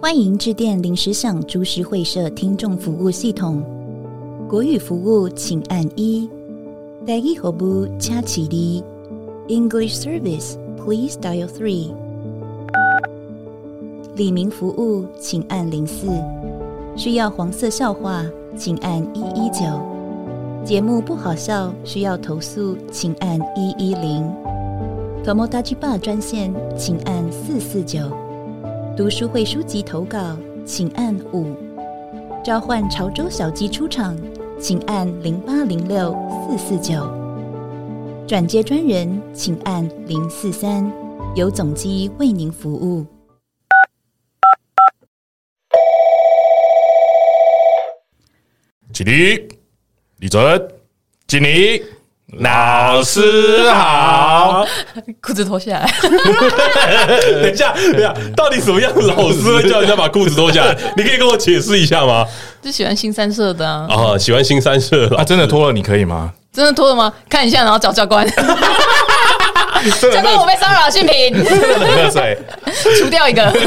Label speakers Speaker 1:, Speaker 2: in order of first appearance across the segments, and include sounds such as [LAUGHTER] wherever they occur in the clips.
Speaker 1: 欢迎致电临时想株式会社听众服务系统，国语服务请按一，台语服务请起立，English service please dial three。李明服务请按零四，需要黄色笑话请按一一九，节目不好笑需要投诉请按一一零。Tomodachi Bar 专线，请按四四九；读书会书籍投稿，请按五；召唤潮州小鸡出场，请按零八零六四四九；转接专人，请按零四三。由总机为您服务。
Speaker 2: 起立，李准，敬礼，老师好。
Speaker 3: 裤子脱下来，
Speaker 2: [LAUGHS] 等一下，等一下，到底什么样的老师会叫人家把裤子脱下来？你可以跟我解释一下吗？
Speaker 3: [LAUGHS] 就喜欢新三色的啊，
Speaker 2: 啊，喜欢新三社
Speaker 4: 啊，
Speaker 2: 了，
Speaker 4: 真的脱了你可以吗？
Speaker 3: 真的脱了吗？看一下，然后找教 [LAUGHS] 官，教
Speaker 4: 真的
Speaker 3: 官我
Speaker 4: 热，
Speaker 3: 被骚扰性平， [LAUGHS]
Speaker 4: 真的很热水。
Speaker 3: 除掉一个。 [LAUGHS]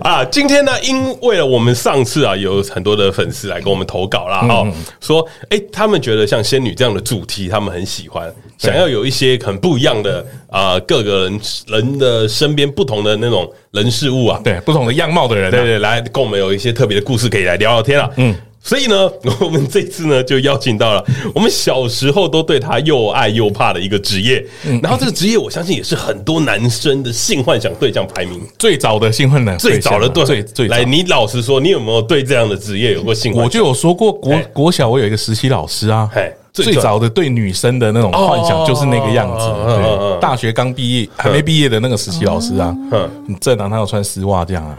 Speaker 2: 啊，今天呢，因为了我们上次啊，有很多的粉丝来跟我们投稿啦，哦，说，哎、他们觉得像仙女这样的主题，他们很喜欢，
Speaker 4: 对
Speaker 2: 想要有一些很不一样的啊、各个人人的身边不同的那种人事物啊，
Speaker 4: 对，不同的样貌的人、啊，
Speaker 2: 对对，来跟我们有一些特别的故事可以来聊聊天了。嗯
Speaker 4: 嗯，
Speaker 2: 所以呢， [LAUGHS] 我们这次呢就邀请到了我们小时候都对他又爱又怕的一个职业，
Speaker 4: 嗯
Speaker 2: 然后这个职业我相信也是很多男生的性幻想对象排名
Speaker 4: 最早的兴奋的
Speaker 2: 最早的对。
Speaker 4: 最最早
Speaker 2: 来，你老实说，你有没有对这样的职业有过性幻
Speaker 4: 我
Speaker 2: 想？
Speaker 4: 就有说过国
Speaker 2: 嘿
Speaker 4: 国小，我有一个实习老师啊
Speaker 2: 嘿，最
Speaker 4: 最早的对女生的那种幻想就是那个样子
Speaker 2: 哦嗯嗯嗯。
Speaker 4: 对大学刚毕业还没毕业的那个实习老师啊，
Speaker 2: 嗯
Speaker 4: 很正常，他有穿丝袜这样啊。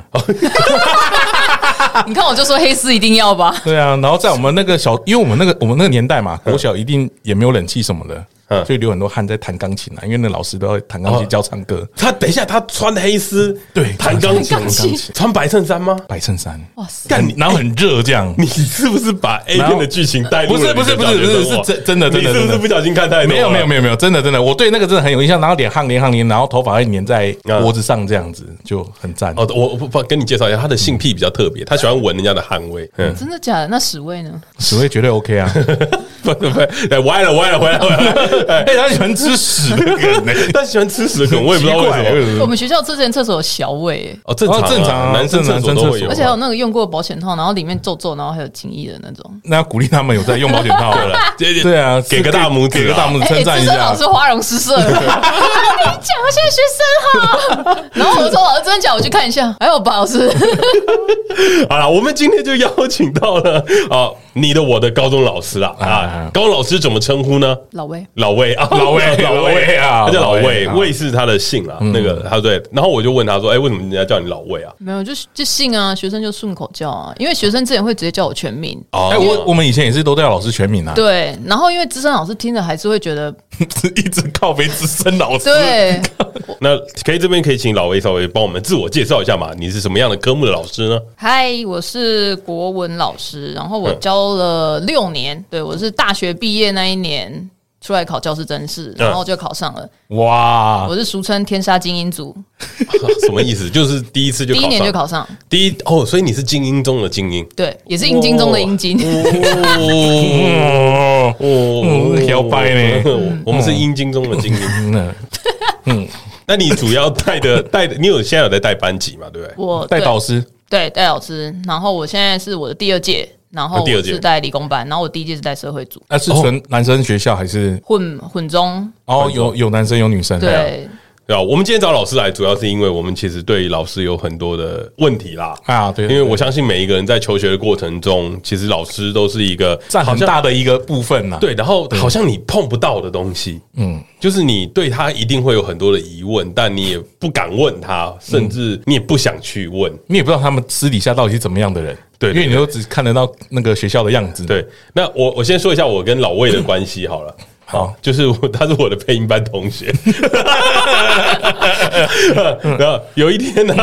Speaker 3: 你看，我就说黑丝一定要吧，
Speaker 4: 对啊，然后在我们那个小，因为我们那个我们那个年代嘛，国小一定也没有冷气什么
Speaker 2: 嗯
Speaker 4: 的，所以流很多汗在弹钢琴啊，因为那老师都要弹钢
Speaker 2: 哦
Speaker 4: 琴教唱歌，
Speaker 2: 他等一下，他穿黑丝，
Speaker 4: 对
Speaker 2: 弹钢琴，
Speaker 3: 弹
Speaker 2: 哦
Speaker 3: 钢琴
Speaker 2: 穿白衬衫吗？
Speaker 4: 白衬衫，
Speaker 3: 哇塞，
Speaker 2: 干你
Speaker 4: 然后很热这样。
Speaker 2: 你是不是把 A
Speaker 4: 嗯然后
Speaker 2: 片的剧情带入
Speaker 4: 不是
Speaker 2: 了你的
Speaker 4: 不是不
Speaker 2: 小
Speaker 4: 是
Speaker 2: 学
Speaker 4: 不是
Speaker 2: 生活
Speaker 4: 是真真的真的
Speaker 2: 你是不
Speaker 4: 真
Speaker 2: 是
Speaker 4: 的
Speaker 2: 不小心看太多了？
Speaker 4: 没有没有没有没有，真的真的，我对那个真的很有印象。然后脸汗脸汗脸，然后头发会粘在脖子上这样子，就很赞。
Speaker 2: 嗯哦，我不不跟你介绍一下，他的性癖比较特别，他喜欢闻人家的汗味。嗯，
Speaker 3: 真的假的？那屎味呢？
Speaker 4: 屎味绝对 OK 啊！
Speaker 2: [LAUGHS] 不不不，哎歪了歪了回来回来，
Speaker 4: 哎，他喜欢吃屎的梗呢，
Speaker 2: [LAUGHS] 他喜欢吃屎的梗，我也不知道为
Speaker 4: 奇怪
Speaker 2: 什么。
Speaker 3: 我们学校之前厕所有小味、欸
Speaker 2: 哦，正常啊
Speaker 4: 哦正常啊
Speaker 2: 男生厕所都会有，啊
Speaker 3: 而且还有那啊个用过保险套，然后里面皱皱，然后还有精液的那种。
Speaker 4: 那要鼓励他们有在用保险套
Speaker 2: 对了
Speaker 4: 了。，
Speaker 2: 这
Speaker 4: 对啊，
Speaker 2: 给个大拇指啊，
Speaker 4: 给个大拇指称赞一
Speaker 3: 资深哎老
Speaker 4: 下
Speaker 3: 师。花容失 [LAUGHS] 色了，你讲我现在学生 [LAUGHS] 好。然后我说老师真的假的？我去看一下。哎还有吧，老师，
Speaker 2: 好了，我们今天就邀请到了啊，你的我的高中老师啦啊
Speaker 4: 啊，
Speaker 2: 高中老师怎么称呼呢？
Speaker 3: 老魏，
Speaker 2: 老魏啊，
Speaker 4: [LAUGHS] 老魏
Speaker 2: [LAUGHS] 老
Speaker 4: 老
Speaker 2: 魏
Speaker 4: 魏啊
Speaker 2: 他叫老
Speaker 4: 老
Speaker 2: 魏
Speaker 4: 魏，啊嗯
Speaker 2: 魏是他的姓啦。那个他对，然后我就问他说，哎，为什么人家叫你老魏啊？
Speaker 3: 没有，就是就姓啊，学生就顺口叫啊，因为学生之前会直接叫我全名。
Speaker 2: 哦
Speaker 4: 哎，我我们以前也是都叫老师全名啊，
Speaker 3: 对，然后因为资深老师听着还是会觉得，
Speaker 4: [LAUGHS] 一直靠背资深老师。
Speaker 2: [LAUGHS]
Speaker 3: 对
Speaker 2: 那可以这边可以请老魏稍微帮我们自我介绍一下嘛？你是什么样的科目的老
Speaker 4: [LAUGHS]
Speaker 2: 师呢？
Speaker 3: 嗨，我是国文老师，然后
Speaker 2: 嗯
Speaker 3: 我教了六年，对我是大学毕业那一年出来考教师真试，
Speaker 2: 嗯
Speaker 3: 然后就考上了，
Speaker 2: 啊
Speaker 4: 哇，
Speaker 3: 我是俗称天杀精英组，
Speaker 2: 什么意思？就是第一次就
Speaker 3: 第
Speaker 2: 考
Speaker 3: 一
Speaker 2: 上
Speaker 3: 年就考上，
Speaker 2: 第一哦，所以你是精英中的精英，
Speaker 3: 对，也是阴茎中的阴茎，
Speaker 2: 哦
Speaker 4: 哦，
Speaker 2: [LAUGHS] 哦
Speaker 4: 嗯摇摆呢
Speaker 2: [LAUGHS] 我我们是阴精中的精英。
Speaker 4: 嗯，
Speaker 2: 那你主要带的
Speaker 4: [LAUGHS]
Speaker 2: 带的，你有现在有在带班级嘛？对不对？
Speaker 3: [LAUGHS] 我
Speaker 4: 带
Speaker 3: 对
Speaker 4: 导师
Speaker 3: 对带老师，然后我现在是我的第二届，然后
Speaker 2: 哦第二
Speaker 3: 我
Speaker 2: 届
Speaker 3: 是在理工班，然后我第一届是在社会组
Speaker 4: 那是纯男生学校还是？
Speaker 3: 混混中，
Speaker 4: 哦，有有男生有女生。
Speaker 3: 对，
Speaker 2: 对啊，我们今天找老师来，主要是因为我们其实对老师有很多的问题啦。
Speaker 4: 啊，对，
Speaker 2: 因为我相信每一个人在求学的过程中，其实老师都是一个
Speaker 4: 占
Speaker 2: 好
Speaker 4: 很
Speaker 2: 像
Speaker 4: 大的一个部分呐。
Speaker 2: 对，然后好像你碰不到的东西，嗯，就是你对他一定会有很多的疑问，但你也不敢问他，甚至你也不想去问。
Speaker 4: 你也不知道他们私底下到底是怎么样的人，
Speaker 2: 对对
Speaker 4: 因为你都只看得到那个学校的样子，
Speaker 2: 对，那我我先说一下我跟老魏的关系好了。好，就是我他是我的配音班同学。 [LAUGHS] 然后有一天呢，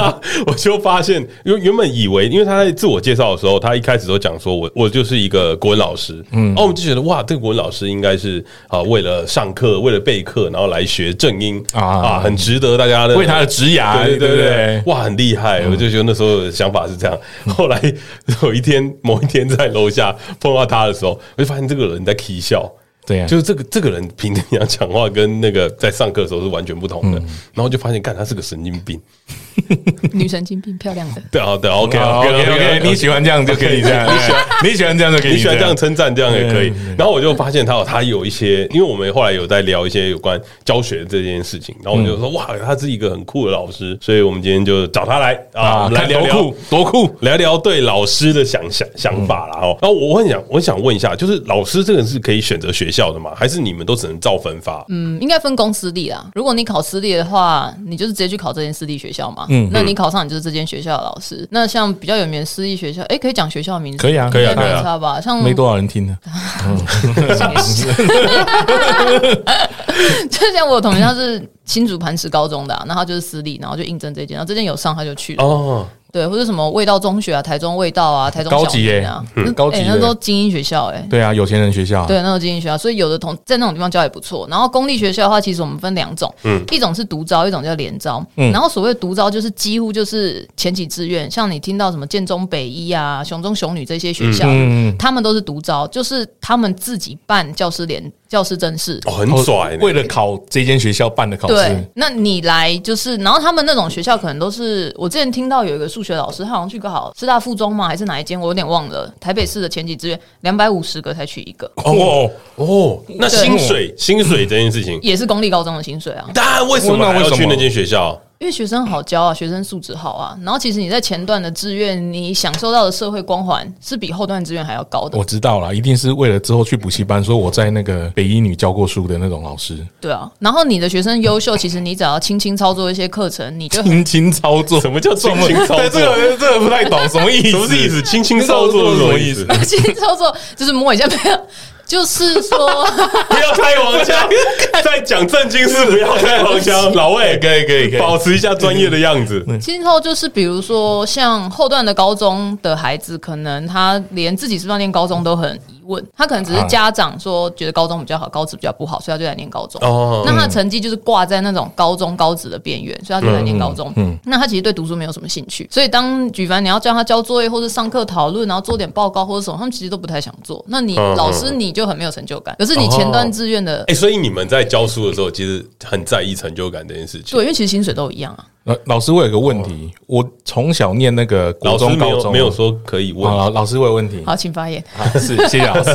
Speaker 2: 我就发现，原原本以为，因为他在自我介绍的时候，他一开始都讲说我我就是一个国文老师，嗯，哦，我们就觉得哇，这个国文老师应该是啊，为了上课，为了备课，然后来学正音
Speaker 4: 啊
Speaker 2: 啊很值得大家的
Speaker 4: 为他的职涯
Speaker 2: 对对
Speaker 4: 对
Speaker 2: 对
Speaker 4: 不对嗯
Speaker 2: 对，哇，很厉害，我就觉得那时候的想法是这样。后来 [LAUGHS] 有一天，某一天在楼下碰到他的时候，我就发现这个人在 k 笑。
Speaker 4: 对啊呀，
Speaker 2: 就
Speaker 4: 就是
Speaker 2: 这个这个人平常讲话跟那个在上课的时候是完全不同的，然后就发现，干他是个神经病。
Speaker 3: 女神经病，漂亮的。
Speaker 2: 对啊，对啊，OK 啊
Speaker 4: OK OK OK，你喜欢这样就给你这样， [LAUGHS] 你喜欢你喜欢这样就给
Speaker 2: 你喜
Speaker 4: 这
Speaker 2: 欢这样
Speaker 4: 样，
Speaker 2: 称赞，这样也可
Speaker 4: 对
Speaker 2: 以
Speaker 4: 对。
Speaker 2: 然后我就发现他有他有一些，因为我们后来有在聊一些有关教学这件事情，然后我就说哇，他是一个很酷的老师，所以我们今天就找他来啊，我
Speaker 4: 啊，
Speaker 2: 们来
Speaker 4: 看
Speaker 2: 聊
Speaker 4: 多
Speaker 2: 聊
Speaker 4: 酷多酷，
Speaker 2: 聊聊对老师的想想想法啦哦。然后我很想，我想问一下，就是老师这个是可以选择学校的吗？还是你们都只能照分发？
Speaker 3: 嗯，应该分公私立啊。如果你考私立的话，你就是直接去考这间私立学校嘛。嗯，那你考上，你就是这间学校的老师。那像比较有名的私立学校，哎、可以讲学校的名字，
Speaker 4: 可以啊可以啊
Speaker 3: 应该
Speaker 2: 可以啊
Speaker 3: 没差吧？像
Speaker 4: 没多少人听的， [LAUGHS]
Speaker 3: 就像我有同学，他是新竹磐石高中的、啊，那他就是私立，然后就应征这间，然后这间有上他就去了。
Speaker 2: 哦，
Speaker 3: 对，或者什么味道中学啊，台中味道啊，台中
Speaker 4: 高
Speaker 3: 小
Speaker 4: 级
Speaker 3: 民
Speaker 4: 耶
Speaker 3: 啊，
Speaker 4: 嗯
Speaker 3: 那
Speaker 4: 高级
Speaker 3: 哎
Speaker 4: 耶
Speaker 3: 那都精英学校哎、
Speaker 4: 对啊，有钱人学校啊，
Speaker 3: 对，那种精英学校，所以有的同在那种地方教也不错。然后公立学校的话，其实我们分两种，
Speaker 4: 嗯
Speaker 3: 一种是独招，一种叫联招。然后所谓独招，就是几乎就是前几志愿，像你听到什么建中北一啊、雄中雄女这些学校，
Speaker 4: 嗯，
Speaker 3: 他们都是独招，就是他们自己办教师联教师甄试。
Speaker 2: 哦很拽呢
Speaker 4: 为了考这间学校办的考
Speaker 3: 哎对
Speaker 4: 试，，
Speaker 3: 那你来就是，然后他们那种学校可能都是，我之前听到有一个数学老师，他好像去个好师大附中嘛，还是哪一间，我有点忘了。台北市的前几志愿两百五十个才取一个，
Speaker 2: 哦嗯哦，那
Speaker 3: 对
Speaker 2: 薪水薪水这件事情，
Speaker 3: 也是公立高中的薪水啊。
Speaker 2: 但为什么
Speaker 4: 那
Speaker 2: 还
Speaker 4: 为
Speaker 2: 要
Speaker 4: 什么
Speaker 2: 去那间学校？
Speaker 3: 因为学生好教啊，学生素质好啊，然后其实你在前段的志愿，你享受到的社会光环是比后段志愿还要高的
Speaker 4: 我，知道了，一定是为了之后去补习班，所以我在那个北一女教过书的那种老
Speaker 3: [LAUGHS]
Speaker 4: 师，
Speaker 3: 对啊。然后你的学生优秀，其实你只要轻轻操作一些课程，你就很
Speaker 4: 轻轻操作，
Speaker 2: 什么叫 [LAUGHS] 轻轻操作
Speaker 4: 对这个这个不太懂，什么意思？
Speaker 2: 什么意思？轻轻操作是什么意思？
Speaker 3: 轻轻操作就是摸一下没有，就是说 [LAUGHS]
Speaker 2: 不要开黄腔， [LAUGHS] 在讲正经事，不要开黄腔。老魏，可以可以嗯
Speaker 4: 可以
Speaker 2: 保持一下专业的样子。
Speaker 3: 轻轻操作就是比如说像后段的高中的孩子，可能他连自己是不是要念高中都很疑问，他可能只是家长说觉得高中比较好，高职比较不好，所以他就来念高中。
Speaker 2: 哦
Speaker 3: 那他的成绩就是挂在那种高中高职的边缘，所以他就来念高中。那他其实对读书没有什么兴趣，所以当举凡你要叫他交作业或者上课讨论，然后做点报告或者什么，他们其实都不太想做。那你
Speaker 2: 嗯
Speaker 3: 老师你就很没有成就感，可是你前段志愿的
Speaker 2: 哎、。所以你们在教书的时候，其实很在意成就感这件事情。
Speaker 3: 对，因为其实薪水都一样啊。
Speaker 4: 老呃老师，我有个问题，我从小念那个国
Speaker 2: 哦老师
Speaker 4: 中、
Speaker 2: 没
Speaker 4: 高
Speaker 2: 有
Speaker 4: 中，
Speaker 2: 没有说可以问，
Speaker 4: 啊，老师我有问题，
Speaker 3: 好，请发言。
Speaker 4: 啊是谢谢
Speaker 3: [LAUGHS]
Speaker 4: 老师。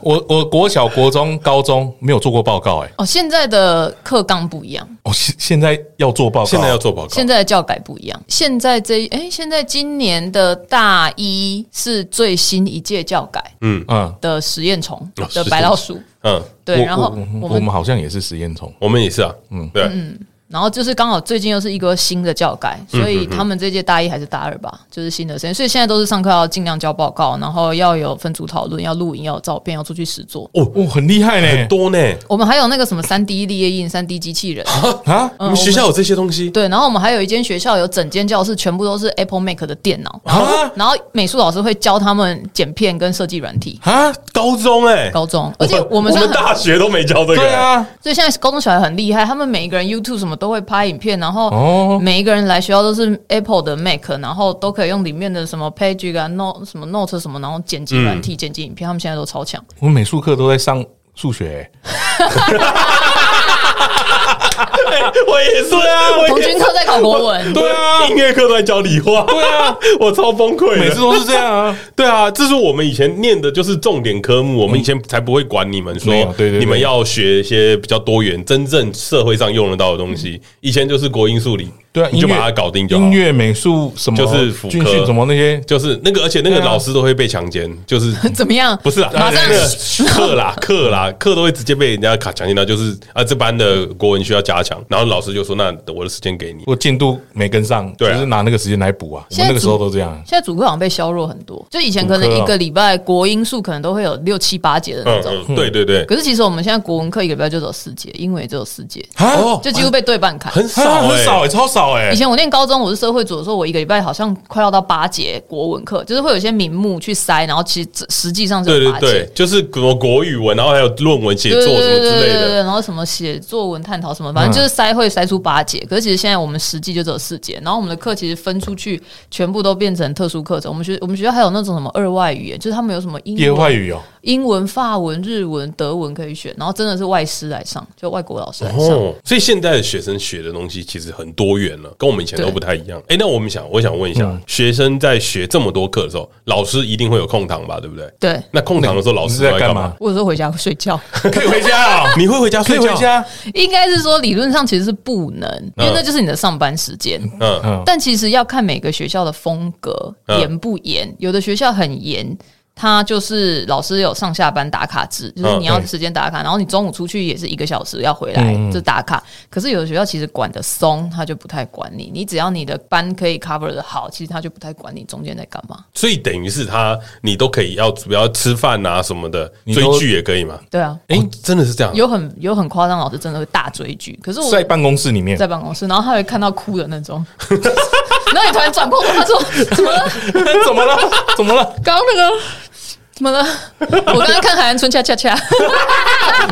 Speaker 4: 我我国小、国中、高中没有做过报告，哎，
Speaker 3: 哦，现在的课纲不一样，
Speaker 4: 哦，现现在要做报告，
Speaker 2: 现在要做报告。
Speaker 3: 现在的教改不一样。现在这哎、现在今年的大一是最新一届教改
Speaker 4: 嗯，
Speaker 3: 的实验虫
Speaker 2: 哦
Speaker 3: 的
Speaker 2: 是
Speaker 3: 白老鼠。
Speaker 2: 嗯，
Speaker 3: 对，
Speaker 4: 我
Speaker 3: 然后
Speaker 4: 我
Speaker 3: 我
Speaker 4: 我
Speaker 3: 们
Speaker 4: 们好像也是实验虫，
Speaker 2: 我们也是啊，嗯，对，
Speaker 3: 然后就是刚好最近又是一个新的教改，
Speaker 4: 嗯
Speaker 3: 所以他们这届大一还是大二吧，就是新的生，所以现在都是上课要尽量交报告，然后要有分组讨论，要录影，要有照片，要出去实做。
Speaker 4: 哦，很厉害呢，
Speaker 2: 多呢。
Speaker 3: 我们还有那个什么三 D 立业印、三 D 机器人，
Speaker 4: 啊，
Speaker 2: 你们学校有这些东西？
Speaker 3: 对。然后我们还有一间学校有整间教室全部都是 Apple Mac 的电脑，然
Speaker 4: 啊
Speaker 3: 后然后美术老师会教他们剪片跟设计软体。
Speaker 4: 啊，
Speaker 2: 高中哎、
Speaker 3: 高中，而且我们
Speaker 2: 我
Speaker 3: 虽然
Speaker 2: 们
Speaker 3: 很
Speaker 2: 大学都没教这个、
Speaker 4: 对啊，
Speaker 3: 所以现在高中小孩很厉害，他们每一个人 YouTube 什么都会拍影片，然
Speaker 4: 哦
Speaker 3: 后每一个人来学校都是 Apple 的 Mac，然后都可以用里面的什么 Page 啊、Note 什么 Note 什么，然后剪辑软体、剪辑影片，他们现在都超强。
Speaker 4: 我们美术课都在上数学，
Speaker 2: 哎 [LAUGHS] 我也是啊，我
Speaker 3: 童
Speaker 2: 也
Speaker 3: 军课在考国
Speaker 2: [LAUGHS]
Speaker 3: 文，
Speaker 4: 对啊
Speaker 2: 音乐课都在教理化，对啊， [LAUGHS] 我超崩溃的，
Speaker 4: 每次都是这样啊，
Speaker 2: 对啊，这是我们以前念的，就是重点科目。我们以前才不会管你们
Speaker 4: 嗯
Speaker 2: 说
Speaker 4: 没有，对对对
Speaker 2: 你们要学一些比较多元、真正社会上用得到的东西。以前就是国英数
Speaker 4: [LAUGHS]
Speaker 2: 理，
Speaker 4: 嗯对啊，
Speaker 2: 你就
Speaker 4: 音乐
Speaker 2: 把它搞定就好
Speaker 4: 音乐、美术什么，
Speaker 2: 就是辅科
Speaker 4: 军训什么那些，
Speaker 2: 就是那个，而且那个
Speaker 4: 对啊
Speaker 2: 老师都会被强奸，就是 [LAUGHS]
Speaker 3: [LAUGHS] 怎么样？
Speaker 2: 哎不是啦，
Speaker 3: 马上
Speaker 2: 那个课啦，课啦，课都会直接被人家卡强奸到，就是啊，这班的国文需要加强，然后老师就说，那我的时间给你。
Speaker 4: 我进度没跟上，
Speaker 2: 对啊
Speaker 4: 就是拿那个时间来补啊。我
Speaker 3: 现
Speaker 4: 们
Speaker 3: 在
Speaker 4: 那个时候
Speaker 3: 主
Speaker 4: 都这样，
Speaker 3: 现在主科好像被削弱很多，就以前可能
Speaker 4: 主科啊
Speaker 3: 一个礼拜国英数可能都会有六七八节的那
Speaker 2: 嗯
Speaker 3: 种，
Speaker 2: 嗯，对对对，
Speaker 3: 可是其实我们现在国文课一个礼拜就只有四节，英文也只有四节，
Speaker 4: 哦
Speaker 3: 就几乎被对半砍。
Speaker 2: 很
Speaker 4: 啊
Speaker 2: 少
Speaker 4: 很少
Speaker 2: 欸
Speaker 4: 哎，超少哎
Speaker 3: 以。前我念高中，我是社会组的时候，我一个礼拜好像快要到八节国文课，就是会有一些名目去塞，然后其实实际上
Speaker 2: 对
Speaker 3: 只有
Speaker 2: 对
Speaker 3: 八
Speaker 2: 对
Speaker 3: 节。，
Speaker 2: 就是国国语文，然后还有论文写
Speaker 3: 对
Speaker 2: 作
Speaker 3: 对
Speaker 2: 什么
Speaker 3: 对
Speaker 2: 之
Speaker 3: 对
Speaker 2: 类
Speaker 3: 对对，
Speaker 2: 的。嗯
Speaker 3: 然后什么写作文探讨什么，反正就是塞会塞出八节。可是其实现在我们实际就只有四节，然后我们的课其实分出去，全部都变成特殊课程。我们学我们学校还有那种什么二外语言，就是他们有什么英
Speaker 4: 业
Speaker 3: 文
Speaker 4: 外语哦，
Speaker 3: 英文、法文、日文、德文可以选，然后真的是外师来上，就外国老师来上。
Speaker 2: 哦，所以现在的学生学的东西其实很多元了，跟我们以前都不太一样。哎，那我们想，我想问一
Speaker 4: 嗯
Speaker 2: 下，学生在学这么多课的时候，老师一定会有空堂吧？对不对？
Speaker 3: 对，
Speaker 2: 那空堂的时候，老
Speaker 4: 你
Speaker 2: 师
Speaker 4: 是
Speaker 2: 都
Speaker 4: 在干
Speaker 2: 干啊
Speaker 4: 嘛？？
Speaker 3: 我有时候回家会睡觉，
Speaker 4: 可以回家哦，
Speaker 2: 你会回家
Speaker 4: 可
Speaker 2: [LAUGHS] 睡
Speaker 4: 以
Speaker 2: 觉？
Speaker 4: 回家。
Speaker 3: 应该是说理论上其实是不能，因为那就是你的上班时间。
Speaker 2: 嗯，
Speaker 4: 嗯，
Speaker 3: 但其实要看每个学校的风格
Speaker 2: 嗯
Speaker 3: 严不严，有的学校很严。他就是老师有上下班打卡制，就是
Speaker 2: 嗯
Speaker 3: 你要
Speaker 4: 对
Speaker 3: 时间打卡，然后你中午出去也是一个小时要回来
Speaker 4: 嗯嗯
Speaker 3: 就打卡。可是有的学校其实管得松，他就不太管你。你只要你的班可以 cover 的好，其实他就不太管你中间在干嘛。
Speaker 2: 所以等于是他，你都可以要主要吃饭啊什么的，
Speaker 4: 你
Speaker 2: 追
Speaker 4: 都
Speaker 2: 剧也可以嘛？
Speaker 3: 对啊，
Speaker 2: 哎、真的是这样。
Speaker 3: 有很有很夸张，老师真的会大追剧。可是我
Speaker 4: 在办公室里面
Speaker 3: 在办公室，然后他会看到哭的那种， [LAUGHS] 然后你突然转过头，他说怎么了？
Speaker 4: [LAUGHS] 怎么了？怎么了？
Speaker 3: 刚刚那个怎么了？我刚刚看《海岸村恰恰恰》，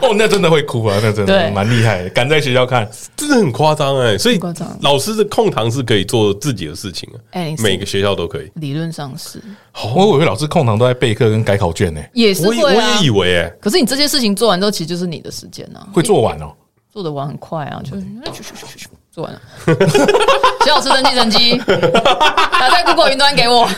Speaker 4: 哦，那真的会哭啊，那真的
Speaker 3: 对
Speaker 4: 蛮厉害的，敢在学校看。
Speaker 2: 真的很夸张哎，所以
Speaker 3: 很夸张
Speaker 2: 老师的空堂是可以做自己的事情啊，
Speaker 3: 哎是
Speaker 2: 每个学校都可以。
Speaker 3: 理论上是
Speaker 4: 哦我以为老师空堂都在备课跟改考卷呢，
Speaker 3: 也是
Speaker 2: 我也我
Speaker 3: 会啊
Speaker 2: 也以。为哎，
Speaker 3: 可是你这些事情做完之后，其实就是你的时间啊，
Speaker 4: 会做完哦。
Speaker 3: 做的完很快啊，就咻咻咻咻咻做完了。 [LAUGHS] 徐老师登记成绩，打在 Google 云端给我。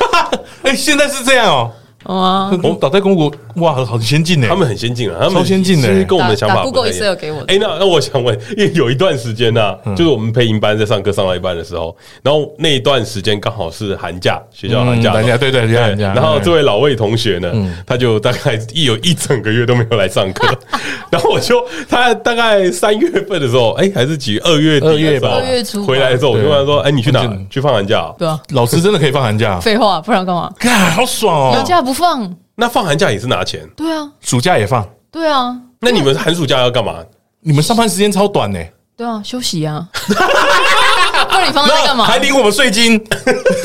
Speaker 4: 哎，现在是这样哦。
Speaker 3: 啊，
Speaker 4: 我倒在公国，哇，很先进呢。
Speaker 2: 他们很先进啊，他们
Speaker 4: 超先进的欸
Speaker 2: 是跟我们的想
Speaker 3: 打
Speaker 2: 法
Speaker 3: 打
Speaker 2: 不太
Speaker 3: Google
Speaker 2: 一样
Speaker 3: Excel。给我。
Speaker 2: 哎、那那我想问，因为有一段时间呐、
Speaker 4: 嗯
Speaker 2: 就是我们配音班在上课上到一半的时候，然后那一段时间刚好是寒假，学校寒假
Speaker 4: 嗯
Speaker 2: 嘛，
Speaker 4: 寒假对对学校寒假
Speaker 2: 然后
Speaker 4: 嗯
Speaker 2: 这位老魏同学呢，他就大概一有一整个月都没有来上课， [LAUGHS] 然后我就他大概三月份的时候，哎、还是几月二月底的
Speaker 4: 二月
Speaker 2: 时候
Speaker 4: 吧
Speaker 3: 二月初吧
Speaker 2: 回来的时候，我就
Speaker 4: 对
Speaker 2: 问他说：“哎、你去哪
Speaker 4: 我记得？
Speaker 2: 去放寒假啊、
Speaker 3: 对啊，
Speaker 4: 老师真的可以放寒
Speaker 3: [LAUGHS]
Speaker 4: 假，
Speaker 3: 废话，不然干嘛？
Speaker 4: 看好爽
Speaker 3: 有
Speaker 4: 哦。
Speaker 3: 假不放？
Speaker 2: 那放寒假也是拿钱，
Speaker 3: 对啊，
Speaker 4: 暑假也放，
Speaker 3: 对啊，
Speaker 2: 那你们寒暑假要干嘛？ [LAUGHS]
Speaker 4: 你们上班时间超短呢，
Speaker 3: 对啊，休息啊。 [LAUGHS] 不然你放在干
Speaker 2: [LAUGHS]
Speaker 4: 那
Speaker 3: 嘛？
Speaker 4: 还领我们税金。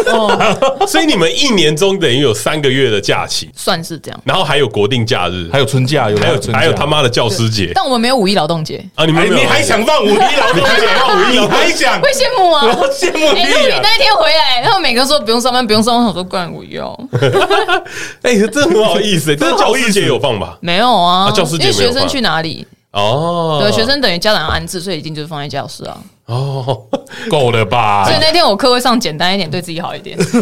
Speaker 3: 哦，
Speaker 2: 所以你们一年中等于有三个月的假期，
Speaker 3: 算是这样。
Speaker 2: 然后还有国定假日，
Speaker 4: 还有春假，有的
Speaker 2: 还有
Speaker 4: 春假
Speaker 2: 还有他妈的教师节
Speaker 3: 但我们没有五一劳动 [LAUGHS] 节，
Speaker 2: 啊！你
Speaker 4: 哎
Speaker 2: 们没有
Speaker 4: 你还想放五一劳动节？
Speaker 2: 你还
Speaker 4: 你还 [LAUGHS] 想？
Speaker 3: 会羡慕啊！
Speaker 4: 我羡慕
Speaker 3: 哎，露
Speaker 4: 你
Speaker 3: 你
Speaker 4: 啊！
Speaker 3: 那一天回来，然后每个人说不用上班，不用上班，我说干我要，
Speaker 2: 哎，这很好意思欸，
Speaker 4: 真
Speaker 2: 这
Speaker 4: 的
Speaker 2: 教
Speaker 4: 好意思
Speaker 2: 师节有放吧？
Speaker 3: 没有嗯啊
Speaker 2: 啊教师节
Speaker 3: 因为
Speaker 2: 没有
Speaker 3: 学生
Speaker 2: 放
Speaker 3: 去哪里？
Speaker 2: 哦，
Speaker 3: 对，学生等于家长安置，所以一定就是放在教室啊。
Speaker 2: 哦，
Speaker 4: 够了吧
Speaker 3: 所以那天我课会上简单一点，对自己好一 [LAUGHS] 点，
Speaker 4: 自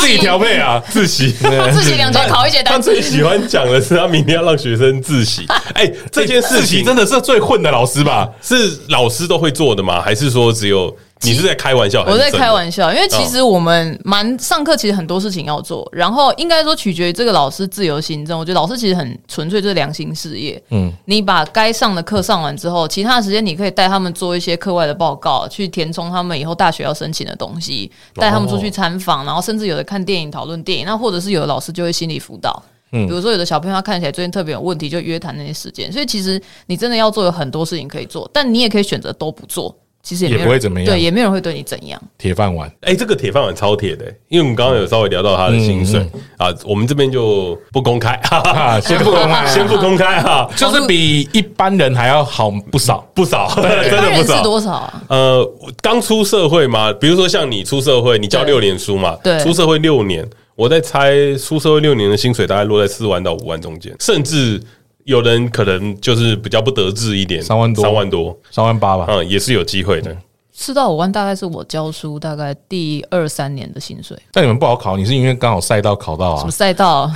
Speaker 3: 自
Speaker 4: 己调配啊！
Speaker 2: 自习。
Speaker 3: 自己两节考一节
Speaker 2: [LAUGHS] 他
Speaker 3: 单词
Speaker 2: 最。喜欢讲的是，他明天要让学生
Speaker 4: [LAUGHS]
Speaker 2: 自习。哎，这件事
Speaker 4: 自己
Speaker 2: 情啊
Speaker 4: 真的是最混的老师吧？
Speaker 2: 是老师都会做的吗？还是说只有你是在开玩笑？
Speaker 3: 我在开
Speaker 2: 笑。
Speaker 3: 玩笑，因为其实我们蛮上课，其实很多事情要做，然后应该说取决于这个老师自由行政。我觉得老师其实很纯粹，就是良心事业。嗯，你把该上的课上完之后，其他的时间你可以带他们做一些课外的报告，去填充他们以后大学要申请的东西，带他们
Speaker 2: 哦
Speaker 3: 出去参访，然后甚至有的看电影讨论电影，那或者是有的老师就会心理辅导。
Speaker 4: 嗯
Speaker 3: 比如说，有的小朋友他看起来最近特别有问题，就约谈那些时间。所以其实你真的要做有很多事情可以做，但你也可以选择都不做。其实也没有
Speaker 4: 也不会怎么样
Speaker 3: 对，也没有人会对你怎样。
Speaker 4: 铁饭
Speaker 2: [LAUGHS]
Speaker 4: 碗，
Speaker 2: 哎、这个铁饭碗超铁的、因为我们刚刚有稍微聊到他的薪水、啊，我们这边就不公开，哈哈哈
Speaker 4: 啊嗯 [LAUGHS] 先不公开
Speaker 2: 先不公开哈、
Speaker 4: 就是比一般人还要好不少。
Speaker 2: 不少， [LAUGHS] 真
Speaker 3: 一般
Speaker 2: 的不
Speaker 3: 人是
Speaker 2: 少。
Speaker 3: 多少啊？
Speaker 2: 呃，我刚出社会嘛，比如说像你出社会，你教
Speaker 3: 对
Speaker 2: 六年书嘛，
Speaker 3: 对
Speaker 2: 出社会六年，我在猜出社会六年的薪水大概落在四万到五万中间，甚至有人可能就是比较不得志一点，
Speaker 4: 三万多
Speaker 2: 三万多，
Speaker 4: 三万八吧，
Speaker 2: 嗯，也是有机会的。
Speaker 3: 吃到五万大概是我教书大概第二三年的薪水，
Speaker 4: 但你们不好考，你是因为刚好赛道考到
Speaker 3: 什
Speaker 4: 啊
Speaker 3: 么？
Speaker 4: [LAUGHS]
Speaker 3: 赛道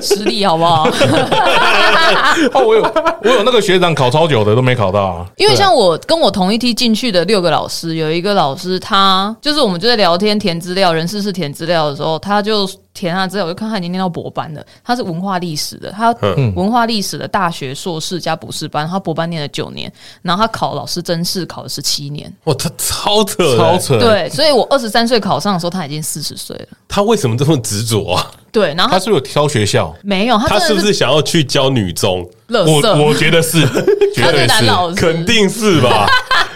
Speaker 3: 实力好不好？ [LAUGHS]
Speaker 4: [LAUGHS] 哦，我有我有那个学长考超久的都没考到啊。
Speaker 3: 因为
Speaker 4: 对啊
Speaker 3: 像我跟我同一梯进去的六个老师，有一个老师他就是我们就在聊天填资料，人事是填资料的时候，他就填他的资料，我就看他已经念到博班了，他是文化历史的，他文化历史的大学硕士加博士班，他博班念了九年，然后他考老师真试考了十七年，
Speaker 2: 哇，他超扯的，
Speaker 4: 啊超扯，，
Speaker 3: 对，所以我二十三岁考上的时候，他已经四十岁了，
Speaker 2: 他为什么这么执着啊？
Speaker 3: 对，然后
Speaker 4: 他
Speaker 3: 他
Speaker 4: 是不是有挑学校？
Speaker 3: 没有，他
Speaker 2: 他是
Speaker 3: 真
Speaker 2: 不
Speaker 3: 的
Speaker 2: 是想要去教女中？
Speaker 3: 乐
Speaker 4: 我
Speaker 3: 色，
Speaker 4: 我觉得是，绝
Speaker 3: 他
Speaker 4: 对
Speaker 3: 是男
Speaker 4: 是。
Speaker 3: [LAUGHS] 老师，
Speaker 2: 肯定
Speaker 3: [LAUGHS]
Speaker 2: 是吧？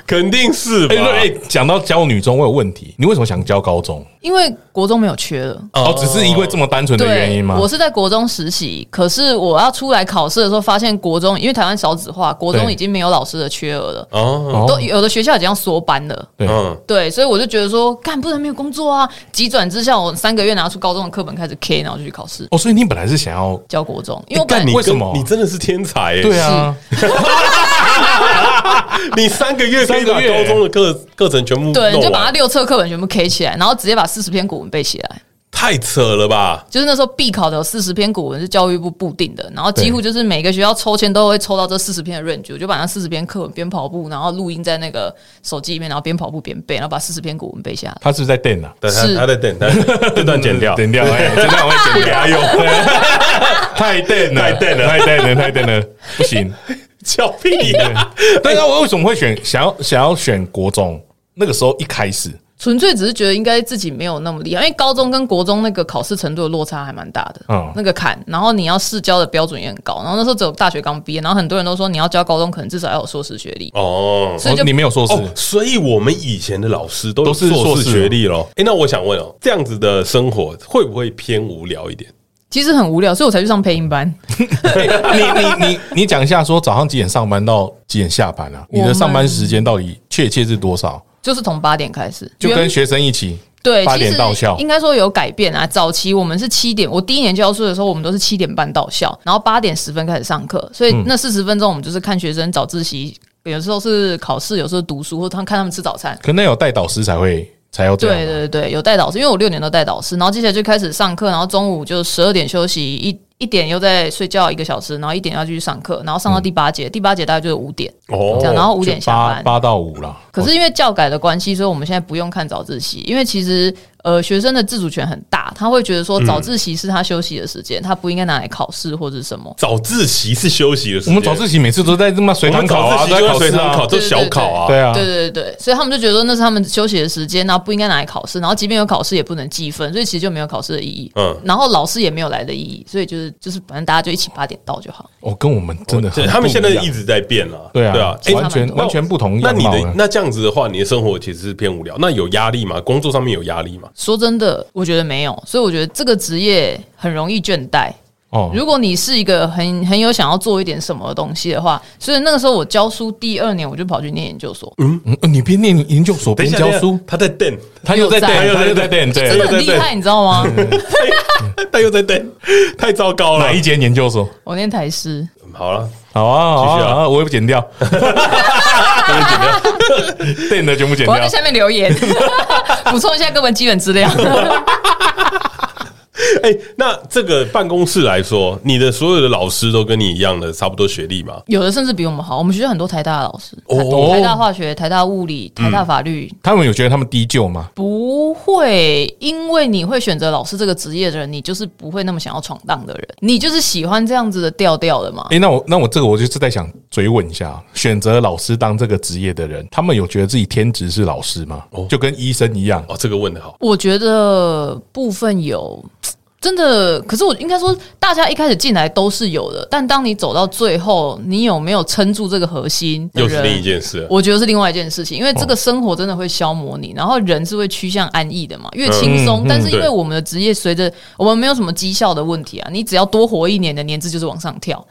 Speaker 2: 肯定是吧
Speaker 4: 哎？对，哎，讲到教女中，我有问题，你为什么想教高中？
Speaker 3: 因为国中没有缺了。
Speaker 4: 哦，只是因为这么单纯的
Speaker 3: 对，
Speaker 4: 原因吗
Speaker 3: 我？是在国中实习，可是我要出来考试的时候，发现国中因为台湾少子化，国中
Speaker 4: 对
Speaker 3: 已经没有老师的缺额了，
Speaker 2: 哦，
Speaker 4: 哦
Speaker 3: 都有的学校已经要缩班了。
Speaker 4: 对，
Speaker 2: 嗯，
Speaker 3: 对，所以我就觉得说，干不能没有工作啊！急转直下，我三个月拿出高中的课本开始 K，然后就去考试
Speaker 4: 哦，所以你本来是想要，
Speaker 3: 教国中，因为
Speaker 2: 你
Speaker 3: 我本来
Speaker 2: 干你
Speaker 4: 为什
Speaker 2: 跟
Speaker 4: 么
Speaker 2: 嗯你真的是天才耶？
Speaker 4: 对啊，
Speaker 2: [LAUGHS] 你三个月可以把
Speaker 4: 三个月
Speaker 2: 高中的课课程全部
Speaker 3: 对，你
Speaker 2: 弄啊
Speaker 3: 就把它
Speaker 2: 完，
Speaker 3: 六册课本全部 K 起来，然后直接把四十篇古文背起来。
Speaker 2: 太扯了吧？
Speaker 3: 就是那时候必考的有四十篇古文是教育部固定的，然后几乎就是每个学校抽签都会抽到这四十篇的 range，我就把那四十篇课文边跑步，然后录音在那个手机里面，然后边跑步边背，然后把四十篇古文背下来。
Speaker 4: 他是不是在电啊，
Speaker 2: 等他
Speaker 3: 是
Speaker 2: 他在等，他 [LAUGHS] 这段剪掉，
Speaker 4: 剪掉，哎，这段我会剪掉，用， [LAUGHS] 太电了，太电了，太电了，太电了，不 [LAUGHS] 行。
Speaker 2: 笑屁
Speaker 4: [LAUGHS]
Speaker 2: 呀！
Speaker 4: 但是我为什么会选想要想要选国中？那个时候一开始，
Speaker 3: 纯粹只是觉得应该自己没有那么厉害，因为高中跟国中那个考试程度的落差还蛮大的，
Speaker 4: 嗯
Speaker 3: 那个坎。然后你要试教的标准也很高，然后那时候只有大学刚毕业，然后很多人都说你要教高中可能至少要有硕士学历，
Speaker 2: 哦
Speaker 3: 所以就
Speaker 4: 哦你没有硕士，
Speaker 2: 哦，所以我们以前的老师都有
Speaker 4: 都是
Speaker 2: 硕
Speaker 4: 硕
Speaker 2: 士
Speaker 4: 士
Speaker 2: 学历咯。哎，那我想问哦，这样子的生活会不会偏无聊一点？
Speaker 3: 其实很无聊，所以我才去上配音班。
Speaker 4: [LAUGHS] 你你你你讲一下，说早上几点上班到几点下班啊？你的上班时间到底确切是多少？
Speaker 3: 就是从八点开始，
Speaker 4: 就
Speaker 3: 原
Speaker 4: 跟学生一起
Speaker 3: 对，
Speaker 4: 八
Speaker 3: 其
Speaker 4: 点
Speaker 3: 实
Speaker 4: 到校
Speaker 3: 应该说有改变啊。早期我们是七点，我第一年教书的时候，我们都是七点半到校，然后八点十分开始上课，所以
Speaker 4: 嗯
Speaker 3: 那四十分钟我们就是看学生早自习，有时候是考试，有时候读书，或者他看他们吃早餐。
Speaker 4: 可能有带导师才会才要这样啊
Speaker 3: 对
Speaker 4: 嘛。
Speaker 3: 对对，有带导师，因为我六年都带导师，然后接下来就开始上课，然后中午就十二点休息，一一点又在睡觉一个小时，然后一点要继续上课，然后上
Speaker 4: 嗯
Speaker 3: 到第八节，第八节大概就是五点
Speaker 2: 哦
Speaker 3: 这样，然后五
Speaker 4: 就
Speaker 3: 点下
Speaker 4: 八
Speaker 3: 班。
Speaker 4: 八到五啦。哦
Speaker 3: 可是因为教改的关系，所以我们现在不用看早自习，因为其实呃学生的自主权很大，他会觉得说早自习是他休息的时间，他不应该拿来考试或者什么。
Speaker 4: 嗯
Speaker 2: 早自习是休息的
Speaker 4: 我
Speaker 2: 时间，
Speaker 4: 们早自习每次都在这么随
Speaker 2: 我
Speaker 4: 堂
Speaker 2: 们
Speaker 4: 考
Speaker 2: 早
Speaker 4: 啊，
Speaker 2: 自
Speaker 4: 都在
Speaker 2: 习就
Speaker 4: 考
Speaker 2: 会随
Speaker 4: 试
Speaker 2: 堂考，
Speaker 4: 啊。
Speaker 2: 都
Speaker 3: 对对
Speaker 2: 小考啊。
Speaker 4: 对啊，
Speaker 3: 对对对，所以他们就觉得说那是他们休息的时间，然后不应该拿来考试，然后即便有考试也不能计分，所以其实就没有考试的意义。
Speaker 2: 嗯
Speaker 3: 嗯，然后老师也没有来的意义，所以就是就是反正大家就一起八点到就好。
Speaker 4: 哦，跟我们真的很
Speaker 2: 对，他们现在
Speaker 4: 不一样
Speaker 2: 一直在变啊。
Speaker 4: 对啊，
Speaker 2: 对啊，
Speaker 3: 诶
Speaker 4: 完
Speaker 3: 差蛮
Speaker 4: 全
Speaker 3: 多
Speaker 4: 完全不同
Speaker 2: 那
Speaker 4: 样
Speaker 2: 你
Speaker 4: 貌
Speaker 2: 的
Speaker 4: 啊。
Speaker 2: 那这样子的话，你的生活其实是偏无聊。那有压力吗？工作上面有压力吗？
Speaker 3: 说真的，我觉得没有，所以我觉得这个职业很容易倦怠。
Speaker 4: 哦，
Speaker 3: 如果你是一个很很有想要做一点什么东西的话，所以那个时候我教书第二年我就跑去念研究所，
Speaker 4: 嗯，你边念研究所边教书，，
Speaker 2: 他在瞪，
Speaker 4: 他又在
Speaker 3: 又在
Speaker 4: 电，他又在电，
Speaker 3: 真
Speaker 4: 对
Speaker 3: 的，很厉害，你知道
Speaker 4: [LAUGHS]
Speaker 3: 吗？
Speaker 2: 他又在瞪，太糟糕了
Speaker 4: 哪。一间研究所？
Speaker 3: 我念台师，
Speaker 4: 哎
Speaker 2: 好了，
Speaker 4: 好啊，好
Speaker 2: 继
Speaker 4: 啊，
Speaker 2: 续啊
Speaker 4: 好啊我也不剪掉，
Speaker 2: [LAUGHS]
Speaker 4: 电的全部剪
Speaker 3: 我要
Speaker 4: 掉。
Speaker 3: 在下面
Speaker 4: [LAUGHS]
Speaker 3: 留言 [LAUGHS] 补充一下各本基本资料。 [LAUGHS]
Speaker 2: 哎，那这个办公室来说，你的所有的老师都跟你一样的差不多学历吗？
Speaker 3: 有的甚至比我们好，我们学校很多台大的老师，
Speaker 4: 哦嗯
Speaker 3: 台大化学、台大物理、台大法律。
Speaker 4: 他们有觉得他们低就吗？
Speaker 3: 不会，因为你会选择老师这个职业的人，你就是不会那么想要闯荡的人，你就是喜欢这样子的调调的嘛。
Speaker 4: 诶，那我那我这个我就是在想追问一下，选择老师当这个职业的人，他们有觉得自己天职是老师吗？就跟医生一样，
Speaker 2: 哦，这个问的好。
Speaker 3: 我觉得部分有。真的，可是我应该说，大家一开始进来都是有的，但当你走到最后，你有没有撑住这个核心的
Speaker 2: 又是
Speaker 3: 人？
Speaker 2: 另一件事了，
Speaker 3: 我觉得是另外一件事情，因为这个生活真的会消磨你，然后人是会趋向安逸的嘛，越轻松。但是因为
Speaker 2: 嗯对
Speaker 3: 我们的职业随
Speaker 2: 哦
Speaker 3: 着我们没有什么绩效的问题啊，你只要多活一年，你的年资就是往上跳。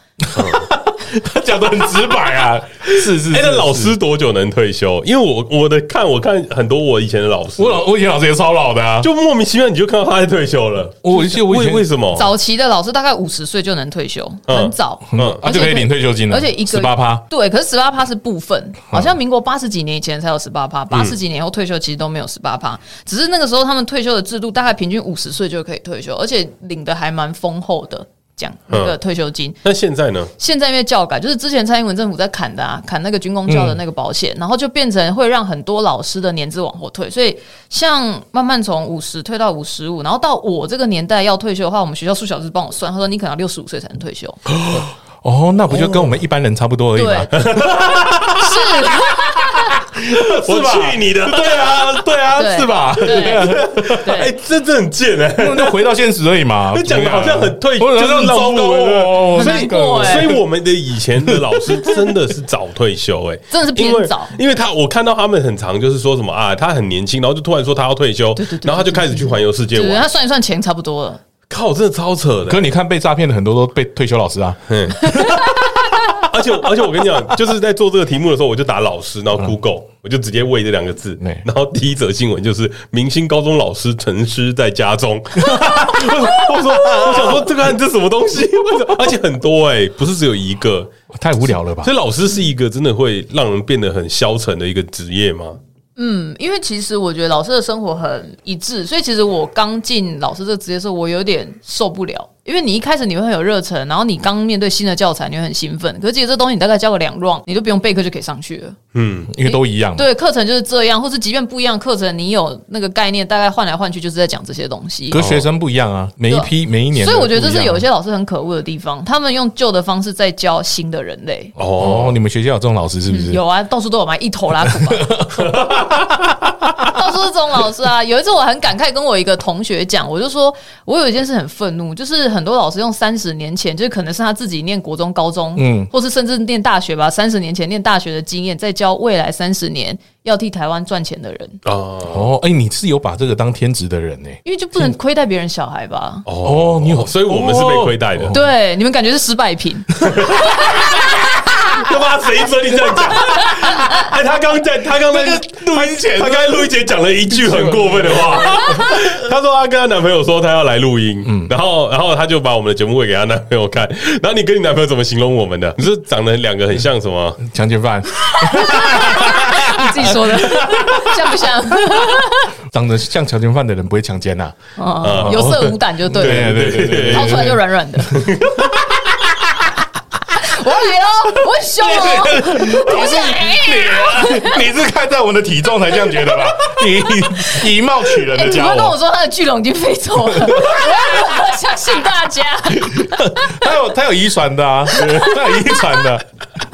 Speaker 4: 他讲的很直白啊，
Speaker 2: [LAUGHS]
Speaker 4: 是是。
Speaker 2: 哎、
Speaker 4: 哎，
Speaker 2: 那老师多久能退休？因为我我的看我看很多我以前的老师
Speaker 4: 我，老我以前老师也超老的啊，就
Speaker 2: 就莫名其妙你就看到他在退休了。
Speaker 4: 我记得我以
Speaker 2: 为
Speaker 4: 前
Speaker 2: 为什么？
Speaker 3: 早期的老师大概五十岁就能退休，
Speaker 2: 嗯
Speaker 3: 很早。
Speaker 2: 嗯
Speaker 4: 啊就可以领退休金了，
Speaker 3: 而且一个
Speaker 4: 十八趴。
Speaker 3: 对，可是十八趴是部分，好像民国八十几年以前才有十八趴，八十几年后退休其实都没有十八趴，只是那个时候他们退休的制度大概平均五十岁就可以退休，而且领的还蛮丰厚的，讲那个退休金。
Speaker 2: 那现在 [LAUGHS] 呢？
Speaker 3: 现在因为教改，就是之前蔡英文政府在砍的啊，砍那个军工教的那个保险，然后就变成会让很多老师的年资往后退，所以像慢慢从五十退到五十五，然后到我这个年代要退休的话，我们学校数小师帮我算，他说你可能要六十五岁才能退休，
Speaker 4: 哦，那不就跟我们一般人差不多而已
Speaker 3: 对 [LAUGHS]
Speaker 4: 吗？，
Speaker 3: 是。
Speaker 2: 我去你的！ [LAUGHS]
Speaker 4: 对啊，对啊，
Speaker 3: 对
Speaker 4: 是吧？
Speaker 3: 对
Speaker 2: 哎、
Speaker 3: 对，
Speaker 2: 真的很贱哎、
Speaker 4: 那就回到现实而已嘛。
Speaker 2: 他讲的好像很退，
Speaker 4: 我
Speaker 2: 就
Speaker 4: 好
Speaker 2: 是
Speaker 4: 像很
Speaker 2: 老
Speaker 4: 糟糕
Speaker 2: 木了
Speaker 4: 哦，
Speaker 3: 很难过哎
Speaker 2: 所以我们的以前的老师真的是早退休、哎，
Speaker 3: 真的是偏
Speaker 2: 因为
Speaker 3: 早
Speaker 2: 因为他我看到他们很常就是说什么啊，他很年轻，然后就突然说他要退休，
Speaker 3: 对对对
Speaker 2: 然后他就开始去环游世界
Speaker 3: 对，
Speaker 2: 玩，
Speaker 3: 他算一算钱差不多了。
Speaker 2: 靠，真的超扯的
Speaker 4: 可。你看被诈骗的很多都被退休老师啊，
Speaker 2: [LAUGHS] 而且而且我跟你讲，就是在做这个题目的时候，我就打老师，然后 Google，我就直接喂这两个字
Speaker 4: 嗯对，
Speaker 2: 然后第一则新闻就是明星高中老师沉尸在家中。 [LAUGHS] 我说我想说这个案子什么东西？ [LAUGHS] 为什么而且很多哎、不是只有一个。
Speaker 4: 太无聊了吧
Speaker 2: 所？以老师是一个真的会让人变得很消沉的一个职业吗？
Speaker 3: 嗯，因为其实我觉得老师的生活很一致，所以其实我刚进老师这个职业的时候，我有点受不了。因为你一开始你会很有热忱，然后你刚面对新的教材，你会很兴奋。可是其实这东西你大概教个两 round，你就不用备课就可以上去
Speaker 4: 嗯
Speaker 3: 了。
Speaker 4: 因为都一样嘛。
Speaker 3: 对，课程就是这样，或是即便不一样的课程，你有那个概念，大概换来换去就是在讲这些东西。
Speaker 4: 可是学生不一样啊，每一批每一年的
Speaker 3: 哦所
Speaker 4: 不一样
Speaker 3: 以
Speaker 4: 啊，
Speaker 3: 我觉得这是有一些老师很可恶的地方，他们用旧的方式在教新的人类。
Speaker 4: 哦，你们学校有这种老师是不是？
Speaker 3: 嗯有啊，到处都有嘛，一头拉 [LAUGHS] 苦吧，到处是这种老师啊。有一次我很感慨，跟我一个同学讲，我就说我有一件事很愤怒，就是很多老师用三十年前，就是可能是他自己念国中、高中，嗯，或是甚至念大学吧，三十年前念大学的经验，在教未来三十年要替台湾赚钱的人，
Speaker 2: 啊，
Speaker 4: 哦，哎，你是有把这个当天职的人呢？
Speaker 3: 因为就不能亏待别人小孩吧。
Speaker 4: 哦，你有，
Speaker 2: 所以我们是被亏待的
Speaker 4: 哦。
Speaker 3: 对，你们感觉是失败品，
Speaker 2: 他妈谁准你这样讲？哎，他刚在，他刚在录音前，他刚才录音前讲了一句很过分的话。他说他跟他男朋友说他要来录音，然后然后他就把我们的节目喂给他男朋友看。然后你跟你男朋友怎么形容我们的？你是长得两个很像什么？
Speaker 4: 强奸犯，
Speaker 3: 你自己说 [LAUGHS] 的，像不 [LAUGHS] 像？
Speaker 4: 长得像强奸犯的人不会强奸呐。啊
Speaker 3: 哦，有色无胆就对了。
Speaker 4: 对对对对，
Speaker 3: 掏出来就软软的。我要脸哦，我很凶哦，不是
Speaker 4: 你是看在我的体重才这样觉得吧？以以貌取人
Speaker 3: 哎，
Speaker 4: 的
Speaker 3: 你
Speaker 4: 家
Speaker 3: 不要跟我
Speaker 4: 伙，
Speaker 3: 说他的巨龙已经飞走了，我要相信大家。
Speaker 4: 他有他有遗传的啊，他有遗传 [LAUGHS] 的。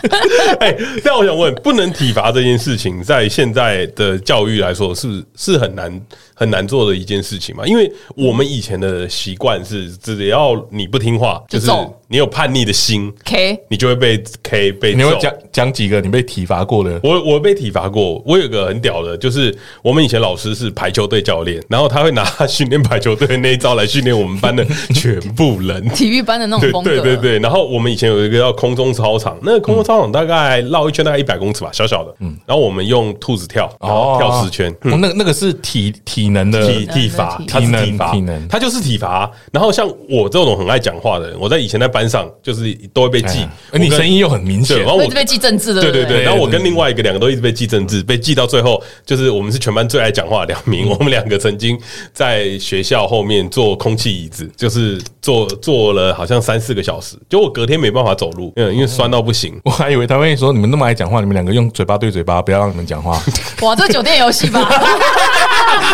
Speaker 2: [LAUGHS] 哎，那我想问，不能体罚这件事情，在现在的教育来说，是是很难很难做的一件事情嘛？因为我们以前的习惯是，只要你不听话，
Speaker 3: 就
Speaker 2: 就是
Speaker 3: 揍
Speaker 2: 你有叛逆的心，
Speaker 3: K，
Speaker 2: 你就会被 K 被
Speaker 4: 你会
Speaker 2: 揍。
Speaker 4: 讲讲几个你被体罚过的？
Speaker 2: 我我被体罚过，我有个很屌的，就是我们以前老师是排球队教练，然后他会拿 [LAUGHS] 他训练排球队的那一招来训练我们班的全部人。
Speaker 3: 体育班的那种
Speaker 2: 对
Speaker 3: 风格，
Speaker 2: 对对对，然后我们以前有一个叫空中操场，那个空中操场大概绕一圈大概一百公尺吧，小小的。嗯，然后我们用兔子跳，然后跳十圈，
Speaker 4: 哦那个那个是体体能
Speaker 3: 呃
Speaker 4: 的哎
Speaker 2: 体体罚，
Speaker 3: 体
Speaker 2: 他是体罚
Speaker 4: 体能，
Speaker 2: 他就是体罚。然后像我这种很爱讲话的人，我在以前在班上就是都会被记
Speaker 4: 哎，而你
Speaker 2: 我跟哦
Speaker 4: 声音又很明显
Speaker 2: 对，然，后
Speaker 3: 会一
Speaker 2: 我
Speaker 3: 直被记政治的，
Speaker 2: 对
Speaker 3: 对
Speaker 2: 对
Speaker 3: 不
Speaker 2: 对，
Speaker 4: 对
Speaker 2: 然后我
Speaker 4: 对
Speaker 2: 跟另外一个两个都一直被记政治，被记到最后，就是我们是全班最爱讲话的两名。 [LAUGHS] 我们两个曾经在学校后面坐空气椅子，就是坐坐了好像三四个小时，就我隔天没办法走路，嗯，因为酸到不行。
Speaker 4: [LAUGHS] 我还以为他会说你们那么爱讲话，你们两个用嘴巴对嘴巴，不要让你们
Speaker 2: [LAUGHS]
Speaker 4: 讲话，
Speaker 3: 哇，这酒店游戏吧，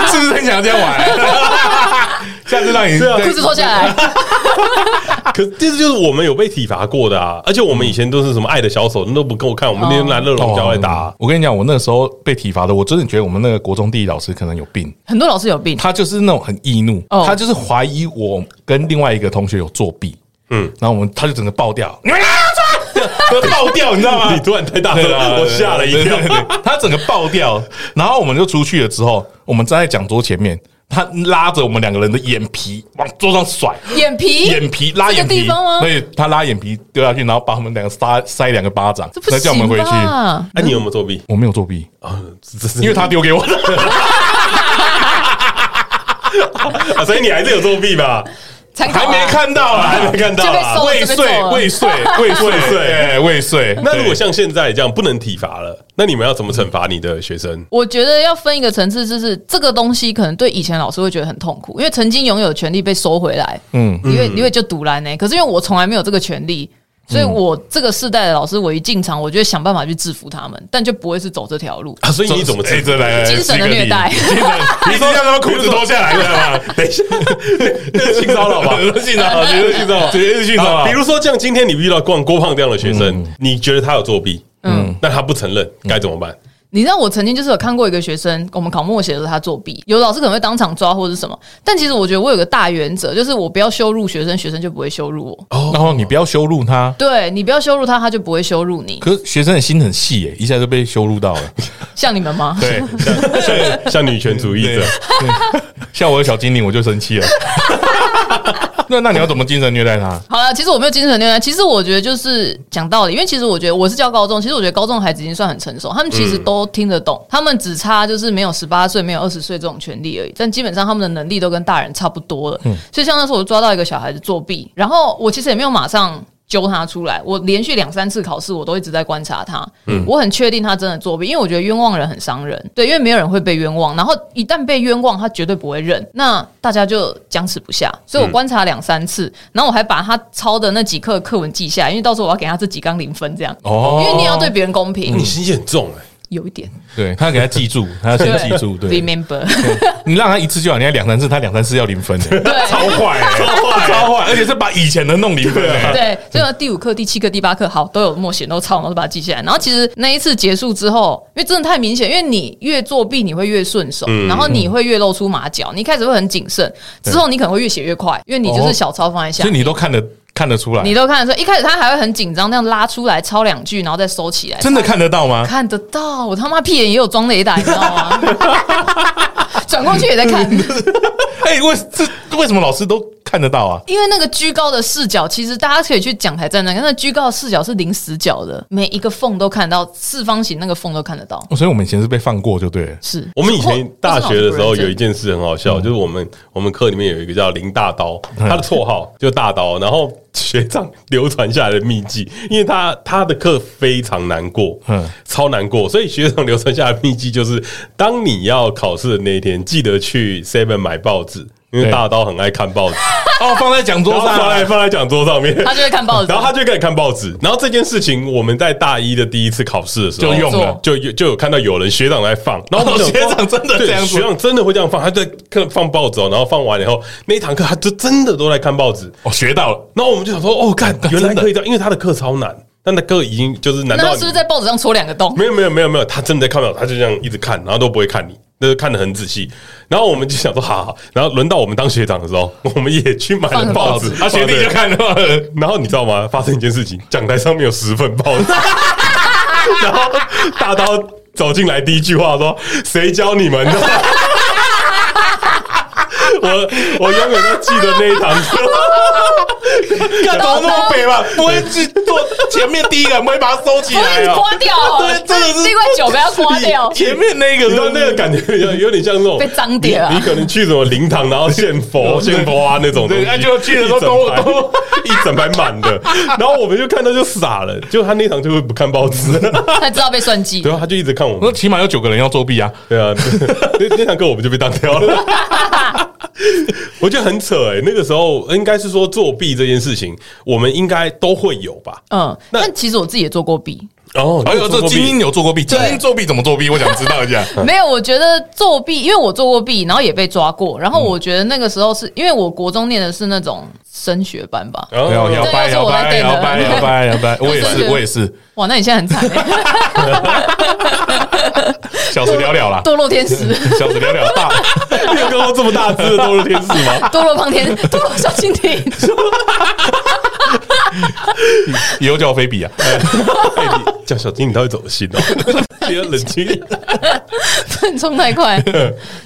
Speaker 4: 是不是很想这样玩？ [LAUGHS] 下次让你
Speaker 2: 对啊
Speaker 3: 裤子脱下来，
Speaker 2: 可这就是我们有被体罚过的啊，而且我们以前都是什么爱的小手，那都不够看，我们那天拿热熔胶来打 [LAUGHS] 啊、
Speaker 4: 哦我跟你讲，我那时候被体罚的，我真的觉得我们那个国中地理老师可能有病，
Speaker 3: 很多老师有病，
Speaker 4: 他就是那种很易怒，
Speaker 3: 哦
Speaker 4: 他就是怀疑我跟另外一个同学有作弊，嗯，然后我们他就整个爆掉，爆掉，你知道吗？
Speaker 2: [LAUGHS] 你突
Speaker 4: [LAUGHS]
Speaker 2: 然太大声
Speaker 4: 对啦
Speaker 2: 啊了，我吓了一
Speaker 4: [LAUGHS]
Speaker 2: 跳 [LAUGHS]
Speaker 4: 对。对对对他整个爆掉，然后我们就出去了之后，我们站在讲桌前面，他拉着我们两个人的眼皮往桌上甩，
Speaker 3: 眼皮
Speaker 4: 眼皮拉眼
Speaker 3: 这个
Speaker 4: 皮
Speaker 3: 地方吗，
Speaker 4: 所以他拉眼皮丢下去，然后把我们两个塞塞两个巴掌
Speaker 3: 这，不
Speaker 4: 再叫我们
Speaker 3: 行
Speaker 4: 回去。
Speaker 3: 吧？
Speaker 2: 哎、你有没有作弊
Speaker 4: 我没有作弊，
Speaker 2: 啊？这是
Speaker 4: 因为他丢给我的。
Speaker 2: 啊，所以你还是有作弊 [LAUGHS] 吧？
Speaker 3: 参考啊
Speaker 4: 还没看到啊，
Speaker 2: 还没看到
Speaker 3: 就被
Speaker 2: 啊
Speaker 3: 收。
Speaker 4: 未遂，未遂，未遂，
Speaker 2: 未遂
Speaker 4: 哎未遂。
Speaker 2: 那如果像现在这样不能体罚了，那你们要怎么惩罚你的学生？
Speaker 3: 我觉得要分一个层次，就是这个东西可能对以前老师会觉得很痛苦，因为曾经拥有的权利被收回来，嗯，因为因为就堵拦呢。可是因为我从来没有这个权利，所以我这个世代的老师，我一进场，我就会想办法去制服他们，但就不会是走这条路。
Speaker 2: 啊，所以
Speaker 4: 对
Speaker 2: 你怎么
Speaker 4: 哎
Speaker 2: 制
Speaker 4: 这来来
Speaker 3: 精神的虐待
Speaker 4: 精神，你是让他们裤子脱下来的吗？
Speaker 2: [LAUGHS] 等一下，那是性骚扰 [LAUGHS] 吧？
Speaker 4: [LAUGHS] 性骚扰，绝对性骚扰，绝对是性骚
Speaker 2: 啊
Speaker 4: 扰。
Speaker 2: 比如说，像今天你遇到逛郭胖这样的学生，你觉得他有作弊，嗯，但他不承认，该怎么办？
Speaker 3: 你知道我曾经就是有看过一个学生，我们考默写的时候他作弊，有的老师可能会当场抓或者是什么，但其实我觉得我有个大原则，就是我不要羞辱学生，学生就不会羞辱我。
Speaker 4: 然后你不要羞辱他。
Speaker 3: 对你不要羞辱他，他就不会羞辱你。
Speaker 4: 可是学生的心很细耶，一下就被羞辱到了。
Speaker 3: 像你们吗？
Speaker 4: [LAUGHS] 对，
Speaker 2: [LAUGHS] 像像女权主义者
Speaker 4: 对，像我的小精灵，我就生气了。 [LAUGHS] 那那你要怎么精神虐待他？
Speaker 3: 好了，其实我没有精神虐待。其实我觉得就是讲道理，因为其实我觉得我是教高中，其实我觉得高中孩子已经算很成熟，他们其实都听得懂，他们只差就是没有十八岁、没有二十岁这种权利而已。但基本上他们的能力都跟大人差不多了。所以像那时候我抓到一个小孩子作弊，然后我其实也没有马上。揪他出来，我连续两三次考试，我都一直在观察他。
Speaker 4: 嗯
Speaker 3: 我很确定他真的作弊，因为我觉得冤枉人很伤人。对，因为没有人会被冤枉，然后一旦被冤枉，他绝对不会认。那大家就僵持不下，所
Speaker 4: 嗯
Speaker 3: 以我观察两三次，然后我还把他抄的那几课课文记下来，因为到时候我要给他这几纲零分这样。
Speaker 4: 哦
Speaker 3: 因为你也要对别人公平，
Speaker 2: 你心机很重哎。
Speaker 3: 有一点
Speaker 4: 对他要给他记住，他要先记住。对，
Speaker 3: remember，
Speaker 4: 你让他一次就好，你要两三次，他两三次要零分的，超坏耶，超坏，啊超坏，而且是把以前的弄零分耶。 [LAUGHS]
Speaker 3: 对，所以第五课、第七课、第八课，好，都有默写，都抄，然后都把它记下来。然后其实那一次结束之后，因为真的太明显，因为你越作弊，你会越顺手，
Speaker 4: 嗯
Speaker 3: 然后你会越露出马脚。你一开始会很谨慎，之后你可能会越写越快，因为你就是小抄放在
Speaker 4: 嗯
Speaker 3: 下
Speaker 4: 所以。你都看得看得出来
Speaker 3: 你，都看得出，一开始他还会很紧张，那样拉出来抄两句，然后再收起来。
Speaker 4: 真的看得到吗？
Speaker 3: 看得到，我他妈屁眼也有装雷达，你知道
Speaker 4: [LAUGHS]
Speaker 3: 吗？转过去也在看，
Speaker 4: 哎，为这为什么老师都看得到啊？
Speaker 3: 因为那个居高的视角，其实大家可以去讲台站那个，那居高的视角是零死角的，每一个缝都看得到，四方形那个缝都看得到。
Speaker 4: 哦所以我们以前是被放过就对了。
Speaker 3: 是
Speaker 2: 我们以前大学的时候有一
Speaker 3: 一
Speaker 2: 件事很好
Speaker 4: 嗯
Speaker 2: 笑，就是我们我们课里面有一个叫林大刀，他的绰号就大刀，然后学长流传下来的秘籍，因为他他的课非常难过，嗯
Speaker 4: 嗯，
Speaker 2: 超难过，所以学长流传下来的秘籍就是，当你要考试的那一天，记得去 Seven 买报纸，因为
Speaker 4: 对
Speaker 2: 大刀很爱看报纸，
Speaker 4: 哦，放在讲桌
Speaker 2: 然后
Speaker 4: 上
Speaker 2: 放在
Speaker 4: 啊，
Speaker 2: 放在讲桌上面，
Speaker 3: 他就会看报纸，
Speaker 2: 然后他就开始看报纸。然后这件事情，我们在大一的第一次考试的时候
Speaker 4: 就用
Speaker 3: 了
Speaker 2: 就有就有看到有人学长在放，然后我们想
Speaker 4: 哦
Speaker 2: 说
Speaker 4: 学长真的
Speaker 2: 对
Speaker 4: 这样做
Speaker 2: 学长真的会这样放，他在看放报纸哦，然后放完以后那一堂课他就真的都在看报纸。
Speaker 4: 我学到了。
Speaker 2: 然后我们就想说，哦，看原来可以这样，因为他的课超难，但他课已经就是难
Speaker 3: 那
Speaker 2: 到
Speaker 3: 他是不是在报纸上戳两个洞？
Speaker 2: 没有没有没有没有，他真的在看不了，他就这样一直看，然后都不会看你。那就看得很仔细，然后我们就想说，好好好，然后轮到我们当学长的时候，我们也去买
Speaker 3: 放
Speaker 2: 了
Speaker 3: 了
Speaker 2: 报
Speaker 3: 报
Speaker 2: 纸
Speaker 3: 纸，
Speaker 4: 啊，学弟就看到了，
Speaker 2: 然后你知道吗？发生一件事情，讲台上面有十份报纸， [LAUGHS] 然后大刀走进来第一句话说：“谁教你们的？” [LAUGHS] 我我永远都记得那一堂课，
Speaker 4: 干嘛那么北嘛？不会去做前面第一个人，不会把它收起
Speaker 3: 不
Speaker 4: 来
Speaker 3: 是
Speaker 4: 啊？
Speaker 3: 刮掉哦，
Speaker 4: 对，这个
Speaker 3: 这
Speaker 4: 是
Speaker 3: 块酒不要
Speaker 4: [LAUGHS]
Speaker 3: 刮掉，
Speaker 4: 前面那个
Speaker 2: 你知道那个感觉有有点像那种
Speaker 3: 被脏啊点
Speaker 2: 你
Speaker 3: 了。
Speaker 2: 可能去什么灵堂，然后献佛、献佛啊那种东西，
Speaker 4: 对那就去的时候都
Speaker 2: 一整排
Speaker 4: 都
Speaker 2: 一整排满的，然后我们就看到就傻了，就他那堂就会不看报纸，
Speaker 3: 他知道被算计
Speaker 2: [LAUGHS] 对，啊，他就一直看我们
Speaker 4: 那，起码有九个人要作弊啊！
Speaker 2: 对啊，那 [LAUGHS] 那堂课我们就被当掉了。 [LAUGHS] 我觉得很扯哎、那个时候应该是说作弊这件事情，我们应该都会有吧？
Speaker 3: 嗯，
Speaker 2: 那
Speaker 3: 但其实我自己也做过弊，
Speaker 2: 哦，
Speaker 4: 哎呦，
Speaker 2: 你有
Speaker 4: 这
Speaker 2: 作弊
Speaker 4: 精英有做过弊，精英作弊怎么作弊？我想知道一下。
Speaker 3: 没有，我觉得作弊，因为我做过弊，然后也被抓过，然后我觉得那个时候是因为我国中念的是那种升学班吧，
Speaker 2: 哦
Speaker 4: 要摇摆，摇摆，摇摆，摇摆，摇摆！我也是，我也是，
Speaker 3: 哇，那你现在很惨、欸，
Speaker 4: 小时了了啦，
Speaker 3: 堕落
Speaker 4: [LAUGHS]
Speaker 3: 天使。
Speaker 4: 小时了了大。
Speaker 2: [LAUGHS] 你有看过这么大只的都是天使吗？
Speaker 3: 堕落旁天，堕落小蜻蜓。
Speaker 4: 以后叫我菲比啊，
Speaker 2: 哎你叫小金，你到底走心哦？ [LAUGHS] 你要冷静一点。
Speaker 3: 你冲太快。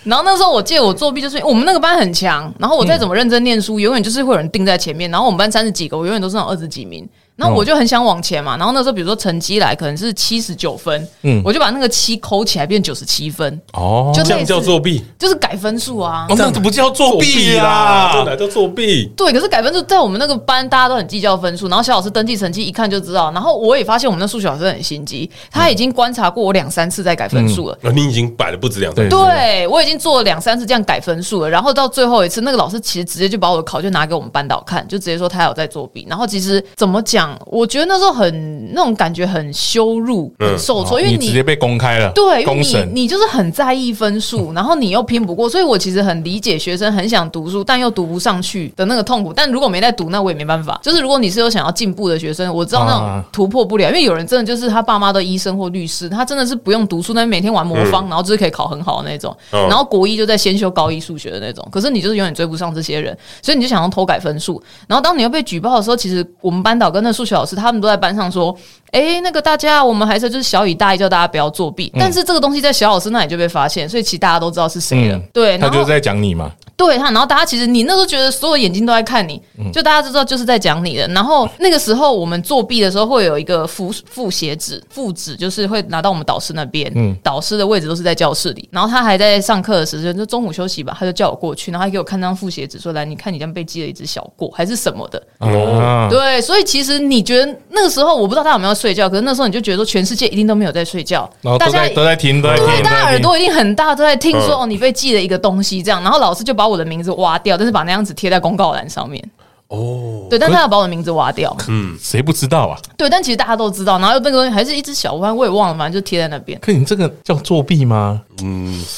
Speaker 3: 然后那时候我记得我作弊，就是我们那个班很强，然后我再怎么认真念书，永远就是会有人定在前面。然后我们班三十几个，我永远都是那种二十几名。然后我就很想往前嘛。然后那时候比如说成绩来可能是七十九分，我就把那个七抠起来变九十七分，
Speaker 4: 哦，
Speaker 3: 就
Speaker 2: 这样
Speaker 3: 类似
Speaker 2: 叫作弊？
Speaker 3: 就是改分数啊。
Speaker 4: 哦，那这不叫作弊
Speaker 2: 啊
Speaker 4: 啊
Speaker 2: 这
Speaker 4: 啦，
Speaker 2: 哪叫作弊？
Speaker 3: 对，可是改分数在我们那个班，大家都很计较分数，然后小老师登记成绩一看就知道。然后我也发现我们那数学老师很心机，他已经观察过我两三次在改分数了。
Speaker 2: 啊你已经摆了不止两张，
Speaker 4: 对
Speaker 3: 对，我已经做了两三次这样改分数了，然后到最后一次，那个老师其实直接就把我的考卷拿给我们班导看，就直接说他有在作弊。然后其实怎么讲，我觉得那时候很那种感觉很羞辱、很受挫，因为
Speaker 4: 嗯你直接被公开了，
Speaker 3: 对，因为
Speaker 4: 公审
Speaker 3: 你你就是很在意分数，然后你又拼不过，所以我其实很理解学生很想读书，但又读不上去的那个痛苦。但如果没在读，那我也没办法。就是如果你是有想要进步的学生，我知道那种
Speaker 4: 啊
Speaker 3: 突破不了，因为有人真的就是他爸妈都医生或律师，他真的是不用读书，但每天玩魔
Speaker 4: 嗯
Speaker 3: 方，然后就是可以考很好的那种。
Speaker 2: 嗯
Speaker 3: 然后国一就在先修高一数学的那种，可是你就是永远追不上这些人，所以你就想要偷改分数。然后当你要被举报的时候，其实我们班导跟那数学老师他们都在班上说。哎、那个大家，我们还是就是小以大意，叫大家不要作弊。但是这个东西在小老师那里就被发现，所以其实大家都知道是谁了。
Speaker 4: 嗯
Speaker 3: 对，
Speaker 4: 他
Speaker 3: 然
Speaker 4: 就
Speaker 3: 后
Speaker 4: 是在讲你嘛，
Speaker 3: 对他，然后大家其实你那时候觉得所有眼睛都在看你，
Speaker 4: 嗯
Speaker 3: 就大家就知道就是在讲你的。然后那个时候我们作弊的时候会有一个复复写纸，复纸就是会拿到我们导师那边，
Speaker 4: 嗯
Speaker 3: 导师的位置都是在教室里。然后他还在上课的时候，就中午休息吧，他就叫我过去，然后还给我看张复写纸，说来你看你这样被记了一只小过还是什么的。
Speaker 2: 哦
Speaker 4: 啊，
Speaker 3: 对，所以其实你觉得那个时候，我不知道他有没有睡觉，可是那时候你就觉得说，全世界一定都没有在睡觉，
Speaker 4: 然后
Speaker 3: 大
Speaker 4: 都
Speaker 3: 家
Speaker 4: 在都在听，都在听，
Speaker 3: 对，
Speaker 4: 都
Speaker 3: 大家
Speaker 4: 在
Speaker 3: 耳
Speaker 4: 听。
Speaker 3: 朵一定很大，都在听说、
Speaker 2: 嗯
Speaker 3: 哦，你被记了一个东西这样，然后老师就把我的名字挖掉，但是把那张纸贴在公告栏上面。哦，对，但他要把我的名字挖掉，
Speaker 4: 嗯谁不知道啊？
Speaker 3: 对，但其实大家都知道，然后那个东西还是一只小弯，我也忘了，反正就贴在那边，
Speaker 4: 可你这个叫作弊吗？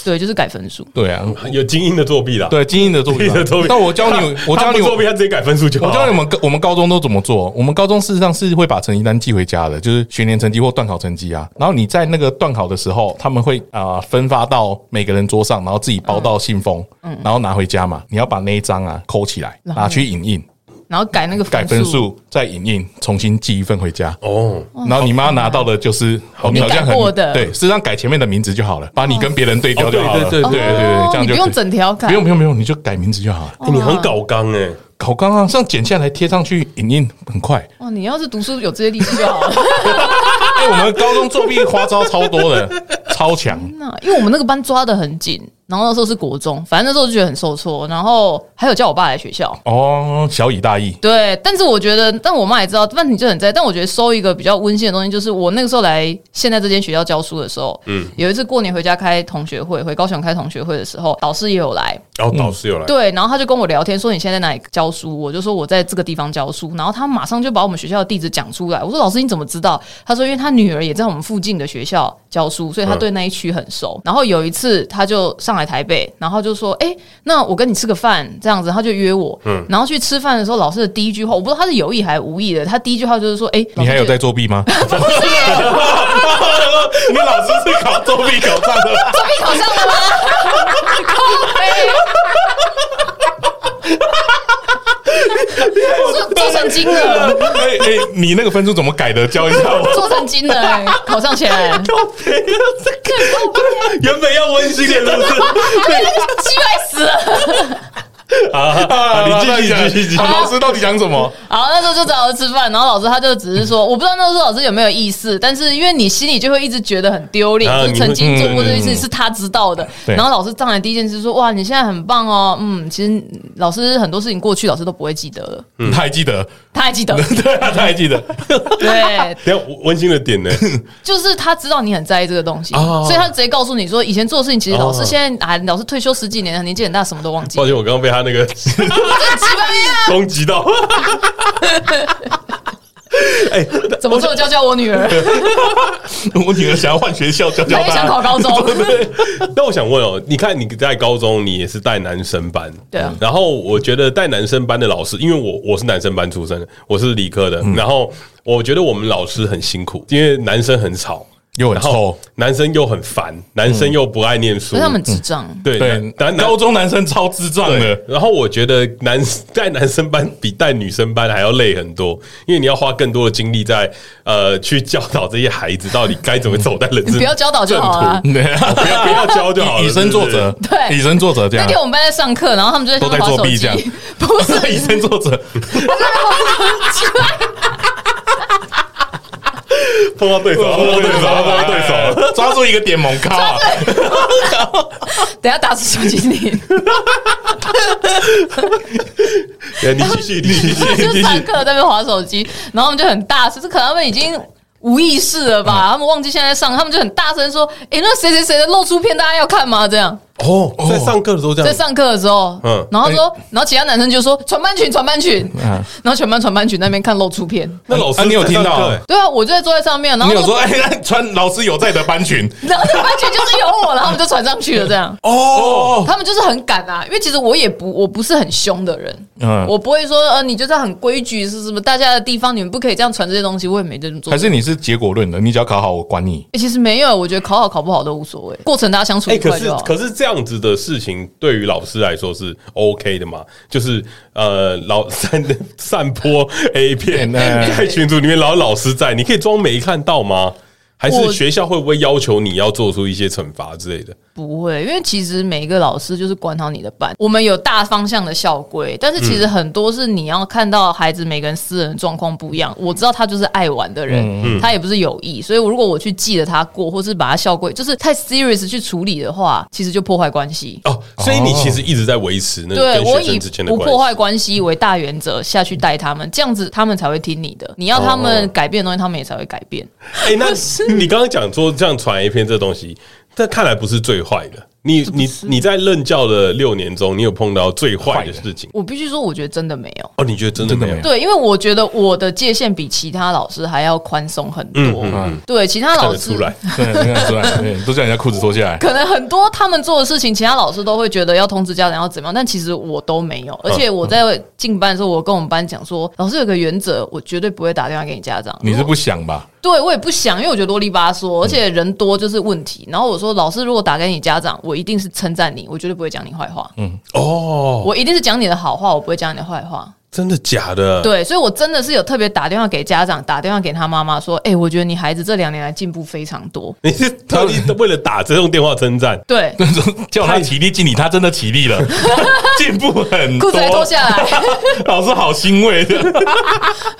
Speaker 3: 对，就是改分数。
Speaker 4: 对啊，
Speaker 2: 有精英的作弊啦。
Speaker 4: 对，精英的作
Speaker 2: 精
Speaker 4: 弊
Speaker 2: 英
Speaker 4: 嘛
Speaker 2: 的作弊。。
Speaker 4: 那我教你
Speaker 2: 他，
Speaker 4: 我教你，
Speaker 2: 他不作弊，他直接改分数就好。
Speaker 4: 我教你们，我们高中都怎么做？我们高中事实上是会把成绩单寄回家的，就是学年成绩或段考成绩啊。然后你在那个段考的时候，他们会啊、呃分发到每个人桌上，然后自己包到信封，
Speaker 3: 嗯
Speaker 4: 然后拿回家嘛。你要把那一张啊抠起来，拿去影印，
Speaker 3: 然后改那个
Speaker 4: 改分，数，再影印，重新寄一份回家。
Speaker 2: 哦，
Speaker 4: 然后你妈拿到的就是哦
Speaker 3: 你
Speaker 4: 像
Speaker 3: 改过的
Speaker 4: 对，事实上改前面的名字就好了，把你跟别人对调就好了。
Speaker 2: 哦对对对
Speaker 4: 对对对，这
Speaker 3: 哦，
Speaker 4: 样
Speaker 3: 你
Speaker 4: 就可
Speaker 3: 不
Speaker 4: 以
Speaker 3: 用整条改，
Speaker 4: 不用不用不用，你就改名字就好了。
Speaker 2: 哎你很搞刚哎，
Speaker 4: 好刚啊，这样剪下来贴上去，影印很快。
Speaker 3: 哦，你要是读书有这些历史就好了。
Speaker 4: 哎、我们高中作弊花招超多的， [LAUGHS] 超强。
Speaker 3: 那因为我们那个班抓的很紧，然后那时候是国中，反正那时候就觉得很受挫，然后还有叫我爸来学校。
Speaker 4: 哦，小以大义，
Speaker 3: 对，但是我觉得，但我妈也知道，问题就很在。但我觉得收一个比较温馨的东西，就是我那个时候来现在这间学校教书的时候，嗯，有一次过年回家开同学会，回高雄开同学会的时候，导师也有来，
Speaker 2: 然哦
Speaker 4: 嗯
Speaker 2: 后导师有来，
Speaker 3: 对，然后他就跟我聊天，说你现在在哪里教书？我就说我在这个地方教书。然后他马上就把我们学校的地址讲出来。我说老师你怎么知道？他说因为他女儿也在我们附近的学校教书，所
Speaker 4: 嗯
Speaker 3: 以他对那一区很熟。然后有一次他就上来台北，然后就说哎、那我跟你吃个饭这样子，他就约我。
Speaker 4: 嗯
Speaker 3: 然后去吃饭的时候，老师的第一句话，我不知道他是有意还是无意的，他第一句话就是说哎、
Speaker 4: 你还有在作弊
Speaker 3: [LAUGHS]
Speaker 4: 吗？你老师是搞作弊搞上的，
Speaker 3: 考上了吗？ [LAUGHS] 靠 [LAUGHS] 背，做做成精了。
Speaker 4: 哎哎、你那个分数怎么改的？教一下我。
Speaker 3: 做成精了、欸，考
Speaker 4: [LAUGHS]
Speaker 3: 上起来，气
Speaker 2: 原本要温馨点，是不是？
Speaker 3: 坏死了。
Speaker 4: 啊
Speaker 2: 你继续继续继续
Speaker 4: 啊老师到底讲什么？
Speaker 3: 好，那时候就找他吃饭，然后老师他就只是说，我不知道那时候老师有没有意思，但是因为你心里就会一直觉得很丢脸，
Speaker 2: 啊
Speaker 3: 就是曾经
Speaker 4: 你会
Speaker 3: 做过这件
Speaker 4: 嗯
Speaker 3: 事是他知道的。
Speaker 4: 对
Speaker 3: 然后老师上来第一件事说，哇，你现在很棒哦，嗯，其实老师很多事情过去老师都不会记得了，
Speaker 4: 他还记得，
Speaker 3: 他还记得，
Speaker 4: [LAUGHS] 对啊，他还记得。
Speaker 3: 对，
Speaker 2: 等一下温馨的
Speaker 4: [LAUGHS]
Speaker 2: 点呢？
Speaker 3: 就是他知道你很在意这个东西，
Speaker 2: 哦
Speaker 4: 啊
Speaker 3: 所以他直接告诉你说，以前做的事情其实老
Speaker 2: 哦
Speaker 3: 师现在啊，老师退休十几年了，年纪很大，什么都忘记
Speaker 2: 抱
Speaker 3: 了，
Speaker 2: 歉，我刚刚被他那
Speaker 4: [LAUGHS]
Speaker 2: 个
Speaker 3: 这几百年啊
Speaker 2: 攻击到。 [LAUGHS] 哎，
Speaker 3: 怎么做教教我女
Speaker 4: [LAUGHS]
Speaker 3: 儿，
Speaker 4: 我女儿想要换学校，教
Speaker 3: 她
Speaker 4: 教
Speaker 3: 也想考
Speaker 4: 他。
Speaker 3: 高中。
Speaker 4: [LAUGHS]
Speaker 2: 那我想问哦，你看你在高中，你也是带男生班，
Speaker 3: 对啊
Speaker 2: 然后我觉得带男生班的老师，因为我我是男生班
Speaker 4: 嗯
Speaker 2: 出身的，我是理科的，然后我觉得我们老师很辛苦，因为男生很吵。
Speaker 4: 又很
Speaker 2: 然后
Speaker 4: 臭，
Speaker 2: 男生又很烦，男生又不爱念书，
Speaker 3: 所以他们智
Speaker 4: 嗯
Speaker 3: 障。
Speaker 2: 对
Speaker 4: 对，
Speaker 2: 男男
Speaker 4: 高中男生超智障
Speaker 2: 对
Speaker 4: 的，
Speaker 2: 然后我觉得男 [LAUGHS] 带男生班比带女生班还要累很多，因为你要花更多的精力在呃去教导这些孩子到底该怎么走在人
Speaker 3: [LAUGHS]
Speaker 2: 生
Speaker 3: 你不要教导就好
Speaker 2: 正途
Speaker 3: 了。
Speaker 4: 对啊，
Speaker 2: 不要不要教就好了，
Speaker 4: 以身作则，
Speaker 3: 对
Speaker 4: 以身作则这
Speaker 3: 那
Speaker 4: 样
Speaker 3: 天，我们班在上课，然后他们就在下面
Speaker 4: 都在
Speaker 3: 划
Speaker 4: 作
Speaker 3: 手
Speaker 4: 弊这
Speaker 3: 机
Speaker 4: 样，
Speaker 3: [LAUGHS] 不是
Speaker 4: 以身作则，
Speaker 2: 是不是碰到对手，碰到对手，碰到对手。
Speaker 4: 抓住一个点猛咖啊，
Speaker 3: 等一下打死小
Speaker 4: [LAUGHS]
Speaker 3: 精灵。
Speaker 2: 对你继续，你继续，
Speaker 3: 他们
Speaker 2: 你
Speaker 3: 就
Speaker 2: 继
Speaker 3: 上
Speaker 2: 续。
Speaker 3: 课在那边划手机，然后他们就很大声，这可能他们已经无意识了
Speaker 4: 嗯
Speaker 3: 吧？他们忘记现在上，他们就很大声说：“诶，那谁谁谁的露出片，大家要看吗？”这样
Speaker 2: 哦，在上课的时候这
Speaker 3: 在
Speaker 2: 样，
Speaker 3: 上课的时候，
Speaker 2: 嗯
Speaker 3: 然后
Speaker 4: 哎
Speaker 3: 说，然后其他男生就说：“传班群，传班群。”
Speaker 4: 嗯
Speaker 3: 然后全班传班群那边看露出片。
Speaker 2: 那老师
Speaker 4: 啊你有
Speaker 2: 在
Speaker 4: 听
Speaker 2: 上
Speaker 4: 到
Speaker 2: 课
Speaker 4: 啊
Speaker 2: 欸
Speaker 3: 对啊，我就在坐在上面，然
Speaker 4: 你有
Speaker 3: 后露
Speaker 4: 说哎，那穿老师有在的班裙
Speaker 3: 然后那个班群就是有我，然后他们就传上去了，这样。
Speaker 4: 哦，
Speaker 3: 他们就是很敢啊，因为其实我也不我不是很凶的人，
Speaker 4: 嗯
Speaker 3: 我不会说呃你就是很规矩是什么大家的地方你们不可以这样传这些东西，我也没这么做。
Speaker 4: 还是你是结果论的，你只要考好，我管你。
Speaker 3: 欸其实没有，我觉得考好考不好都无所谓，过程大家相处
Speaker 2: 哎、
Speaker 3: 愉
Speaker 2: 可
Speaker 3: 快
Speaker 2: 是
Speaker 3: 就好。
Speaker 2: 可是这样子的事情对于老师来说是 OK 的嘛？就是呃，老散散播 [LAUGHS] A 片
Speaker 4: 对那
Speaker 2: 在群组里面，然后老师在，你可以装没看到吗？还是
Speaker 3: 我
Speaker 2: 学校会不会要求你要做出一些惩罚之类的？
Speaker 3: 不会，因为其实每一个老师就是管好你的班，我们有大方向的校规，但是其实很多是你要看到孩子每个人私人状况不一样。
Speaker 4: 嗯
Speaker 3: 我知道他就是爱玩的人，他也不是有意，所以我如果我去记得他过，或是把他校规就是太 serious 去处理的话，其实就破坏关系。
Speaker 2: 哦，所以你其实一直在维持那个
Speaker 3: 对
Speaker 2: 跟
Speaker 3: 我以
Speaker 2: 学生之间的
Speaker 3: 不
Speaker 2: 关
Speaker 3: 破
Speaker 2: 系。
Speaker 3: 坏关系为大原则下去带他们，这样子他们才会听你的。你要他
Speaker 2: 哦
Speaker 3: 们改变的东西，他们也才会改变。
Speaker 2: 哎、那你刚刚讲说这样传 A 片这东西，这看来不是最坏的。你你你在任教的六年中，你有碰到最坏
Speaker 4: 坏
Speaker 2: 的
Speaker 4: 的
Speaker 2: 事情？
Speaker 3: 我必须说，我觉得真的没有。
Speaker 2: 哦，你觉得真的
Speaker 4: 真的
Speaker 2: 没有
Speaker 4: 没？有
Speaker 3: 对，因为我觉得我的界限比其他老师还要宽松很多。
Speaker 4: 嗯
Speaker 3: 对，其他
Speaker 2: 看
Speaker 3: 老
Speaker 2: 得
Speaker 3: 师
Speaker 2: 出来。
Speaker 4: 对，你看得出来，对都叫人家裤子脱下来。
Speaker 3: 可能很多他们做的事情，其他老师都会觉得要通知家长要怎么样，但其实我都没有。而且
Speaker 2: 嗯
Speaker 3: 我在进班的时候，我跟我们班讲说，老师有个原则，我绝对不会打电话给你家长。
Speaker 4: 你是不想吧？
Speaker 3: 对我也不想，因为我觉得啰里吧嗦，而且人多就是问题。然后我说，老师如果打给你家长，我一定是称赞你，我绝对不会讲你坏话，
Speaker 2: 哦，
Speaker 3: 我一定是讲你的好话，我不会讲你的坏话。
Speaker 2: 真的假的？
Speaker 3: 对，所以我真的是有特别打电话给家长，打电话给他妈妈说：“哎、我觉得你孩子这两年来进步非常多。
Speaker 2: 你是特地为了打这种电话
Speaker 3: [LAUGHS]
Speaker 2: 称赞”？
Speaker 3: 对，
Speaker 4: [LAUGHS] 叫他起立敬礼，他真的起立了，进步很多。
Speaker 3: 裤子还脱下来，
Speaker 4: 老师好欣慰的，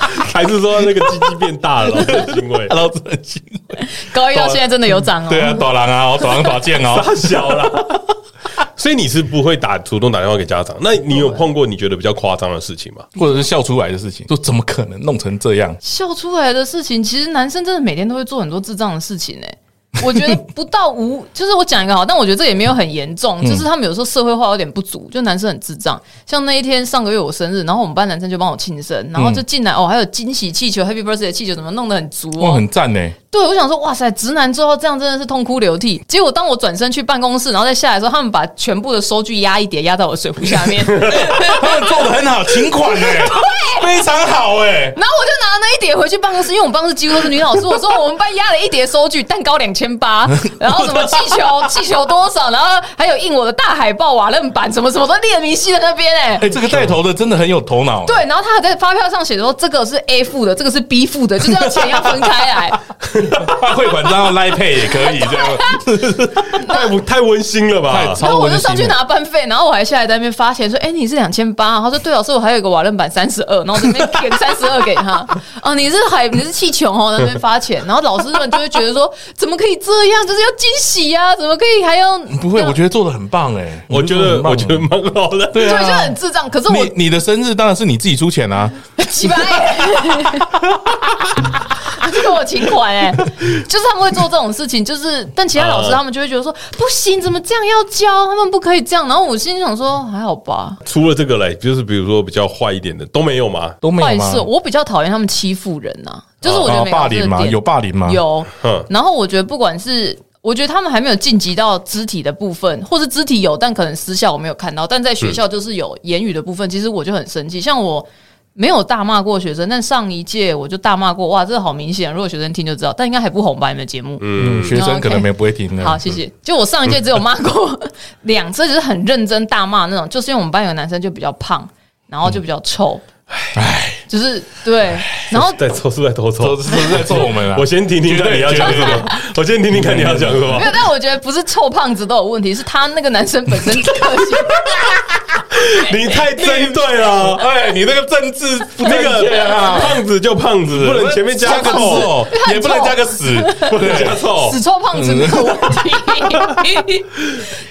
Speaker 2: 还是说那个鸡鸡变大了？因为
Speaker 4: 老师很欣慰。
Speaker 3: 高一到现在真的有长哦。
Speaker 4: 对啊，短狼啊，我短狼短剑哦，
Speaker 2: 大小了。所以你是不会打主动打电话给家长？那你有碰过你觉得比较夸张的事情吗？
Speaker 4: 或者是笑出来的事情，说怎么可能弄成这样？
Speaker 3: 笑出来的事情，其实男生真的每天都会做很多智障的事情哎、我觉得不到无，就是我讲一个好，但我觉得这也没有很严重，就是他们有时候社会化有点不足，就男生很智障。像那一天上个月我生日，然后我们班男生就帮我庆生，然后就进来、哦，还有惊喜气球、Happy Birthday 气球，怎么弄得很足哦
Speaker 4: 哇，，很赞欸呢。
Speaker 3: 对，我想说，哇塞，直男做到这样真的是痛哭流涕。结果当我转身去办公室，然后再下来的时候，他们把全部的收据压一叠压到我水壶下面，然后我就
Speaker 4: 他们做的很好，勤款呢，非常好哎。
Speaker 3: 拿那一叠回去办公室，因为我们办公室几乎都是女老师。我说我们班压了一叠收据，蛋糕两千八，然后什么气球，气球多少，然后还有印我的大海报、瓦楞板，什么什么都列明细在那边
Speaker 4: [LAUGHS]
Speaker 3: 哎、
Speaker 4: 哎，这个带头的真的很有头脑。欸
Speaker 3: 对，然后他还在发票上写说这个是 A 付的，这个是 B 付的，就这样钱要分开来。
Speaker 4: 办汇款账号 Line Pay 也可以这样，
Speaker 2: 太不太温馨了吧
Speaker 4: 太？
Speaker 3: 然
Speaker 4: 超
Speaker 3: 后我
Speaker 4: 温
Speaker 3: 就
Speaker 4: 馨
Speaker 3: 上去
Speaker 4: 了。
Speaker 3: 拿班费，然后我还下来在那边发钱，说：“哎、你是两千八。”他说：“对，老啊师，我还有一个瓦楞板三十二。”然后我这边点三十二
Speaker 4: [LAUGHS]
Speaker 3: 给他。哦，你是海，你是气球哦，在那边发钱。然后老师们就会觉得说：“怎么可以这样？就是要惊喜呀、怎么可以还要？”
Speaker 4: 不会，我觉得做的很棒哎，
Speaker 2: 我觉得我觉得
Speaker 4: 很棒
Speaker 2: 蛮好的。
Speaker 4: 对
Speaker 3: 对，
Speaker 4: 啊，
Speaker 3: 就很智障。可是 [LAUGHS] 我
Speaker 4: 你你的生日当然是你自己出钱啊，
Speaker 3: 几百，欸 [LAUGHS] 这个我情怀哎、就是他们会做这种事情，就是但其他老师
Speaker 4: 呃
Speaker 2: 啊
Speaker 3: 他们就会觉得说：“不行，怎么这样要教？他们不可以这样。”然后我心里想说：“还好吧。”
Speaker 2: 除了这个嘞，就是比如说比较坏一点的都没有吗？
Speaker 4: 都没
Speaker 3: 坏
Speaker 4: 有吗
Speaker 3: 事，？我比较讨厌他们欺负人呐、就是我觉
Speaker 4: 啊
Speaker 3: 得每个
Speaker 4: 霸
Speaker 3: 老师
Speaker 4: 凌
Speaker 3: 的
Speaker 4: 吗？
Speaker 3: 点
Speaker 4: 有啊霸凌吗？
Speaker 3: 有
Speaker 2: 嗯
Speaker 3: 然后我觉得不管是。我觉得他们还没有晋级到肢体的部分，或是肢体有，但可能私下我没有看到。但在学校就是有言语的部分，其实我就很生气。像我没有大骂过学生，但上一届我就大骂过，哇，这个好明显，如果学生听就知道，但应该还不红吧？你们节目？
Speaker 4: 嗯，学生可能没不会听
Speaker 2: 嗯
Speaker 4: 的。
Speaker 3: 哦好，谢谢。就我上一届只有骂过两次，就是很认真大骂那种，就是因为我们班有个男生就比较胖，然后就比较臭，
Speaker 2: 嗯
Speaker 4: 哎，
Speaker 3: 就是对，然后
Speaker 2: 在抽是在偷
Speaker 4: 都
Speaker 2: 抽。
Speaker 4: 是都是在揍我们啊！
Speaker 2: 我先听听看你要讲什么，我先听听看你要讲什么
Speaker 3: 没。有，但我觉得不是臭胖子都有问题，是他那个男生本身的个
Speaker 2: [LAUGHS]
Speaker 3: 性。
Speaker 2: 你太针对了，
Speaker 4: [LAUGHS] 哎，你那个政治不
Speaker 2: 那
Speaker 4: 正确
Speaker 2: 个
Speaker 4: 啊，
Speaker 2: 胖子就胖子，不能前面加
Speaker 4: 个
Speaker 2: 个
Speaker 4: 臭
Speaker 2: 臭，，
Speaker 4: 也不能加个
Speaker 3: [LAUGHS]
Speaker 4: 死，
Speaker 2: 不能加臭
Speaker 3: 死。臭胖子没有问
Speaker 2: [LAUGHS]
Speaker 3: 题。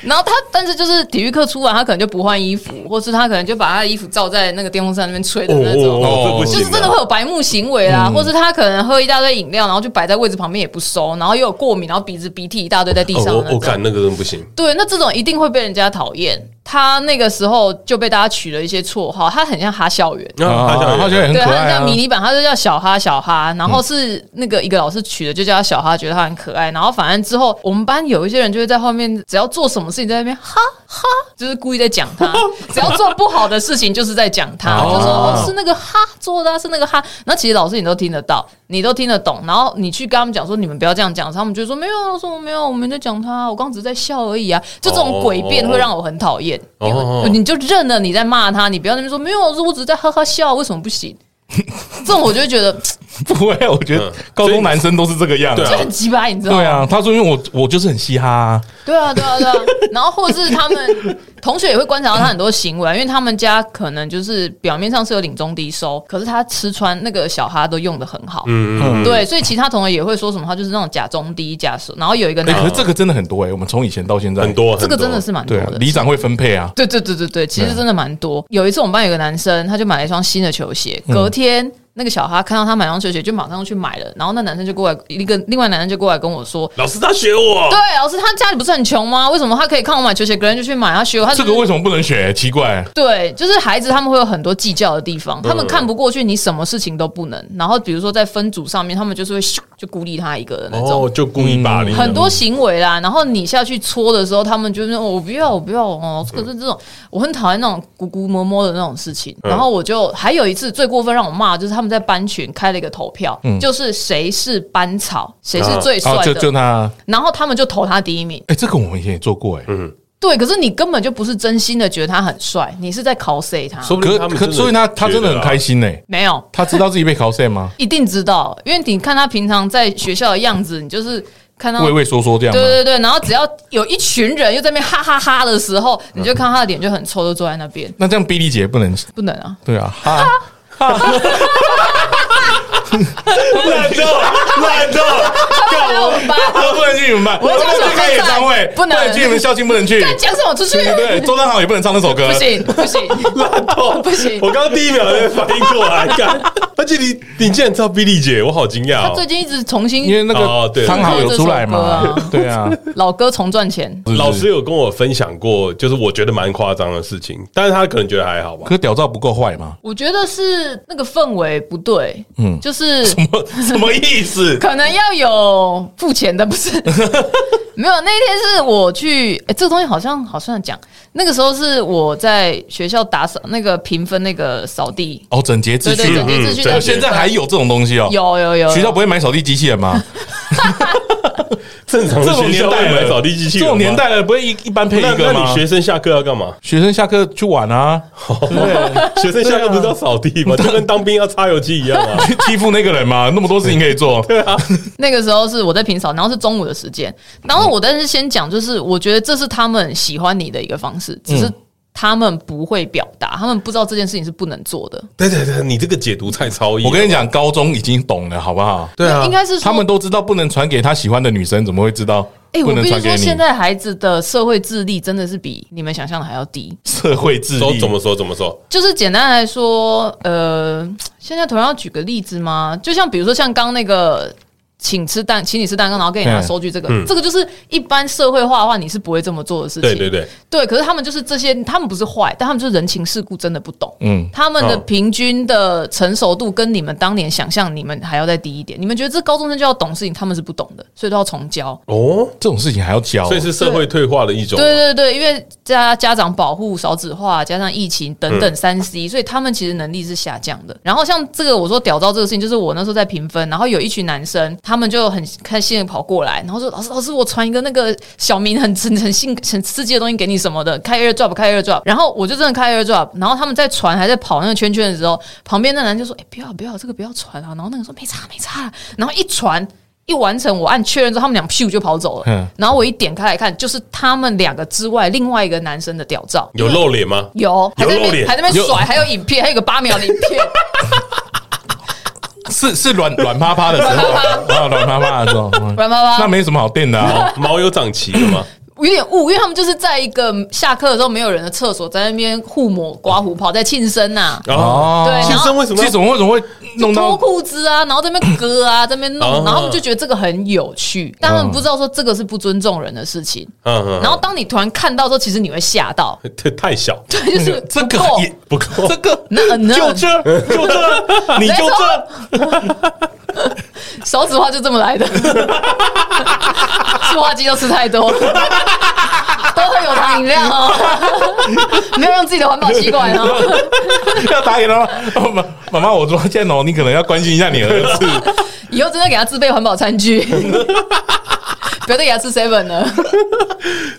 Speaker 3: 然后他，但是就是体育课出完，他可能就不换衣服，或是他可能就把他的衣服罩在那个电风扇那边吹的
Speaker 2: 哦
Speaker 3: 那种。
Speaker 2: 哦，这不
Speaker 3: 就
Speaker 2: 行，
Speaker 3: 是真的会有白目行为啦，
Speaker 2: 嗯
Speaker 3: 或是他可能喝一大堆饮料，然后就摆在位置旁边也不收，然后又有过敏，然后鼻子鼻涕一大堆在地上的那
Speaker 2: 哦
Speaker 3: 种。
Speaker 2: 我我看那个人不行，
Speaker 3: 对，那这种一定会被人家讨厌。他那个时候就被大家取了一些绰号，他很像哈校园，
Speaker 2: 啊
Speaker 4: 啊，
Speaker 2: 他想
Speaker 4: 他觉得很
Speaker 3: 对，
Speaker 4: 可
Speaker 3: 他
Speaker 4: 爱
Speaker 3: 叫
Speaker 4: 啊嗯
Speaker 3: 迷。你版，他就叫小哈小哈，然后是那个一个老师取的，就叫他小哈，觉得他很可爱。然后反正之后我们班有一些人就会在后面，只要做什么事情在那边哈哈，就是故意在讲
Speaker 4: [LAUGHS]
Speaker 3: 他；只要做不好的事情就是在讲他，
Speaker 4: 哦
Speaker 3: 就说哦是那个哈做的啊、是那个哈。那其实老师你都听得到，你都听得懂，然后你去跟他们讲说你们不要这样讲，他们就说没有啊，老师我没有，我没在讲他，啊我刚刚只是在笑而已啊。就这
Speaker 4: 哦
Speaker 3: 种诡辩会让我很讨厌，
Speaker 2: 哦
Speaker 3: 因为
Speaker 2: 哦哦
Speaker 3: 你就认了你在骂他，你不要在那边说没有，老师我只是在哈哈笑，为什么不行？ [LAUGHS] 这种我就会觉得
Speaker 4: [LAUGHS] 不会啊，我觉得
Speaker 2: 嗯
Speaker 4: 高中男生都是这个样。
Speaker 2: 对
Speaker 3: 就
Speaker 2: 啊
Speaker 3: 哎很鸡巴，你知道
Speaker 4: 对
Speaker 3: 吗？
Speaker 4: 啊，他说因为我我就是很嘻哈啊，
Speaker 3: 对啊，对啊，对啊。然后或者是他们同学也会观察到他很多行为啊，因为他们家可能就是表面上是有领中低收，可是他吃穿那个小哈都用的很好。
Speaker 2: 嗯，
Speaker 3: 对，所以其他同学也会说什么，他就是那种假中低、假手，然后有一个
Speaker 4: 哎，
Speaker 3: 男
Speaker 4: 可是这个真的很多哎，我们从以前到现在
Speaker 2: 嗯很，多，
Speaker 3: 这个
Speaker 2: 很多
Speaker 3: 真的是蛮多
Speaker 4: 对啊
Speaker 3: 的，。
Speaker 4: 里长会分配啊，
Speaker 3: 对对对对对，其
Speaker 4: 对
Speaker 3: 实真的蛮多。有一次我们班有个男生，他就买了一双新的球鞋，隔天。那个小哈看到他买双球鞋，就马上去买了。然后那男生就过来，一个另外男生就过来跟我说
Speaker 2: 老师他学：“我
Speaker 3: 对，，老师，他家里不是很穷吗？为什么他可以看我买球鞋，隔天就去买？他学我，他
Speaker 4: 这个为什么不能学？奇怪，
Speaker 3: 对，就是孩子他们会有很多计较的地方，他们看不过去，你什么事情都不能。然后比如说在分组上面，他们就是会咻就孤立他一个的那种。
Speaker 2: 哦，就故意霸
Speaker 4: 嗯
Speaker 2: 凌，
Speaker 3: 很多行为啦，然后你下去搓的时候，他们就是、哦我不要，我不要哦。
Speaker 4: 嗯
Speaker 3: 可是这种我很讨厌那种咕咕摸摸的那种事情。
Speaker 4: 嗯
Speaker 3: 然后我就还有一次最过分让我骂，就是他们在班群开了一个投票，就是谁是班草，谁是最帅
Speaker 4: 嗯啊，就就
Speaker 3: 的，
Speaker 4: 那，
Speaker 3: 然后他们就投他第一名。
Speaker 4: 哎，这个我们以前也做过
Speaker 2: 嗯
Speaker 4: 哎，
Speaker 3: 对，可是你根本就不是真心的觉得他很帅，你是在 cos 他。
Speaker 2: 说不定
Speaker 4: 可
Speaker 2: 他们真
Speaker 4: 可
Speaker 2: 的
Speaker 4: 所以他他真的
Speaker 2: 觉
Speaker 4: 很
Speaker 2: 得啊
Speaker 4: 开心哎，
Speaker 3: 没有，
Speaker 4: 他知道自己被 cos
Speaker 3: [LAUGHS]
Speaker 4: 吗？
Speaker 3: 一定知道，因为你看他平常在学校的样子，你就是看到
Speaker 4: 畏畏缩缩这样吗？
Speaker 3: 嗯对对对，然后只要有一群人又在那边哈哈哈的时候，你就看他的脸就很臭，就坐在那边，
Speaker 4: 那这样 B 莉姐不能
Speaker 3: 不能啊，
Speaker 4: 对啊，哈，
Speaker 3: [LAUGHS]
Speaker 2: 懒 [LAUGHS] 惰，懒惰，
Speaker 3: 不能我们班。
Speaker 4: 我不能去你们班，不
Speaker 3: 我就
Speaker 4: 能
Speaker 3: 想
Speaker 4: 去开演唱会，
Speaker 3: 不能
Speaker 4: 去你们校庆，不能去，
Speaker 3: 干讲什么出去？
Speaker 4: 对，周汤豪也不能唱那首歌，
Speaker 3: 不，行不行，
Speaker 2: 懒惰，
Speaker 3: 不行
Speaker 2: 我刚刚第一秒才反应过
Speaker 3: [LAUGHS]
Speaker 2: 来，干，而且你你竟然知道 Billy 姐，我好惊讶
Speaker 3: 他
Speaker 2: 哦
Speaker 3: 最。近一直重
Speaker 4: 因为
Speaker 3: 新
Speaker 4: 那
Speaker 2: 哦
Speaker 4: 个
Speaker 2: 对
Speaker 4: 汤豪有出来
Speaker 3: 这首
Speaker 4: 嘛
Speaker 3: 歌啊，
Speaker 4: 对啊，
Speaker 3: 老歌重赚钱，
Speaker 4: 是
Speaker 2: 老师，有跟我分享过，就是我觉得蛮夸张的事情，但是他可能觉得还
Speaker 3: [LAUGHS]
Speaker 2: 好吧。
Speaker 4: 可屌照不够坏嘛？
Speaker 3: 我觉得是那个氛围不对，嗯，就是
Speaker 2: 什么意思？
Speaker 3: 可能要有付钱的，
Speaker 4: [LAUGHS]
Speaker 3: 不是？没有，那一天是我去，哎、这个东西好像好像讲，那个时候是我在学校打扫那个评分那个扫地，
Speaker 4: 哦，整洁秩
Speaker 3: 对对，
Speaker 4: 序
Speaker 3: 整
Speaker 4: 啊，
Speaker 3: 洁
Speaker 2: 嗯
Speaker 3: 秩序的
Speaker 2: 嗯对
Speaker 3: 评分。
Speaker 4: 现在还有这种东西哦。
Speaker 3: 有有有，
Speaker 4: 学校不会买扫地机器人吗？
Speaker 2: 正常
Speaker 4: 这
Speaker 2: 的
Speaker 4: 种
Speaker 2: 学
Speaker 4: 年
Speaker 2: 校会
Speaker 4: 代
Speaker 2: 买
Speaker 4: 了，
Speaker 2: 扫地机器
Speaker 4: 这
Speaker 2: 人吗
Speaker 4: 种年代了，不会一一般配
Speaker 2: 那
Speaker 4: 一个
Speaker 2: 那
Speaker 4: 吗？
Speaker 2: 你？学生下课要干嘛
Speaker 4: [LAUGHS] 学生下课去玩啊，对
Speaker 2: 学生下课不是要扫地
Speaker 4: 啊
Speaker 2: 吗？就跟当兵要擦油漆一
Speaker 4: [LAUGHS]
Speaker 2: 样啊。
Speaker 4: 去欺负那个人嘛，那么多事情可以
Speaker 2: [LAUGHS]
Speaker 4: 做。
Speaker 3: 那个时候是我在平扫，然后是中午的时间，然后我但是先讲，就是我觉得这是他们喜欢你的一个方式，只
Speaker 4: 嗯
Speaker 3: 是他们不会表达，他们不知道这件事情是不能做的。
Speaker 2: 对对对，你这个解读太超意了。
Speaker 4: 我跟你讲，高中已经懂了，好不好？
Speaker 2: 对啊
Speaker 3: 应，该是说
Speaker 4: 他们都知道不能传给他喜欢的女生，怎么会知道？
Speaker 3: 哎、
Speaker 4: 不
Speaker 3: 我
Speaker 4: 能
Speaker 3: 必须
Speaker 4: 传给
Speaker 3: 说，
Speaker 4: 你
Speaker 3: 现。在孩子的社会智力真的是比你们想象的还要低。
Speaker 4: 社会智
Speaker 2: 说
Speaker 4: 力
Speaker 2: 怎么说怎么说？
Speaker 3: 就是简单来说，呃，现在同样举个例子吗？就像比如说像刚那个请吃蛋，请你吃蛋糕，然后给你拿
Speaker 4: 嗯
Speaker 3: 收据，这个、
Speaker 2: 嗯
Speaker 3: 这个就是一般社会化的话，你是不会这么做的事情。
Speaker 2: 对对对，
Speaker 3: 对，可是他们就是这些，他们不是坏，但他们就是人情世故真的不懂。
Speaker 4: 嗯
Speaker 3: 他们的
Speaker 2: 嗯
Speaker 3: 平均的成熟度跟你们当年想象你们还要再低一点。你们觉得这高中生就要懂事情，他们是不懂的，所以都要重教。
Speaker 2: 哦，
Speaker 4: 这种事情还要教啊
Speaker 2: 所，以是社会退化的一种。啊
Speaker 3: 对对对，因为家家长保护少子化，加上疫情等等三 C，、所以他们其实能力是下降的。然后像这个我说屌照这个事情，就是我那时候在评分，然后有一群男生，他们就很开心的跑过来，然后说：“老师，老师，我传一个那个小明很很很性很刺激的东西给你什么的，开 AirDrop，开 AirDrop。”然后我就真的开 AirDrop，然后他们在传还在跑那个圈圈的时候，旁边那男就说：“哎、不要不要，这个不要传啊！”然后那个说：“没差没差。”然后一传。一完成，我按确认之后，他们俩屁股就跑走了。
Speaker 4: 嗯
Speaker 3: 然后我一点开来看，就是他们两个之外，另外一个男生的屌照
Speaker 2: 有露脸吗？
Speaker 3: 有，还在那
Speaker 2: 有露
Speaker 3: 边
Speaker 2: 脸
Speaker 3: 还在那边甩，还有影片，还有一个八秒的影 [LAUGHS] 片，
Speaker 4: 是是软软趴趴的时候啊，软趴趴的时候，嗯
Speaker 3: 软巴
Speaker 4: 那
Speaker 3: 巴。
Speaker 4: 没什么好垫的啊。
Speaker 2: 毛有长齐了
Speaker 4: [COUGHS]
Speaker 2: 吗？
Speaker 3: 有点雾，因为他们就是在一个下课的时候没有人的厕所，在那边互抹刮胡泡，在庆生呐、
Speaker 2: 哦，
Speaker 3: 对然
Speaker 2: 庆
Speaker 3: 后
Speaker 2: 生为什么
Speaker 4: 这
Speaker 2: 要？
Speaker 4: 种为什么会弄
Speaker 3: 脱
Speaker 4: 到？
Speaker 3: 裤子啊，然后在那边割 [LAUGHS] 啊，在那边弄
Speaker 2: 哦，
Speaker 3: 然后他们就觉得这个很有趣，但他们不知道说这个是不尊重人的事情。
Speaker 2: 嗯嗯
Speaker 3: 然后当你突然看到之后，其实你会吓 [LAUGHS] 到，
Speaker 2: 嗯，太太小，
Speaker 3: 对，就是
Speaker 4: 这个
Speaker 3: 不够
Speaker 4: 也
Speaker 2: 不够
Speaker 4: 这
Speaker 3: [LAUGHS]
Speaker 4: 个
Speaker 3: 那那
Speaker 4: 就这
Speaker 2: [LAUGHS]
Speaker 4: 就这，你就这，
Speaker 3: 手指化就这么来的， [LAUGHS] 塑化剂都吃太多，都喝有糖饮料哦，没有用自己的环保吸管哦。
Speaker 4: [LAUGHS] 要打给他吗哦妈妈妈，我说建龙，哦你可能要关心一下你儿子。
Speaker 3: 以后真的给他自备环保餐具，不要再给他吃 seven 了。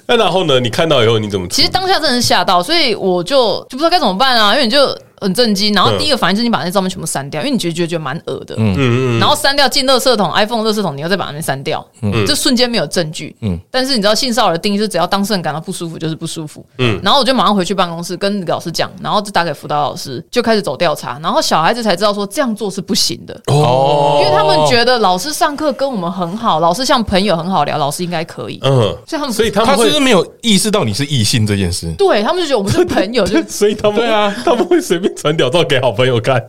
Speaker 2: 那然后呢？你看到以后你怎么？
Speaker 3: 其实当下真的是吓到，所以我就就不知道该怎么办啊，因为你就很震惊。然后第一个反应就是你把那照片全部删掉，因为你觉得觉得觉得蛮恶的。
Speaker 2: 嗯嗯
Speaker 3: 然后删掉进垃圾桶，iPhone 垃圾桶，你要再把它们删掉，嗯，这瞬间没有证据，嗯，但是你知道性骚扰的定义是只要当事人感到不舒服就是不舒服，嗯，然后我就马上回去办公室跟老师讲，然后就打给辅导老师，就开始走调查，然后小孩子才知道说这样做是不行的，
Speaker 4: 哦
Speaker 3: 因
Speaker 2: 嗯
Speaker 3: 为他们觉得老师上课跟我们很好，老师像朋友很好聊，老师应该可以，
Speaker 2: 嗯，
Speaker 3: 所以他们
Speaker 2: 所以他
Speaker 4: 他
Speaker 2: 们
Speaker 4: 是不是
Speaker 2: 会，
Speaker 4: 没有意识到你是异性这件事？
Speaker 3: 对他们就觉得我们是朋友，就是
Speaker 2: 所以他们
Speaker 4: 对啊，
Speaker 2: 他们会随便传屌照给好朋友看，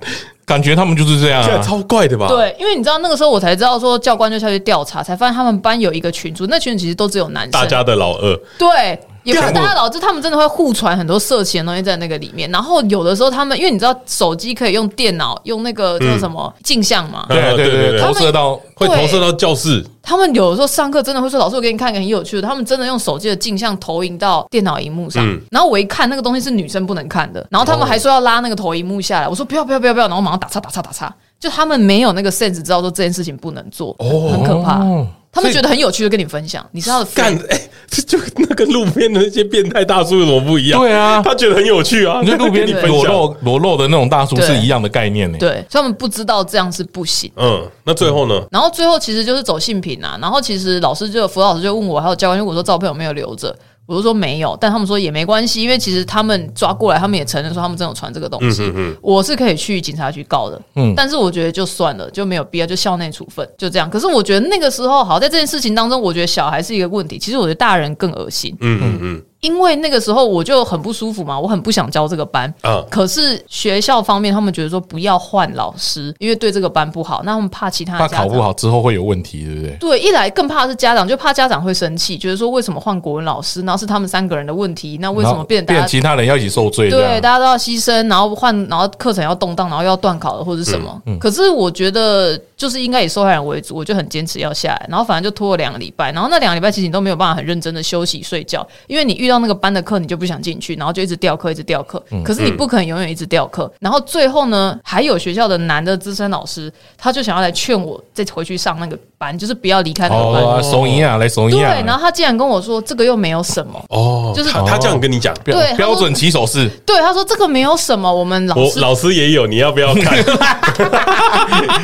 Speaker 4: 感觉他们就是这样
Speaker 2: 现在
Speaker 4: 啊。
Speaker 2: 超怪的吧？，
Speaker 3: 对，因为你知道那个时候我才知道说教官就下去调查，才发现他们班有一个群组，那群组其实都只有男生，
Speaker 2: 大家的老二，
Speaker 3: 对，也不是大家老，就他们真的会互传很多色情的东西在那个里面。然后有的时候他们，因为你知道手机可以用电脑用那个
Speaker 2: 嗯
Speaker 3: 叫什么镜像嘛，
Speaker 4: 对啊对
Speaker 2: 对
Speaker 4: 对对，
Speaker 2: 对
Speaker 4: 投射到
Speaker 2: 会投射到教室，
Speaker 3: 他们有的时候上课真的会说：“老师，我给你看一个很有趣的。”他们真的用手机的镜像投影到电脑荧幕上。
Speaker 2: 嗯哦
Speaker 3: 然后我一看那个东西是女生不能看的，然后他们还说要拉那个投影幕下来，我说不要不要不要不要，然后马上打叉打叉打叉。就他们没有那个 sense 知道说这件事情不能做，很可怕。
Speaker 4: 哦
Speaker 3: 他们觉得很有趣的跟你分享，你是他的 friend
Speaker 2: 干，哎，这就那跟路边的那些变态大叔有什么不一样？
Speaker 4: 对啊
Speaker 2: 他觉得很有趣啊，
Speaker 4: 你跟路边
Speaker 2: 他跟你分
Speaker 4: 裸
Speaker 2: 享。
Speaker 4: 露裸露的那种大叔是一样的概念呢、
Speaker 3: 对，所以他们不知道这样是不行。
Speaker 2: 嗯，那最后呢？
Speaker 3: 然后最后其实就是走性品啊，然后其实老师就辅导老师就问我，还有教官，就问我说照片有没有留着？我就说没有，但他们说也没关系，因为其实他们抓过来，他们也承认说他们真的有传这个东西，
Speaker 2: 嗯
Speaker 3: 我是可以去警察局告的，
Speaker 4: 嗯
Speaker 3: 但是我觉得就算了，就没有必要，就校内处分，就这样。可是我觉得那个时候好，在这件事情当中，我觉得小孩是一个问题，其实我觉得大人更恶心，
Speaker 2: 嗯嗯嗯，
Speaker 3: 因为那个时候我就很不舒服嘛，我很不想教这个班。
Speaker 2: 啊
Speaker 3: 可是学校方面，他们觉得说不要换老师，因为对这个班不好，那他们怕其他
Speaker 4: 怕
Speaker 3: 的家
Speaker 4: 考
Speaker 3: 长
Speaker 4: 不好之后会有问题，对不对？
Speaker 3: 对，一来更怕的是家长，就怕家长会生气，觉得说为什么换国文老师，然后是他们三个人的问题，那为什
Speaker 4: 然
Speaker 3: 么
Speaker 4: 后
Speaker 3: 变成大
Speaker 4: 变
Speaker 3: 家
Speaker 4: 其他人要一起受罪？
Speaker 3: 对，大家都要牺牲，然后换，然后课程要动荡，然后又要断考了或者什么？可是我觉得就是应该以受害人为主，我就很坚持要下来，然后反正就拖了两个礼拜，然后那两个礼拜其实你都没有办法很认真的休息睡觉，因为你遇到那个班的课你就不想进去，然后就一直掉课，一直掉课。可是你不可能永远一直掉课，然后最后呢，还有学校的男的资深老师，他就想要来劝我再回去上那个班，就是不要离开那个班。
Speaker 4: 哦，怂一样来啊怂一
Speaker 3: 对，
Speaker 4: 样，
Speaker 3: 然后他竟然跟我说这个又没有什么，
Speaker 2: 哦，
Speaker 3: 就是
Speaker 2: 他他这样跟你讲，
Speaker 4: 标
Speaker 3: 对他说
Speaker 4: 标准起手式，
Speaker 3: 对，他说这个没有什么，我们老
Speaker 2: 我
Speaker 3: 师
Speaker 2: 老师也有，你要不要
Speaker 4: [LAUGHS]
Speaker 2: 看？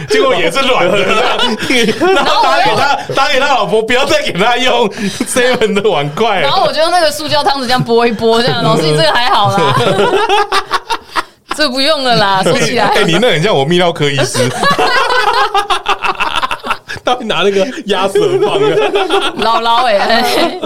Speaker 4: 结果也是软的。 [LAUGHS] 然后打给他，打给他老婆，不要再给他
Speaker 3: [LAUGHS]
Speaker 4: 用 seven 的碗筷
Speaker 3: 然。后我就用那个塑胶汤匙这样拨一拨，这
Speaker 2: [LAUGHS]
Speaker 3: 样老师你这个还好啦，这不用了啦，收起来
Speaker 4: 哎，。你那很像我泌尿科医师，
Speaker 2: 他会拿那个鸭舌棒的， [LAUGHS]
Speaker 3: 啊姥姥哎，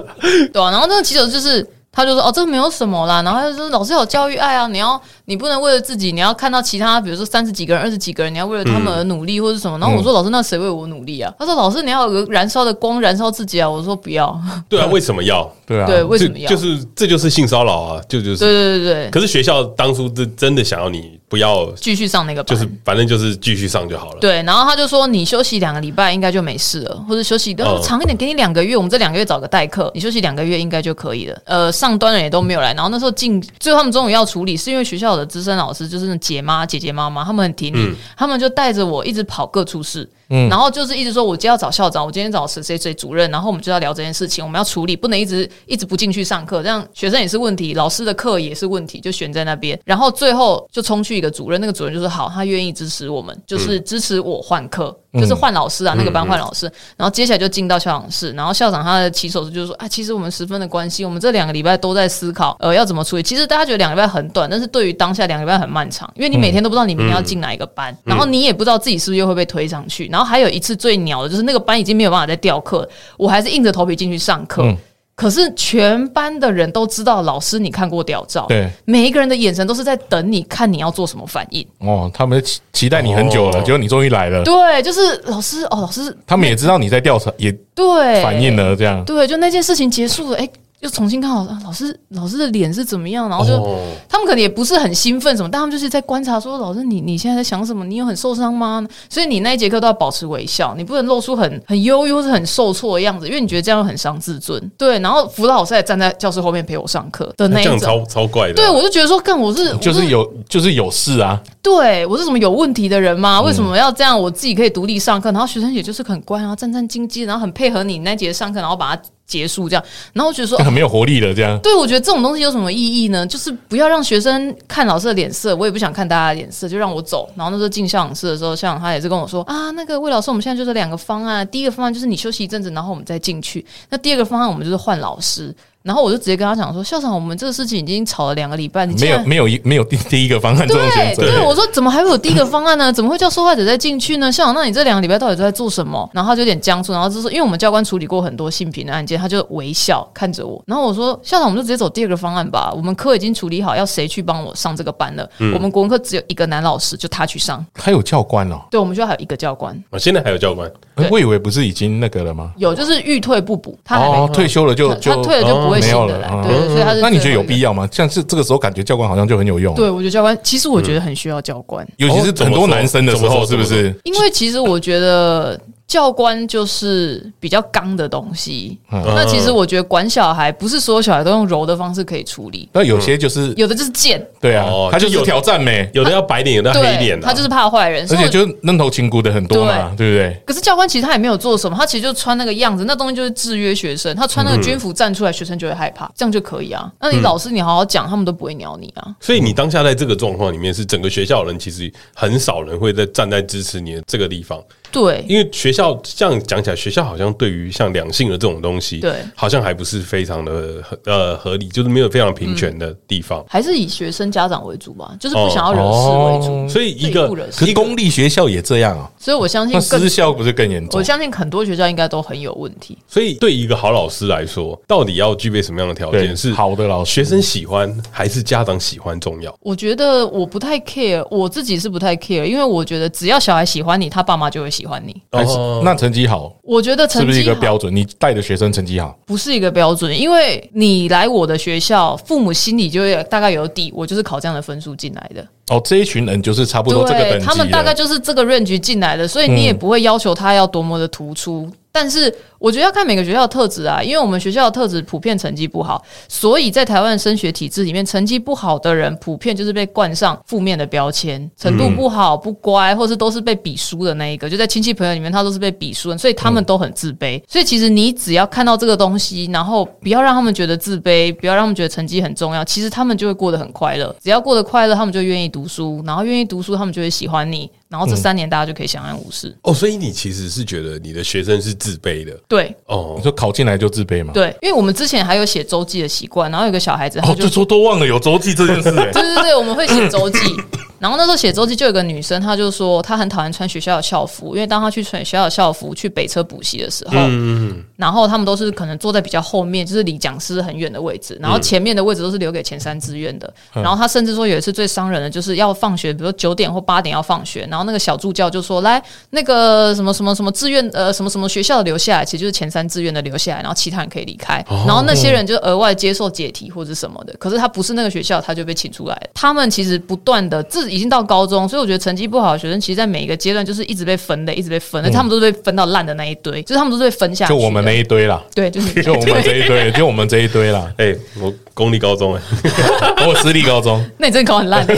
Speaker 3: 对啊，然后那个骑手就是他就说哦，这没有什么啦。然后他就说老师有教育爱啊，你要你不能为了自己，你要看到其他，比如说三十几个人、二十几个人，你要为了他们而努力或者
Speaker 2: 嗯
Speaker 3: 什么。然后我说老师，那谁为我努力啊？他说老师，你要有个燃烧的光燃烧自己啊。我说不要，
Speaker 2: 对啊，为什么要？
Speaker 4: 对啊，
Speaker 3: [LAUGHS] 对，为什么要？
Speaker 2: 就就是这就是性骚扰啊，就
Speaker 3: 对
Speaker 2: 就是。
Speaker 3: 对对对，
Speaker 2: 可是学校当初真真的想要你不要，
Speaker 3: 继续上那个
Speaker 2: 就
Speaker 3: 班。
Speaker 2: 是反正就是继续上就好了。
Speaker 3: 哎对，然后他就说你休息两个礼拜应该就没事了，或者休息哦
Speaker 2: 嗯
Speaker 3: 长一点，给你两个月，我们这两个月找个代课，你休息两个月应该就可以了。呃，上端人也都没有来，然后那时候进，最后他们终于要处理，是因为学校的资深老师就是那姐妈、姐姐妈妈，他们很挺你，他们就带着我一直跑各处室。然后就是一直说，我今天要找校长，我今天找谁谁谁主任，然后我们就要聊这件事情，我们要处理，不能一直一直不进去上课，这样学生也是问题，老师的课也是问题，就悬在那边。然后最后就冲去一个主任，那个主任就说好，他愿意支持我们，就是支持我换课，就是换老师啊，那个班换老师。然后接下来就进到校长室，然后校长他的起手式就是说啊，其实我们十分的关心，我们这两个礼拜都在思考，呃，要怎么处理。其实大家觉得两个礼拜很短，但是对于当下两个礼拜很漫长，因为你每天都不知道你明天要进哪一个
Speaker 4: 嗯
Speaker 3: 班，然后你也不知道自己是不是又会被推上去。然后还有一次最鸟的就是那个班已经没有办法再调课，我还是硬着头皮进去上课。
Speaker 4: 嗯
Speaker 3: 可是全班的人都知道，老师你看过屌照，
Speaker 4: 对
Speaker 3: 每一个人的眼神都是在等你看你要做什么反应。
Speaker 4: 哦，他们期期待你很久了，
Speaker 2: 哦
Speaker 4: 结果你终于来了，
Speaker 3: 对，就是老师哦，老师
Speaker 4: 他们也知道你在调查，也
Speaker 3: 对
Speaker 4: 反应了这样。
Speaker 3: 对，就那件事情结束了，哎、又重新看好啊老师老师的脸是怎么样，然后就、
Speaker 2: 哦，
Speaker 3: 他们可能也不是很兴奋什么，但他们就是在观察说，老师你你现在在想什么？你有很受伤吗？所以你那一节课都要保持微笑，你不能露出很很忧郁或是很受挫的样子，因为你觉得这样很伤自尊。对，然后辅导老师也站在教室后面陪我上课的那
Speaker 2: 那这
Speaker 3: 一
Speaker 2: 样
Speaker 3: 种。
Speaker 2: 超超怪的。啊
Speaker 3: 对，我就觉得说，干我是
Speaker 4: 就
Speaker 3: 我
Speaker 4: 是有，就是有事啊，
Speaker 3: 对我是什么有问题的人吗？为什
Speaker 2: 嗯
Speaker 3: 么要这样？我自己可以独立上课，然后学生也就是很乖，然啊后战战兢兢，然后很配合你那节上课，然后把它结束这样。然后我觉
Speaker 2: [LAUGHS]
Speaker 3: 得说，
Speaker 4: 很没有活力了，这样。
Speaker 3: 对，我觉得这种东西有什么意义呢？就是不要让学生看老师的脸色，我也不想看大家的脸色，就让我走。然后那时候进校长室的时候，校长他也是跟我说啊，那个魏老师，我们现在就是两个方案，第一个方案就是你休息一阵子，然后我们再进去；那第二个方案我们就是换老师。然后我就直接跟他讲说，校长，我们这个事情已经吵了两个礼拜，你竟
Speaker 4: 没
Speaker 3: 然
Speaker 4: 有没有一没有第第一个方案这种选
Speaker 3: 对
Speaker 4: 择，
Speaker 3: 对，我说怎么还会有第一个方
Speaker 4: [LAUGHS]
Speaker 3: 案呢？怎么会叫受害者再进去呢？校长，那你这两个礼拜到底都在做什么？然后他就有点僵住，然后就说，因为我们教官处理过很多性平的案件，他就微笑看着我。然后我说，校长，我们就直接走第二个方案吧。我们课已经处理好，要谁去帮我上这个班了？
Speaker 4: 嗯
Speaker 3: 我们国文课只有一个男老师，就他去上。
Speaker 4: 还有教官哦，
Speaker 3: 对，我们就还有一个教官，
Speaker 2: 哦我现在还有教官，
Speaker 4: 哎
Speaker 3: 对
Speaker 4: 我以为不是已经那个了吗？
Speaker 3: 有就是欲退不补，他还没
Speaker 4: 哦，退休了就
Speaker 3: 他
Speaker 4: 就
Speaker 3: 他退了就不会
Speaker 4: 没
Speaker 3: 新
Speaker 4: 有
Speaker 3: 的
Speaker 4: 了
Speaker 3: 来，
Speaker 4: 嗯
Speaker 3: 对，所以他是
Speaker 4: 那你觉得有必
Speaker 3: 要？
Speaker 4: 要吗？像是这个时候感觉教官好像就很有用，啊
Speaker 3: 对，我觉得教官，其实我
Speaker 4: 嗯
Speaker 3: 觉得很需要教官。
Speaker 4: 尤其是很多男生的时候，
Speaker 2: 哦
Speaker 4: 是
Speaker 2: 怎
Speaker 4: 不
Speaker 2: 么说
Speaker 4: 是？
Speaker 3: 因为其实我觉得教官就是比较刚的东西，
Speaker 4: 嗯
Speaker 3: 那其实我觉得管小孩不是所有小孩都用柔的方式可以处理，
Speaker 4: 那有些就是
Speaker 3: 有的就是贱，
Speaker 4: 对啊
Speaker 2: 哦，
Speaker 4: 他就是
Speaker 2: 就有
Speaker 4: 挑战没，
Speaker 2: 有的要白脸，有的要黑
Speaker 3: 对
Speaker 2: 脸，啊，
Speaker 3: 他就是怕坏人，
Speaker 4: 而
Speaker 3: 所以
Speaker 4: 且
Speaker 3: 我
Speaker 4: 就是愣头青骨的很多嘛，对不对？
Speaker 3: 可是教官其实他也没有做什么，他其实就穿那个样子，那东西就是制约学生。他穿那个军服站出来，学生就会害
Speaker 4: 嗯
Speaker 3: 怕，这样就可以啊。那你老师你好好讲，他们都不会鸟你
Speaker 4: 嗯
Speaker 3: 啊。
Speaker 2: 所以你当下在这个状况里面，是整个学校的人其实很少人会在站在支持你的这个地方，
Speaker 3: 对，
Speaker 2: 因为学校这样讲起来，学校好像对于像两性的这种东西，
Speaker 3: 对
Speaker 2: 好像还不是非常的合呃合理，就是没有非常平权的地方。
Speaker 3: 还是以学生家长为主吧，就是不想要惹事为主。
Speaker 2: 所以一
Speaker 3: 自
Speaker 2: 个
Speaker 3: 己不惹事
Speaker 4: 哦可是公立学校也这样啊，
Speaker 3: 所以我相信
Speaker 4: 那
Speaker 3: 更
Speaker 4: 私，校不是更严
Speaker 3: 我
Speaker 4: 重？
Speaker 3: 相信很多学校应该都很有问题。
Speaker 2: 所以对一个好老师来说，到底要具备什么样的条
Speaker 4: 对，
Speaker 2: 件？哦是
Speaker 4: 好的老师，
Speaker 2: 学生喜欢还是家长喜欢重要？
Speaker 3: 我觉得我不太 care，我自己是不太 care，因为我觉得只要小孩喜欢你，他爸妈就会喜欢你。
Speaker 4: 还是
Speaker 2: 哦
Speaker 4: 哎那成绩好
Speaker 3: 我觉得成
Speaker 4: 是
Speaker 3: 绩
Speaker 4: 不是一个
Speaker 3: 好
Speaker 4: 标准？你带的学生成绩好，
Speaker 3: 不是一个标准，因为你来我的学校，父母心里就会大概有底，我就是考这样的分数进来的。
Speaker 4: 哦，这一群人就是差不多这个等级的，
Speaker 3: 他们大概就是这个 range 进来的，所以你也不会要求他要多么的突出。但是我觉得要看每个学校的特质啊，因为我们学校的特质普遍成绩不好，所以在台湾升学体制里面，成绩不好的人普遍就是被冠上负面的标签，程度不好、不乖，或是都是被比输的那一个，就在亲戚朋友里面，他都是被比输的，所以他们都很自卑。所以其实你只要看到这个东西，然后不要让他们觉得自卑，不要让他们觉得成绩很重要，其实他们就会过得很快乐。只要过得快乐，他们就愿意读书，然后愿意读书，他们就会喜欢你，然后这三年大家就可以相安无事。
Speaker 2: 哦，所以你其实是觉得你的学生是自卑的
Speaker 3: 对
Speaker 2: 哦
Speaker 4: 你。说考进来就自卑嘛？
Speaker 3: 对，因为我们之前还有写周记的习惯，然后有个小孩子他
Speaker 4: 哦，
Speaker 3: 就 [LAUGHS]
Speaker 4: 这周都忘了有周记这件事、欸，
Speaker 3: 对对对，我们会写周记。然后那时候写周记就有个女生，她就说她很讨厌穿学校的校服，因为当她去穿学校的校服去北车补习的时候，嗯然后他们都是可能坐在比较后面，就是离讲师很远的位置，然后前面的位置都是留给前三志愿的。然后他甚至说有一次最伤人的就是要放学，比如九点或八点要放学，然后那个小助教就说：“来，那个什么什么什么志愿呃什么什么学校的留下来，其实就是前三志愿的留下来，然后其他人可以离开。然后那些人就额外接受解题或者什么的，可是他不是那个学校，他就被请出来了。他们其实不断的，这已经到高中，所以我觉得成绩不好的学生，其实在每一个阶段就是一直被分类，一直被分类，他们都是被分到烂的那一堆，就是他们都是被分下去
Speaker 4: 就
Speaker 3: 的。
Speaker 4: 我们那一堆啦，
Speaker 3: 对，就是
Speaker 4: [LAUGHS]
Speaker 3: 你
Speaker 4: 就我们这一
Speaker 3: [LAUGHS]
Speaker 4: 堆，就我们这一堆啦。
Speaker 2: 哎、我公立高中哎、
Speaker 4: 我私立高中，
Speaker 3: 那你真的考很
Speaker 4: [LAUGHS]
Speaker 3: 烂、欸，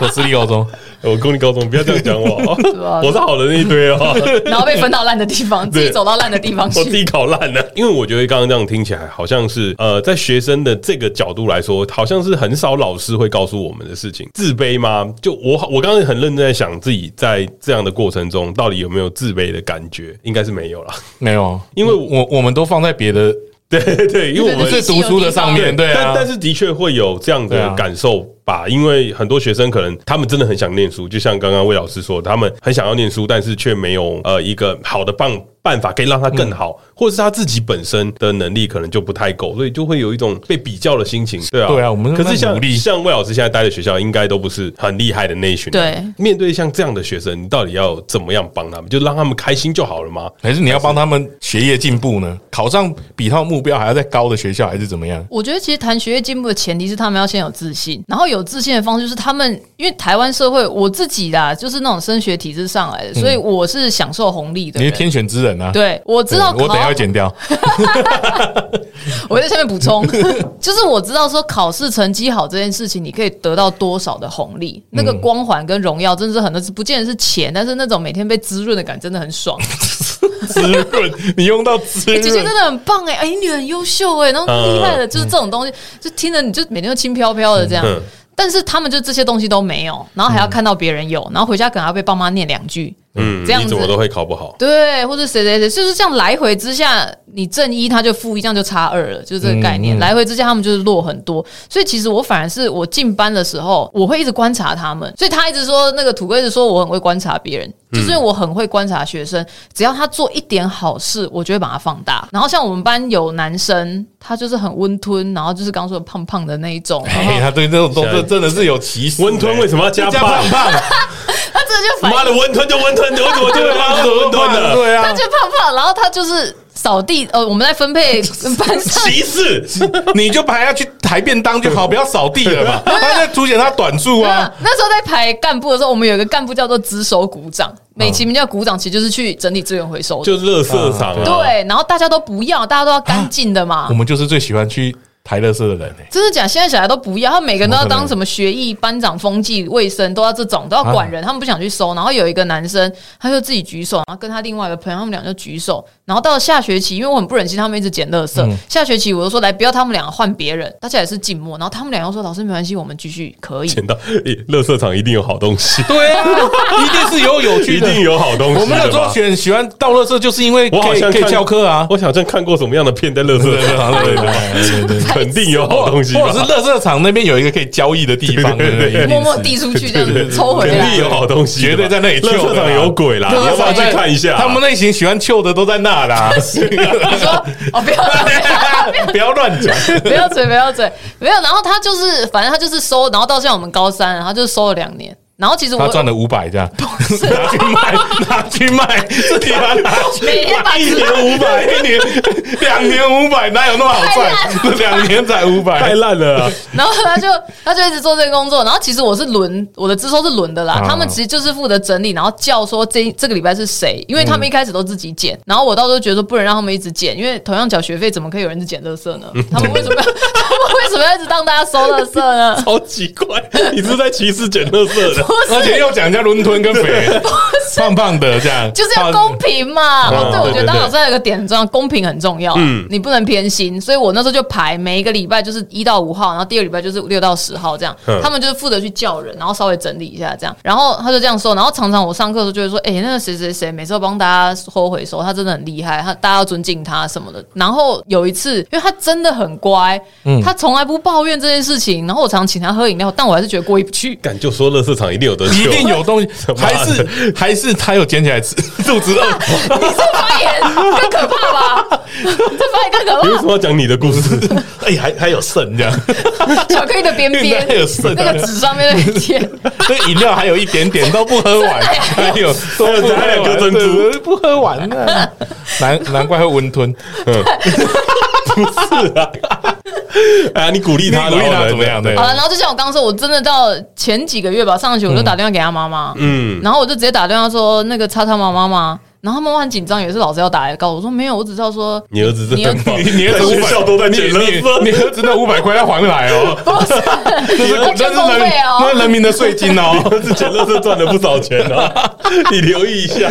Speaker 4: 我私立高中，
Speaker 2: 我公立高中不要这样讲我哦
Speaker 3: 吧，
Speaker 2: 我是好的那一堆哦、
Speaker 3: 然后被分到烂的地方，自己
Speaker 2: 对
Speaker 3: 走到烂的地方
Speaker 2: 我自
Speaker 3: 去。
Speaker 2: 己搞烂了。因为我觉得刚刚这样听起来，好像是呃，在学生的这个角度来说，好像是很少老师会告诉我们的事情。自卑吗？就我我刚刚很认真在想，自己在这样的过程中，到底有没有自卑的感觉？应该是没有啦。 [LAUGHS]
Speaker 4: 没有，
Speaker 2: 因为我
Speaker 4: 我我们都放在别的，
Speaker 2: 对对，因为我
Speaker 4: 不
Speaker 2: 们
Speaker 4: 是读书的上面，对啊
Speaker 2: 但。但是的确会有这样
Speaker 4: 对
Speaker 2: 的
Speaker 4: 啊
Speaker 2: 感受吧，因为很多学生可能他们真的很想念书，就像刚刚魏老师说的，他们很想要念书，但是却没有呃一个好的办办法可以让他更好，
Speaker 4: 嗯
Speaker 2: 或者是他自己本身的能力可能就不太够，所以就会有一种被比较的心情。对啊，
Speaker 4: 对啊我们
Speaker 2: 可是
Speaker 4: 在努
Speaker 2: 像
Speaker 4: 力
Speaker 2: 像魏老师现在待的学校，应该都不是很厉害的那一群。
Speaker 4: 啊
Speaker 3: 对，
Speaker 2: 面对像这样的学生，你到底要怎么样帮他们？就让他们开心就好了吗？ [LAUGHS]
Speaker 4: 还是你要帮他们学业进步呢？考上比他们目标还要再高的学校，还是怎么样？
Speaker 3: 我觉得其实谈学业进步的前提是他们要先有自信，然后有自信的方式就是他们，因为台湾社会我自己啦，就是那种升学体制上来的，所以我是享受红利
Speaker 4: 嗯
Speaker 3: 的
Speaker 4: 你是
Speaker 3: 人。
Speaker 4: 天选之人啊！
Speaker 3: 对，我知
Speaker 4: 对，
Speaker 3: 道考，
Speaker 4: 我等一下会剪
Speaker 3: [LAUGHS]
Speaker 4: 掉。
Speaker 3: 我在下面
Speaker 4: [LAUGHS]
Speaker 3: 补充， [LAUGHS] 就是我知道说考试成绩好这件事情，你可以得到多少的红利，那
Speaker 4: 嗯
Speaker 3: 个光环跟荣耀，真的是很多，不见得是钱，但是那种每天被滋润的感，真的很爽。
Speaker 4: 滋润， [LAUGHS] 你用到滋
Speaker 3: 欸姐姐
Speaker 4: 润
Speaker 3: 真，的很棒哎、哎、你女很优秀哎、然后
Speaker 2: 嗯
Speaker 3: 厉害的，就是这种东西，就听着你就每天都轻飘飘的这样。
Speaker 2: 嗯嗯
Speaker 3: 但是他们就这些东西都没有，然后还要看到别人有，然后回家可能还要被爸妈念两句，
Speaker 2: 嗯，
Speaker 3: 这样
Speaker 2: 你
Speaker 3: 子
Speaker 2: 怎么都会考不好。
Speaker 3: 对，或者谁谁谁，就是这样来回之下，你正一他就负一，这样就差二了，就是这个概
Speaker 2: 嗯
Speaker 3: 念。来回之下，他们就是落很多。所以其实我反而是我进班的时候，我会一直观察他们。所以他一直说那个土哥一直说我很会观察别人，
Speaker 2: 嗯
Speaker 3: 就是因为我很会观察学生，只要他做一点好事，我就会把它放大。然后像我们班有男生，他就是很温吞，然后就是刚说的胖胖的那一种，然后
Speaker 4: 哎，他对这种
Speaker 2: [LAUGHS]
Speaker 4: 东西真的是有歧视。
Speaker 2: 温吞为什么要加
Speaker 4: 加
Speaker 2: 胖
Speaker 4: 胖？胖？ [LAUGHS]
Speaker 3: 他真的就反应
Speaker 2: 妈的，温吞就温吞，你为什么就会妈的温吞的？
Speaker 4: 啊对
Speaker 3: 他
Speaker 4: 啊
Speaker 3: 就，胖胖，然后他就是扫地。呃，我们在分
Speaker 2: [LAUGHS]
Speaker 3: 配班上
Speaker 4: [LAUGHS]
Speaker 2: 歧视，
Speaker 4: 你就排下去抬便当就好，不要扫地了嘛。
Speaker 3: 啊
Speaker 4: 他在凸显他短处啊
Speaker 3: 那。 [LAUGHS] 那时候在排干部的时候，我们有一个干部叫做值守股长，美其名叫股长，其实就是去整理资源回收的。
Speaker 2: 就乐色场啊。
Speaker 3: 对，然后大家都不要，大家都要干净的嘛
Speaker 4: 我。们就是最喜欢去抬乐色的人欸
Speaker 3: 真的假？现在小孩都不要，他们每个人都要
Speaker 4: 怎么可能
Speaker 3: 当什么学艺班长、风纪、卫生，都要这种，
Speaker 4: 啊
Speaker 3: 都要管人。他们不想去收。然后有一个男生，他就自己举手，然后跟他另外一个朋友，他们俩就举手。然后到了下学期，因为我很不忍心他们一直捡垃
Speaker 4: 嗯
Speaker 3: 圾，下学期我就说来，不要他们俩换别人，大家也是静默。然后他们俩又说老师没关系，我们继续可以。
Speaker 2: 捡到，诶乐色场一定有好东西，
Speaker 4: 对啊， [LAUGHS] 一定是有有
Speaker 2: 一
Speaker 4: 趣的。
Speaker 2: 定有好东西。
Speaker 4: 我们那时候
Speaker 2: 吧，
Speaker 4: 选喜欢倒乐色，就是因为
Speaker 2: 我好
Speaker 4: 可以
Speaker 2: 像
Speaker 4: 可以
Speaker 2: 看
Speaker 4: 翘课啊。
Speaker 2: 我想像看过什么样的片在乐色场，对对对，肯定有好东西吧
Speaker 4: 或者是乐色场那边有一个可以交易的地
Speaker 2: [LAUGHS]
Speaker 4: 方，
Speaker 2: 对
Speaker 4: 一
Speaker 2: 对对
Speaker 4: 定是
Speaker 3: 默默递出去，
Speaker 4: [LAUGHS]
Speaker 3: 这样子抽回
Speaker 2: 肯定
Speaker 3: 来。
Speaker 2: 有好东西吧，
Speaker 4: 绝对在那里
Speaker 2: 乐
Speaker 4: 救
Speaker 2: 色
Speaker 4: 的啊
Speaker 2: 场
Speaker 4: 啦
Speaker 2: 有鬼啦，你要不要去看一下？啊
Speaker 4: 他们那群喜欢秀的都在那
Speaker 2: [LAUGHS]
Speaker 4: 啦，
Speaker 3: 你说哦，不要
Speaker 4: 不要乱讲。
Speaker 3: 不要嘴，不要嘴，没有。然后他就是，反正他就是收，然后到现在我们高三，然后就收了两年。然后其实我
Speaker 4: 他赚了五百这样，拿去卖，拿去卖，自己把它拿去卖
Speaker 3: 每天把
Speaker 4: 一年五百，一年两年五百，哪有那么好赚？两年才五
Speaker 2: 太
Speaker 4: 百，
Speaker 2: 烂了啊，
Speaker 3: 然后他就他就一直做这个工作，然后其实我是轮我的支收是轮的啦，
Speaker 4: 啊
Speaker 3: 他们其实就是负责整理，然后叫说这这个礼拜是谁，因为他
Speaker 4: 嗯
Speaker 3: 们一开始都自己捡，然后我到时候觉得说不能让他们一直捡，因为同样缴学费，怎么可以有人一直捡垃圾
Speaker 4: [LAUGHS]
Speaker 3: 呢？他们为什么要他们为什么要一直当大家收垃圾
Speaker 4: [LAUGHS]
Speaker 3: 呢？
Speaker 2: 好奇怪，你是不是在歧视捡乐色的？
Speaker 4: 而且又讲人家伦敦跟肥，胖胖的这样，
Speaker 3: 就是要公平嘛。
Speaker 4: 嗯
Speaker 3: 哦，对，我觉
Speaker 4: 对对
Speaker 3: 得当
Speaker 4: 对
Speaker 3: 老师还有一个点很重要，公平很重要。
Speaker 2: 嗯
Speaker 3: 你不能偏心，所以我那时候就排每一个礼拜就是一到五号，然后第二个礼拜就是六到十号这样
Speaker 2: 嗯。
Speaker 3: 他们就是负责去叫人，然后稍微整理一下这样。然后他就这样说，然后常常我上课的时候就会说，哎、那个谁谁谁每次都帮大家收回收，他真的很厉害，他大家要尊敬他什么的。然后有一次，因为他真的很乖，他从来不抱怨这件事情，然后我常请他喝饮料，但我还是觉得过意不去。 [LAUGHS]
Speaker 2: 敢就说乐色场一定有得
Speaker 4: 一
Speaker 2: 救，
Speaker 4: 定有东西，
Speaker 2: 妈的
Speaker 4: 还 [LAUGHS] 是还是他有捡起来吃， [LAUGHS] 肚子饿。
Speaker 3: 你这发言更可怕吧？你这发言更可
Speaker 2: 你为
Speaker 3: 怕
Speaker 2: 什。么要讲你的故事？
Speaker 4: 哎、还还有剩这样，
Speaker 3: 巧克力的边边
Speaker 4: 还，有剩，啊
Speaker 3: 那
Speaker 4: [LAUGHS]
Speaker 3: 个纸上面那一贴，
Speaker 4: 那个饮料还有一点点都不喝
Speaker 3: [LAUGHS]
Speaker 4: 完，还有都不喝完
Speaker 2: 还有颗珍珠
Speaker 4: 对对不喝完呢、
Speaker 3: [LAUGHS]
Speaker 4: 难难怪会温吞。嗯
Speaker 2: [LAUGHS] 哎呀，你鼓励他，
Speaker 4: 你鼓励他
Speaker 2: 然后呢
Speaker 4: 怎么样对
Speaker 3: 好了，然后就像我刚刚说，我真的到前几个月吧，上学我就打电话给他妈妈，
Speaker 2: 嗯，
Speaker 3: 然后我就直接打电话说那个叉叉妈妈妈，然后他妈妈很紧张，也是老师要打来告诉我说没有，我只知道说
Speaker 2: 你儿子真
Speaker 3: 你
Speaker 2: 的
Speaker 3: 儿
Speaker 2: 很棒，
Speaker 4: 你你儿
Speaker 2: 在
Speaker 4: 子
Speaker 2: 学
Speaker 4: 500
Speaker 2: 校都在捡
Speaker 4: 你
Speaker 2: 乐色，
Speaker 4: 你你儿子那五百块要还来
Speaker 3: [LAUGHS]
Speaker 4: 哦，
Speaker 3: 不是，
Speaker 4: [LAUGHS] 那是
Speaker 3: 要
Speaker 4: 那
Speaker 3: 全
Speaker 4: 是
Speaker 3: 公
Speaker 4: 人民
Speaker 3: 费哦
Speaker 4: 那是人民的税金哦。
Speaker 3: [LAUGHS]
Speaker 2: 儿子捡乐色赚了不少钱
Speaker 4: [LAUGHS]
Speaker 2: 啊，你留意一下。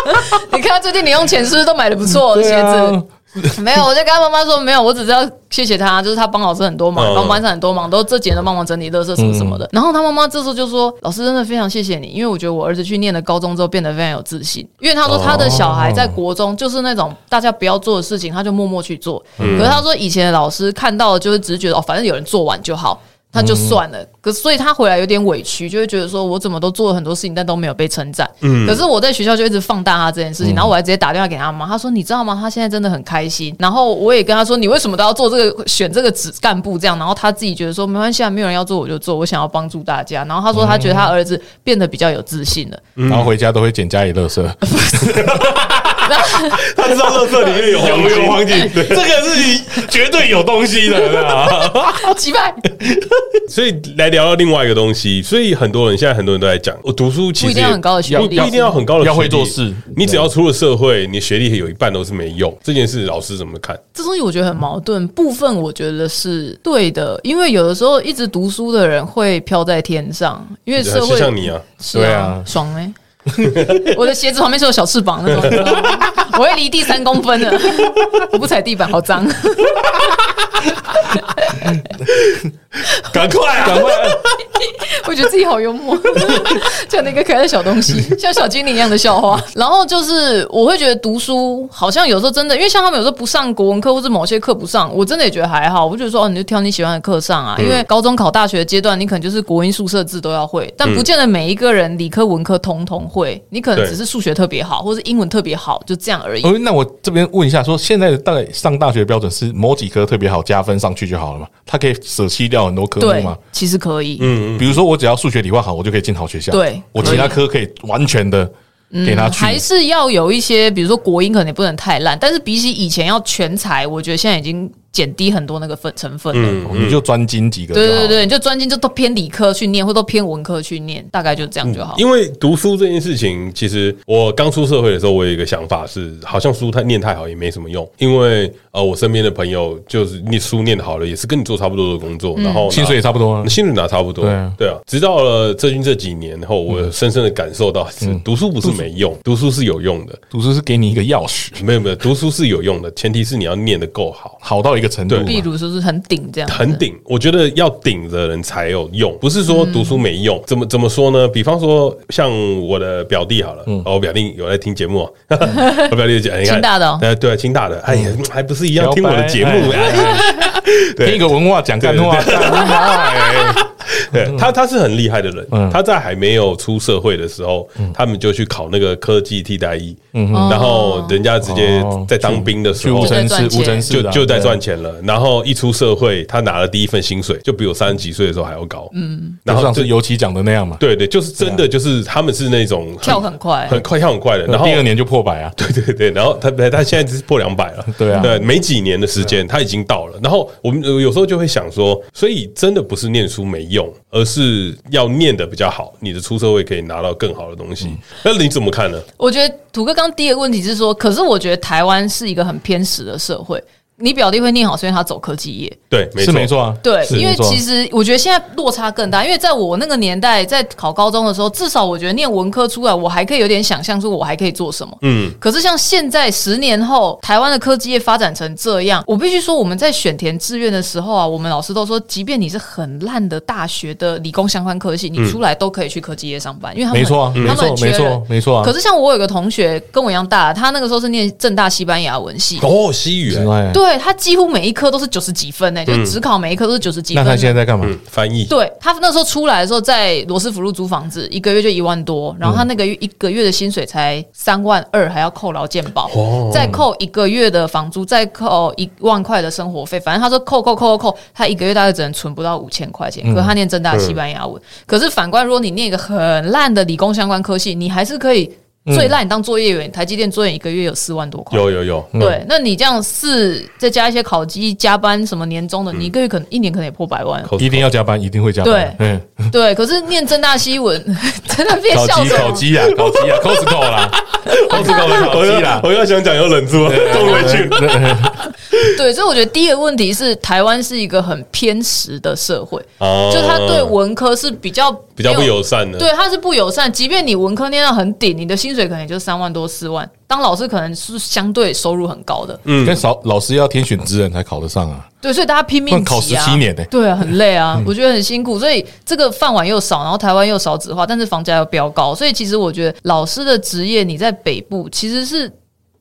Speaker 3: [LAUGHS] 你看最近你用钱是不是都买的不错的
Speaker 4: 对
Speaker 3: 鞋
Speaker 4: 啊
Speaker 3: 子？ [LAUGHS] 没有，我就跟他妈妈说没有，我只知道谢谢他，就是他帮老师很多忙，
Speaker 2: 嗯
Speaker 3: 帮班上很多忙，都这几年都帮忙整理垃圾什么什么的。然后他妈妈这时候就说：“老师真的非常谢谢你，因为我觉得我儿子去念了高中之后变得非常有自信，因为他说他的小孩在国中就是那种大家不要做的事情，他就默默去做。可是他说以前的老师看到的就是只是觉得哦，反正有人做完就好。”他就算了，可所以他回来有点委屈，就会觉得说我怎么都做了很多事情，但都没有被称赞。
Speaker 2: 嗯
Speaker 3: 可是我在学校就一直放大他这件事情，然后我还直接打电话给他妈，他说你知道吗？他现在真的很开心。然后我也跟他说，你为什么都要做这个选这个职干部这样？然后他自己觉得说没关系啊，没有人要做我就做，我想要帮助大家。然后他说他觉得他儿子变得比较有自
Speaker 2: [LAUGHS]
Speaker 3: 信了。
Speaker 4: 然后回家都会捡家里垃圾，
Speaker 2: 他知道乐色里面有黄金，
Speaker 4: 金，这个是绝对有东西的对吧。
Speaker 3: 击败
Speaker 2: [LAUGHS] 所以来聊到另外一个东西。所以很多人现在很多人都在讲，哦我读书其实
Speaker 3: 不一定要很高的学历
Speaker 2: 不不一定要很高的学历，
Speaker 4: 要会做事
Speaker 2: 你只要出了社会，你学历有一半都是没用。这件事老师怎么看？
Speaker 3: 这东西我觉得很矛盾，部分我觉得是对的，因为有的时候一直读书的人会飘在天上，因为社
Speaker 2: 就
Speaker 3: 会
Speaker 2: 像你啊，
Speaker 3: 是
Speaker 4: 对
Speaker 3: 啊
Speaker 4: 啊，
Speaker 3: 爽哎、 [LAUGHS] 我的鞋子旁边是有小翅膀那种， [LAUGHS] 我会离地三公分的，我不踩地板，好脏。 [LAUGHS]
Speaker 2: 赶快啊！
Speaker 4: 赶快，
Speaker 3: 我觉得自己好幽默， [LAUGHS] 讲了一个可爱的小东
Speaker 4: [LAUGHS]
Speaker 3: 西，像小精灵一样的笑话。然后就是我会觉得读书好像有时候真的，因为像他们有时候不上国文课或是某些课不上，我真的也觉得还好。我就觉得说哦，你就挑你喜欢的课上
Speaker 4: 嗯
Speaker 3: 啊，因为高中考大学的阶段，你可能就是国音、数、社、字都要会，
Speaker 4: 嗯
Speaker 3: 但不见得每一个人理科、文科通通会，你可能
Speaker 2: 对
Speaker 3: 只是数学特别好，或是英文特别好，就这样而已。
Speaker 4: 哦，那我这边问一下，说现在的大概上大学的标准是某几科特别好加分上去就好了嘛？他可以舍弃掉很多科目
Speaker 3: 对
Speaker 4: 吗？，
Speaker 3: 其实可以。
Speaker 2: 嗯，
Speaker 4: 比如说我只要数学理化好，我就可以进好学校。
Speaker 3: 对嗯
Speaker 4: 我其他科可以完全的给他去。
Speaker 3: 还是要有一些，比如说国音可能也不能太烂，但是比起以前要全才，我觉得现在已经减低很多那个分成分了。
Speaker 2: 嗯
Speaker 4: 你就专精几个就好
Speaker 3: 对
Speaker 4: 了。
Speaker 3: 对对，你就专精就都偏理科去念，或都偏文科去念，大概就这样就好。
Speaker 2: 因为读书这件事情，其实我刚出社会的时候，我有一个想法是，好像书太念太好也没什么用，因为呃，我身边的朋友就是你书念好了，也是跟你做差不多的工作，
Speaker 3: 嗯
Speaker 2: 然后拿
Speaker 4: 薪水也差不多啊。
Speaker 2: 薪水拿差不多，
Speaker 4: 对啊
Speaker 2: 对啊。直到了最近这几年后，我深深的感受到，是读书不是没用，读书是有用的。
Speaker 4: 读书是给你一个钥匙，
Speaker 2: 没有没有，读书是有用的，前提是你要念得够好。
Speaker 4: 好到一个程度嘛。
Speaker 2: 对
Speaker 3: 比如说是很顶这样，
Speaker 2: 很。顶，我觉得要顶的人才有用，不是说读书没用。
Speaker 3: 嗯
Speaker 2: 怎么怎么说呢？比方说，像我的表弟好了，
Speaker 4: 嗯
Speaker 2: 哦，我表弟有在听节
Speaker 3: [LAUGHS]
Speaker 2: 目、哦，我表弟就讲，你看，
Speaker 3: 清大的哦
Speaker 2: 呃，对，清大的，哎呀，还不是一样
Speaker 4: 嗯摇摆
Speaker 2: 听我的节目？哎对
Speaker 4: 听一个文化讲干话，干话哎
Speaker 3: [LAUGHS]
Speaker 2: 对他，他是很厉害的
Speaker 4: 嗯
Speaker 2: 人。他在还没有出社会的时候，他们就去考那个科技替代役，
Speaker 3: 哦
Speaker 2: 然后人家直接
Speaker 4: 嗯哦
Speaker 2: 在当兵的时
Speaker 4: 去
Speaker 2: 候
Speaker 4: 无尘
Speaker 3: 就在赚
Speaker 4: 室，
Speaker 3: 钱
Speaker 4: 无尘室
Speaker 2: 就
Speaker 4: 的啊
Speaker 2: 就在赚。钱了。然后一出社会，他拿了第一份薪水，就比我三十几岁的时候还要高。嗯，
Speaker 4: 对
Speaker 2: 然后
Speaker 4: 就像
Speaker 2: 就是
Speaker 4: 尤其讲的那样嘛。
Speaker 2: 对对，就是真
Speaker 4: 啊
Speaker 2: 的，就是他们是那种
Speaker 3: 跳很快
Speaker 2: 很快跳很快的。然后
Speaker 4: 第二年就破百啊。
Speaker 2: 对对对，然后他他现在只是破两百了，
Speaker 4: 对啊啊
Speaker 2: 对，没几年的时间他已经到了。然后我们有时候就会想说，所以真的不是念书没用，而是要念的比较好，你的出社会可以拿到更好的东
Speaker 4: 嗯
Speaker 2: 西。那你怎么看呢？
Speaker 3: 我觉得土哥刚第一个问题是说，可是我觉得台湾是一个很偏食的社会。你表弟会念好，所以他走科技业。
Speaker 2: 对，没
Speaker 4: 是
Speaker 2: 错，
Speaker 4: 没错啊，
Speaker 3: 对，
Speaker 4: 是
Speaker 3: 因为
Speaker 4: 没错啊
Speaker 3: 其实我觉得现在落差更大，因为在我那个年代，在考高中的时候，至少我觉得念文科出来，我还可以有点想象，说我还可以做什么。
Speaker 2: 嗯，
Speaker 3: 可是像现在十年后，台湾的科技业发展成这样，我必须说，我们在选填志愿的时候啊，我们老师都说，即便你是很烂的大学的理工相关科系，你出来都可以去科技业上班，因为他
Speaker 4: 嗯
Speaker 3: 们
Speaker 4: 没错啊，
Speaker 3: 他
Speaker 4: 没
Speaker 3: 们很
Speaker 4: 错，
Speaker 3: 缺
Speaker 4: 没
Speaker 3: 人
Speaker 4: 错。，没错啊。
Speaker 3: 可是像我有个同学跟我一样大，他那个时候是念正大西班牙文系，
Speaker 2: 哦，西语、欸，
Speaker 4: 哎，
Speaker 3: 对他几乎每一科都是九十几分呢、欸就是只考每一科都是九十几
Speaker 4: 嗯那
Speaker 3: 分。
Speaker 4: 他现在在干嘛？
Speaker 2: 嗯，翻译，
Speaker 3: 对他那时候出来的时候，在罗斯福路租房子，一个月就一万多，然后他那个月一个月的薪水才三万二，还要扣劳健保，再扣一个月的房租，再扣一万块的生活费，反正他说扣扣扣扣扣，他一个月大概只能存不到五千块钱。可是他念正大西班牙文，可是反观如果你念一个很烂的理工相关科系，你还是可以最烂你当作业员，台积电作业员一个月有四万多块。
Speaker 2: 有有有，
Speaker 4: 嗯
Speaker 3: 对，那你这样四再加一些考绩、加班什么年终的，你一个月可能一年可能也破百万。
Speaker 2: 口
Speaker 4: 一定要加班，一定会加班。对，
Speaker 2: [LAUGHS]
Speaker 4: 嗯，
Speaker 3: 对，可是念正大西文 [LAUGHS] 真的变
Speaker 4: 烤
Speaker 3: 笑
Speaker 4: 鸡，
Speaker 3: 什
Speaker 4: 烤
Speaker 3: 么？ [LAUGHS]
Speaker 4: 鸡啊，烤鸡啊，Costco 啦，Costco [LAUGHS] 的烤
Speaker 2: 我
Speaker 4: 鸡
Speaker 2: 要
Speaker 4: 啦。
Speaker 2: 我要想讲又忍住啊了，
Speaker 4: 对
Speaker 2: 冲回去。
Speaker 4: 对对对
Speaker 3: 对，所以我觉得第一个问题是，台湾是一个很偏食的社会，
Speaker 2: 哦
Speaker 3: 就他对文科是比较
Speaker 2: 比较不
Speaker 3: 没
Speaker 2: 友善的，
Speaker 3: 对，他是不友善。即便你文科念到很顶，你的薪水可能也就三万多、四万，当老师可能是相对收入很高的。
Speaker 2: 嗯
Speaker 4: 对跟老老师要天选之人才考得上啊。
Speaker 3: 对，所以大家拼命
Speaker 4: 不然考
Speaker 3: 挤啊
Speaker 4: 17年欸
Speaker 3: 对啊，很累啊，我觉得很辛苦，所以这个饭碗又少，然后台湾又少子化，但是房价又飙高，所以其实我觉得老师的职业你在北部其实是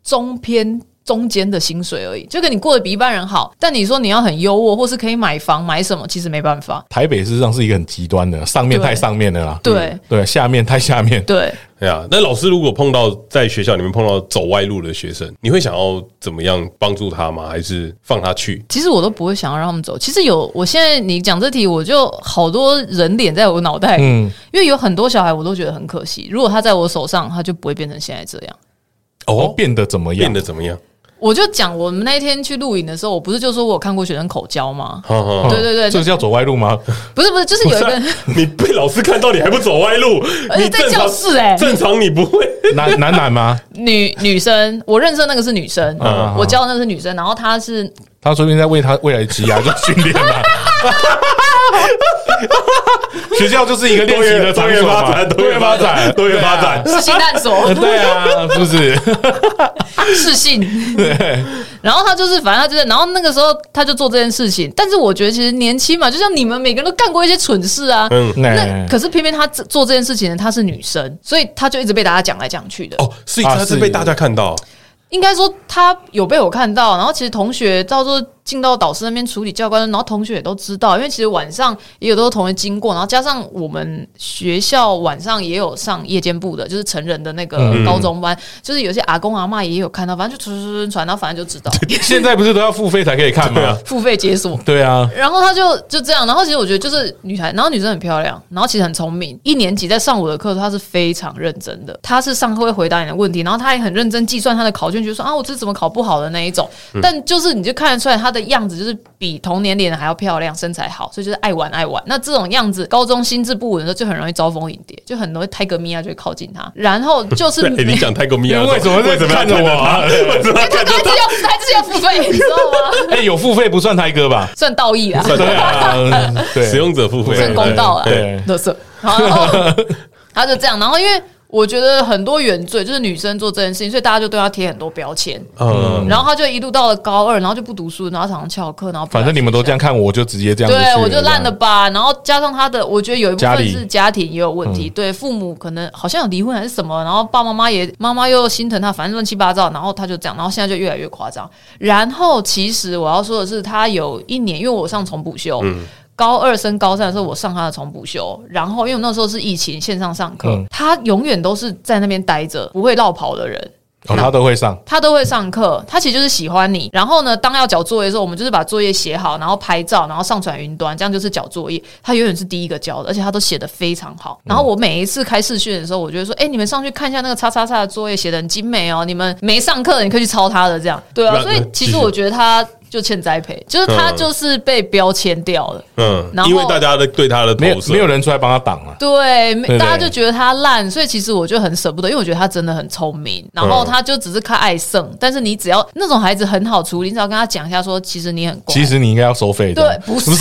Speaker 3: 中偏。中间的薪水而已，就跟你过得比一般人好，但你说你要很优渥，或是可以买房买什么，其实没办法。
Speaker 4: 台北事实上是一个很极端的，上面
Speaker 3: 对
Speaker 4: 太上面了啦，
Speaker 3: 对
Speaker 4: 嗯对，下面太下面。
Speaker 3: 对，
Speaker 2: 哎呀，那老师如果碰到在学校里面碰到走歪路的学生，你会想要怎么样帮助他吗？还是放他去？
Speaker 3: 其实我都不会想要让他们走。其实有，我现在你讲这题，我就好多人脸在我脑袋里，
Speaker 4: 嗯，
Speaker 3: 因为有很多小孩我都觉得很可惜。如果他在我手上，他就不会变成现在这样。
Speaker 4: 哦，变得怎么样
Speaker 2: 变？得怎么样？ [LAUGHS]
Speaker 3: 我就讲我们那一天去录影的时候，我不是就说我有看过学生口交吗？ [LAUGHS]
Speaker 2: 哈哈，
Speaker 4: 哦
Speaker 3: 对对对
Speaker 4: 这个叫走歪路吗？
Speaker 3: 不是不是，就是有一个，
Speaker 2: 你被老师看到，你还不走歪路？
Speaker 3: 而且
Speaker 2: 啊你
Speaker 3: 在
Speaker 2: 正
Speaker 3: 教
Speaker 2: 常
Speaker 3: 室哎、
Speaker 2: 正常你不会
Speaker 4: 男男男吗？
Speaker 3: 女女生，我认识的那个是女生，
Speaker 2: 啊
Speaker 4: 嗯
Speaker 3: 我教的那个是女生，然后她
Speaker 2: [LAUGHS]
Speaker 3: 是
Speaker 4: 他说不定在为他未来的职业做训练
Speaker 3: [LAUGHS]
Speaker 4: 嘛。学校就是一个练习
Speaker 2: [LAUGHS]
Speaker 4: 的
Speaker 2: 多
Speaker 4: 场
Speaker 2: 元
Speaker 4: 所
Speaker 2: 发
Speaker 4: 嘛，啊
Speaker 2: 展，多元发展，多元发展。
Speaker 3: 是性探索
Speaker 2: [LAUGHS]
Speaker 4: 呃， [LAUGHS] 对啊，是不是？
Speaker 3: 是性，然后她就是反正她就是，然后那个时候她就做这件事情，但是我觉得其实年轻嘛，就像你们每个人都干过一些蠢事啊，
Speaker 2: 嗯，
Speaker 3: 那
Speaker 4: [LAUGHS] 那
Speaker 3: 可是偏偏她这做这件事情呢，她是女生，所以她就一直被大家讲来讲去的。
Speaker 2: 哦，所以他是被大家看到，
Speaker 3: 应该说他有被我看到，然后其实同学到时候进到导师那边处理教官，然后同学也都知道，因为其实晚上也有都是同学经过，然后加上我们学校晚上也有上夜间部的，就是成人的那个高中班，就是有些阿公阿嬷也有看到，反正就传传传传，然后反正就知道
Speaker 4: 现在不是都要付费才可以看吗？
Speaker 3: 付费解锁。
Speaker 4: 对啊，
Speaker 3: 然后他就就这样，然后其实我觉得就是女孩，然后女生很漂亮，然后其实很聪明。一年级在上我的课的时候，她是非常认真的，她是上课会回答你的问题，然后她也很认真计算她的考卷，就说啊，我这怎么考不好的那一种。
Speaker 2: 嗯
Speaker 3: 但就是你就看得出来她的样子，就是比同年龄的还要漂亮，身材好，所以就是爱玩爱玩。那这种样子，高中心智不稳的时候，就很容易招蜂引蝶，就很容易泰格米亚就会啊靠近她。然后就是
Speaker 2: 对，哎 [LAUGHS] 你
Speaker 3: [LAUGHS]
Speaker 2: 讲太过密了，
Speaker 4: 为什么
Speaker 2: 为什么要
Speaker 4: 看着我啊
Speaker 2: 看着 [LAUGHS] 他为什么要
Speaker 3: 他
Speaker 2: 看着
Speaker 3: 自己要他自己要付费，你知道吗？
Speaker 4: 哎，有付费不算台哥吧？
Speaker 3: 算道义啊。
Speaker 4: 对啊，对，
Speaker 2: 使用者付费？
Speaker 3: 算公道了，啊
Speaker 4: 对
Speaker 3: 乐 [LAUGHS] 色。然后哦他就这样，然后因为我觉得很多原罪就是女生做这件事情，所以大家就对她贴很多标签。
Speaker 2: 嗯，
Speaker 3: 然后他就一路到了高二，然后就不读书，然后常常翘课，然后不来
Speaker 4: 反正你们都这样看我，我就直接这样。
Speaker 3: 对，我就烂了。吧。然后加上他的，我觉得有一部
Speaker 4: 家
Speaker 3: 分
Speaker 4: 里嗯
Speaker 3: 是家庭也有问题，对父母可能好像有离婚还是什么，然后爸妈妈也妈妈又心疼他，反正乱七八糟。然后他就这样，然后现在就越来越夸张。然后其实我要说的是，他有一年，因为我上重补修。
Speaker 4: 嗯
Speaker 3: 高二升高三的时候，我上他的重补修，然后因为我那时候是疫情线上上课，
Speaker 4: 嗯
Speaker 3: 他永远都是在那边待着，不会绕跑的人。
Speaker 4: 哦他都会上，
Speaker 3: 他都会上课，他其实就是喜欢你。然后呢，当要交作业的时候，我们就是把作业写好，然后拍照，然后上传云端，这样就是交作业。他永远是第一个交的，而且他都写的非常好。然后我每一次开视讯的时候，我就会说：“哎、你们上去看一下那个叉叉叉的作业写的很精美哦，你们没上课的你可以去抄他的。”这样对啊，啊
Speaker 2: 那
Speaker 3: 所以
Speaker 2: 那
Speaker 3: 其
Speaker 2: 继续
Speaker 3: 实我觉得他就欠栽培，就是他
Speaker 2: 嗯
Speaker 3: 就是被标签掉了。
Speaker 2: 嗯
Speaker 3: 然，后
Speaker 2: 因为大家的对他的
Speaker 4: 没有
Speaker 2: 投射，
Speaker 4: 没有人出来帮他挡啊。
Speaker 3: 对，
Speaker 4: 对
Speaker 3: 大家就觉得他烂，所以其实我就很舍不得，因为我觉得他真的很聪明，然后
Speaker 2: 嗯
Speaker 3: 他就只是看爱胜，但是你只要那种孩子很好处理，你只要跟他讲一下说，其实你很乖，
Speaker 4: 其实你应该要收费的。
Speaker 3: 对，不是，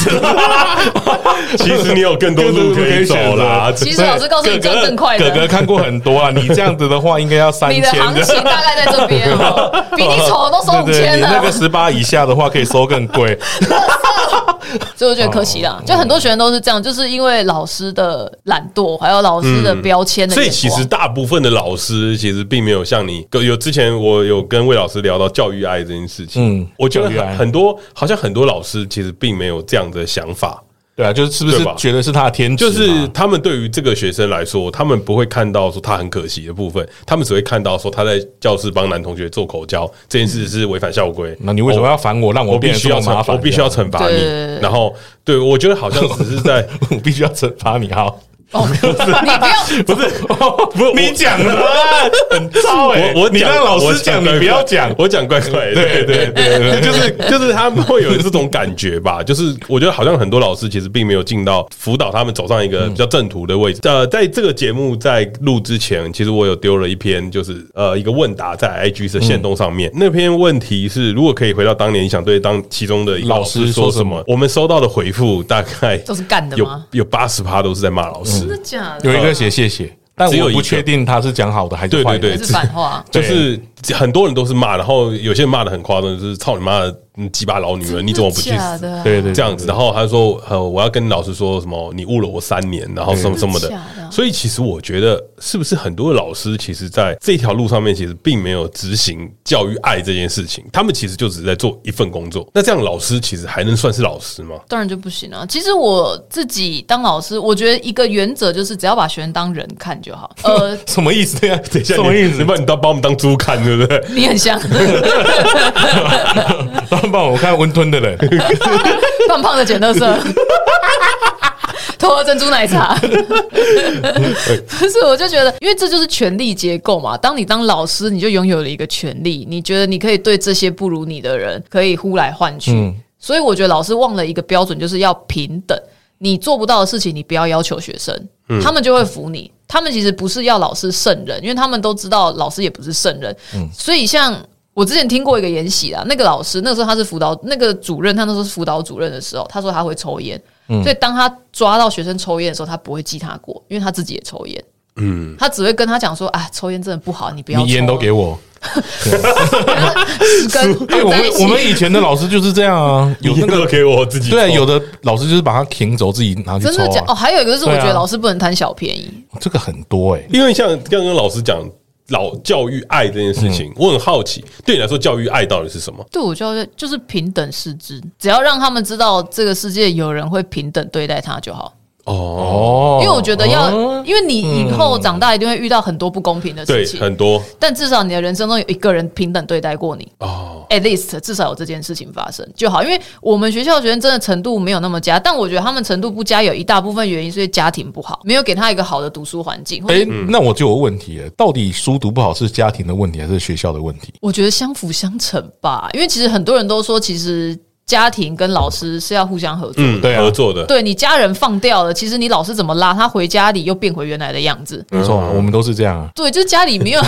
Speaker 2: [LAUGHS] 其实你有更多路可以走啦。
Speaker 3: 其实老师告诉你这样更快
Speaker 4: 哥哥
Speaker 3: 的。
Speaker 4: 看过很多啊，你这样子的话应该要三
Speaker 3: 你
Speaker 4: 千 [LAUGHS]
Speaker 3: 的行情大概在这边哦，比你丑的都收五
Speaker 4: 对对，
Speaker 3: 千
Speaker 4: 你那个
Speaker 3: 了，
Speaker 4: 十八以下的话可以收更贵。
Speaker 3: 所以我觉得可惜啦。就很多学生都是这样，就是因为老师的懒惰，还有老师的标签的
Speaker 2: 嗯所
Speaker 3: 眼
Speaker 2: 以
Speaker 3: 光。
Speaker 2: 其实大部分的老师其实并没有像你有之前我有跟魏老师聊到教育爱这件事情，
Speaker 4: 嗯
Speaker 2: 我觉得
Speaker 4: 教育爱
Speaker 2: 很很多好像很多老师其实并没有这样的想法，
Speaker 4: 对啊，就是是不
Speaker 2: 对
Speaker 4: 是
Speaker 2: 吧
Speaker 4: 觉得是他的天职
Speaker 2: 就
Speaker 4: 嘛？
Speaker 2: 是他们对于这个学生来说，他们不会看到说他很可惜的部分，他们只会看到说他在教室帮男同学做口交这件事是违反校规。
Speaker 4: 那你为什么要烦我，让
Speaker 2: 我？我
Speaker 4: 我
Speaker 2: 必
Speaker 4: 变得
Speaker 2: 须
Speaker 4: 这
Speaker 2: 要
Speaker 4: 么麻
Speaker 2: 惩，
Speaker 4: 烦？
Speaker 2: 我必须要，惩罚你
Speaker 3: 对对对。
Speaker 2: 然后，对我觉得好像只是在
Speaker 4: 我必须要 [LAUGHS] 惩罚你哈。
Speaker 3: 哦，你不要
Speaker 4: [LAUGHS]
Speaker 2: 不是不是
Speaker 4: 你讲的啊很糟哎，
Speaker 2: 我我
Speaker 4: 你
Speaker 2: 讲
Speaker 4: 让老
Speaker 2: 我
Speaker 4: 师讲，你不要讲。
Speaker 2: 我讲怪怪的，
Speaker 4: 对对
Speaker 2: [LAUGHS]
Speaker 4: 对对
Speaker 2: 就是就是他们会有这种感觉吧，就是我觉得好像很多老师其实并没有尽到辅导他们走上一个比较正途的位置。呃，在这个节目在录之前，其实我有丢了一篇，就是呃一个问答在 IG 的线动上面，那篇问题是如果可以回到当年，你想对当其中的一个
Speaker 4: 老
Speaker 2: 老
Speaker 4: 师
Speaker 2: 师说
Speaker 4: 说什
Speaker 2: 什么
Speaker 4: 么？
Speaker 2: 我们收到的回复大概
Speaker 3: 都是干的
Speaker 2: 有
Speaker 3: 吗？
Speaker 2: 有八十趴都是在骂老师
Speaker 3: 真，的假的？
Speaker 4: 有一个写谢 [LAUGHS] 谢，但
Speaker 2: 只有
Speaker 4: 我
Speaker 2: 一
Speaker 4: 不
Speaker 2: 个
Speaker 4: 确定他是讲好的还是
Speaker 2: 对
Speaker 4: 坏的。
Speaker 2: 对
Speaker 3: 还
Speaker 2: 对
Speaker 3: 是反话。
Speaker 2: 就是很多人都是骂，然后有些人骂的很夸张，就是操你妈的，你鸡巴老女人，你怎么不去
Speaker 3: 真的假
Speaker 2: 死？
Speaker 3: 的？
Speaker 4: 对对，
Speaker 2: 这样子，然后他说：“呃，我要跟老师说什么？你误了我三年，然后什么什么的
Speaker 3: 真的假。的”
Speaker 2: 所以其实我觉得，是不是很多的老师其实在这条路上面，其实并没有执行教育爱这件事情，他们其实就只是在做一份工作。那这样老师其实还能算是老师吗？
Speaker 3: 当然就不行了。其实我自己当老师，我觉得一个原则就是，只要把学生当人看就好。呃，
Speaker 4: 什么意思？ [LAUGHS] 对啊，等一
Speaker 2: 这
Speaker 4: 什么意思
Speaker 2: 你？把你当把我们当猪看，对不对？
Speaker 3: 你很像 [LAUGHS]
Speaker 4: 然后帮我看温吞的 [LAUGHS] 人，
Speaker 3: 胖胖的捡垃圾， [LAUGHS] 偷喝珍珠奶茶。 [LAUGHS] 不是，我就觉得，因为这就是权力结构嘛。当你当老师，你就拥有了一个权利，你觉得你可以对这些不如你的人可以呼来唤去。所以我觉得老师忘了一个标准，就是要平等。你做不到的事情，你不要要求学生，他们就会服你。他们其实不是要老师圣人，因为他们都知道老师也不是圣人。所以像我之前听过一个研习啦，那个老师那个时候他是辅导那个主任，他那时候是辅导主任的时候，他说他会抽烟，
Speaker 4: 嗯
Speaker 3: 所以当他抓到学生抽烟的时候，他不会记他过，因为他自己也抽烟。嗯，他只会跟他讲说啊，抽烟真的不好，你不要啊
Speaker 4: 你烟都给
Speaker 3: [LAUGHS] 我
Speaker 4: 我。[LAUGHS] 哎、
Speaker 3: 十根绑
Speaker 4: 我
Speaker 3: 在
Speaker 4: 们
Speaker 3: 一起
Speaker 4: 我们以前的老师就是这样 [LAUGHS] 啊，有那
Speaker 2: 你
Speaker 4: 个
Speaker 2: 都给我自己
Speaker 4: 对啊，
Speaker 2: 抽
Speaker 4: 有的老师就是把它停走，自己拿去
Speaker 3: 真
Speaker 4: 抽
Speaker 3: 的假
Speaker 4: 啊，
Speaker 3: 哦，还有一个就是我
Speaker 4: 对啊
Speaker 3: 觉得老师不能贪小便宜，
Speaker 4: 这个很多哎、
Speaker 2: 因为像刚刚老师讲老教育爱这件事情，
Speaker 4: 嗯
Speaker 2: 我很好奇，对你来说教育爱到底是什么？
Speaker 3: 对我就就是平等视之，只要让他们知道这个世界有人会平等对待他就好。
Speaker 2: 哦，
Speaker 4: 哦，
Speaker 3: 因为我觉得要，
Speaker 4: 哦
Speaker 3: 因为你以后长大一定会遇到很多不公平的事
Speaker 2: 对，
Speaker 3: 情，
Speaker 2: 很多
Speaker 3: 但至少你的人生中有一个人平等对待过你。
Speaker 2: 哦，
Speaker 3: at least 至少有这件事情发生就好，因为我们学校学生真的程度没有那么佳，但我觉得他们程度不佳有一大部分原因是因为家庭不好，没有给他一个好的读书环境。或
Speaker 4: 哎、
Speaker 3: 者
Speaker 2: 嗯
Speaker 4: 那我就有问题了，到底书读不好是家庭的问题还是学校的问题？
Speaker 3: 我觉得相辅相成吧，因为其实很多人都说，其实家庭跟老师是要互相合作。
Speaker 2: 嗯，
Speaker 4: 对啊
Speaker 2: 合作的，
Speaker 3: 对你家人放掉了，其实你老师怎么拉他回家里又变回原来的样子。
Speaker 2: 嗯
Speaker 4: 没错、啊，我们都是这样啊。
Speaker 3: 对，就是家里没有，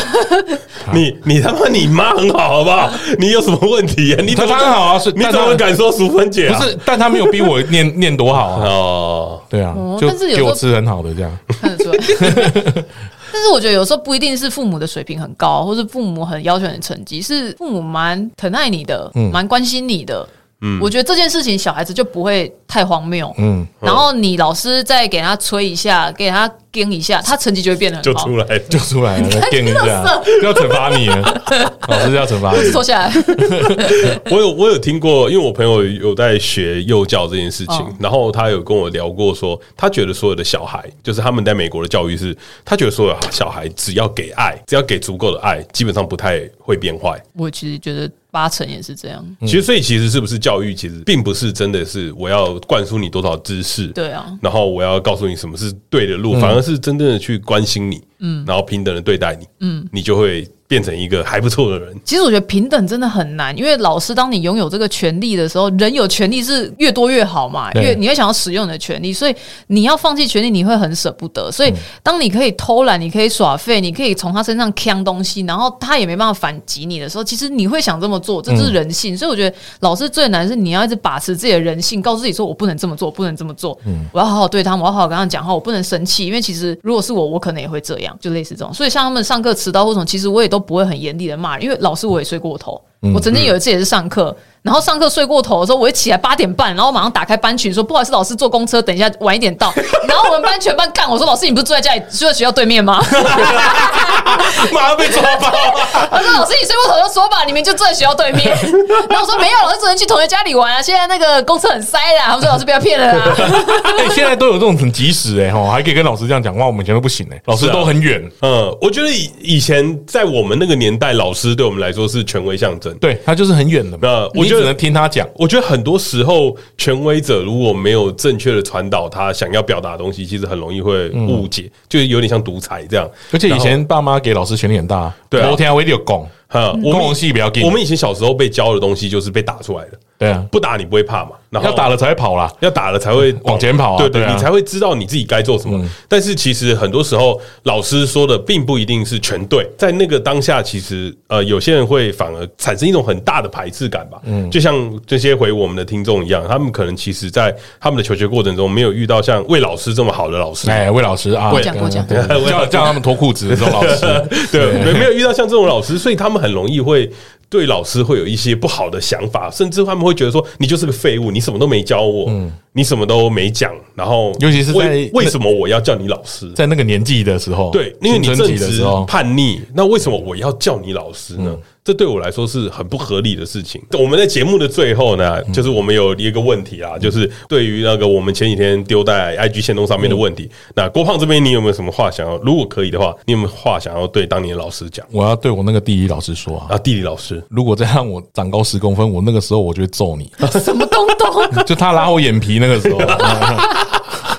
Speaker 2: 你你他妈你妈很好，好不好？你有什么问题呀、你怎么
Speaker 4: 她当然好啊是
Speaker 2: 你
Speaker 4: 但
Speaker 2: 怎
Speaker 4: 她
Speaker 2: 么敢说淑芬姐、啊？
Speaker 4: 不是，但他没有逼我念 [LAUGHS] 念多好啊，
Speaker 2: 哦，
Speaker 4: 对啊
Speaker 3: 哦，
Speaker 4: 就
Speaker 3: 但是有
Speaker 4: 给
Speaker 3: 时候
Speaker 4: 我吃很好的这样。 [LAUGHS]
Speaker 3: 看得出 [LAUGHS] 来。但是我觉得有时候不一定是父母的水平很高，或是父母很要求你的成绩，是父母蛮疼爱你的，蛮、关心你的。嗯，我觉得这件事情小孩子就不会太荒谬。
Speaker 4: 嗯
Speaker 3: 嗯，然后你老师再给他催一下，给他盯一下，他成绩就会变得
Speaker 2: 就
Speaker 3: 很好
Speaker 2: 出。来了。
Speaker 4: 就出
Speaker 3: [LAUGHS]
Speaker 4: 来了，来电一下，要惩罚你了，老师要惩罚
Speaker 3: [LAUGHS]
Speaker 4: 你。
Speaker 3: 坐下来，
Speaker 2: [LAUGHS] 我有我有听过，因为我朋友有在学幼教这件事情，
Speaker 3: 嗯
Speaker 2: 然后他有跟我聊过说他觉得所有的小孩，就是他们在美国的教育是，他觉得所有小孩只要给爱，只要给足够的爱，基本上不太会变坏。
Speaker 3: 我其实觉得八成也是这样。
Speaker 2: 其实，所以其实是不是教育，其实并不是真的是我要灌输你多少知识，
Speaker 3: 对啊，
Speaker 2: 然后我要告诉你什么是对的路，反而是真正的去关心你，嗯，然后平等的对待你，嗯，你就会变成一个还不错的人。
Speaker 3: 其实我觉得平等真的很难，因为老师当你拥有这个权利的时候，人有权利是越多越好嘛，
Speaker 4: 对
Speaker 3: 越你会想要使用你的权利，所以你要放弃权利，你会很舍不得。所以当你可以偷懒，你可以耍废，你可以从他身上抢东西，然后他也没办法反击你的时候，其实你会想这么做，这就是人性。所以我觉得老师最难是你要一直把持自己的人性，告诉自己说我不能这么做，我不能这么做，我要好好对他们，我要好好跟他们讲话，我不能生气，因为其实如果是我，我可能也会这样，就类似这种。所以像他们上课迟到或什么，其实我也都不会很严厉的骂人，因为老师我也睡过头。
Speaker 4: 嗯
Speaker 3: 我曾经有一次也是上课，然后上课睡过头的时候，我一起来八点半，然后马上打开班群说不好意思，老师坐公车，等一下晚一点到。然后我们班全班干我说老师你不是住在家里，住在学校对面吗？ [LAUGHS]
Speaker 2: 马上被抓包，啊
Speaker 3: 我说老师，你睡过头就说吧，你们就坐在学校对面。然后我说没有，老师昨天去同学家里玩啊，现在那个公车很塞啦。他们说老师不要骗人
Speaker 4: [LAUGHS]
Speaker 3: 啦。
Speaker 4: [LAUGHS] 哎，现在都有这种很及时哎吼，还可以跟老师这样讲话，我们以前都不行哎，老师
Speaker 2: 是啊
Speaker 4: 都很远，
Speaker 2: 嗯，我觉得以以前在我们那个年代，老师对我们来说是权威象征。
Speaker 4: 对他就是很远的嘛
Speaker 2: 那，
Speaker 4: 你
Speaker 2: 呃我觉得
Speaker 4: 只能听他讲。
Speaker 2: 我觉得很多时候，权威者如果没有正确的传导他想要表达的东西，其实很容易会误解，
Speaker 4: 嗯
Speaker 2: 就是有点像独裁这样。
Speaker 4: 而且以
Speaker 2: 然后，
Speaker 4: 前爸妈给老师权力很大，
Speaker 2: 对啊
Speaker 4: 我听我一定有讲，
Speaker 2: 哈，
Speaker 4: 公
Speaker 2: 我们
Speaker 4: 共戏比较紧
Speaker 2: 我们以前小时候被教的东西就是被打出来的，
Speaker 4: 对啊，
Speaker 2: 不打你不会怕嘛，然后
Speaker 4: 要打了才会跑啦。
Speaker 2: 要打了才会
Speaker 4: 往前跑啊
Speaker 2: 对对，嗯
Speaker 4: 对啊
Speaker 2: 你才会知道你自己该做什么。但是其实很多时候，老师说的并不一定是全对，在那个当下，其实呃，有些人会反而产生一种很大的排斥感吧。嗯，就像这些回我们的听众一样，他们可能其实在他们的求学过程中，没有遇到像魏老师这么好的老师。
Speaker 4: 哎，魏老师啊，
Speaker 3: 过奖过奖
Speaker 2: [LAUGHS]
Speaker 4: 对对对叫叫他们脱裤子的这种老师，
Speaker 2: 对，没没有遇到像这种老师，所以他们很容易会对老师会有一些不好的想法，甚至他们会觉得说你就是个废物，你什么都没教我，你什么都没讲，然后
Speaker 4: 嗯尤其是在
Speaker 2: 为为什么我要叫你老师？
Speaker 4: 在那个年纪的时候，
Speaker 2: 对，因为你
Speaker 4: 青春
Speaker 2: 正
Speaker 4: 期的
Speaker 2: 值
Speaker 4: 时候，嗯
Speaker 2: 叛逆，那为什么我要叫你老师呢？这对我来说是很不合理的事情。我们在节目的最后呢，
Speaker 4: 嗯
Speaker 2: 就是我们有一个问题啊，就是对于那个我们前几天丢在 IG 线动上面的问
Speaker 4: 嗯
Speaker 2: 题，那郭胖这边你有没有什么话想要？如果可以的话，你有没有话想要对当年的老师讲？
Speaker 4: 我要对我那个地理老师说啊，
Speaker 2: 啊，地理老师，
Speaker 4: 如果再让我长高十公分，我那个时候我就会揍你， [LAUGHS]
Speaker 3: 什么东东？
Speaker 4: 就他拉我眼皮那个时候，啊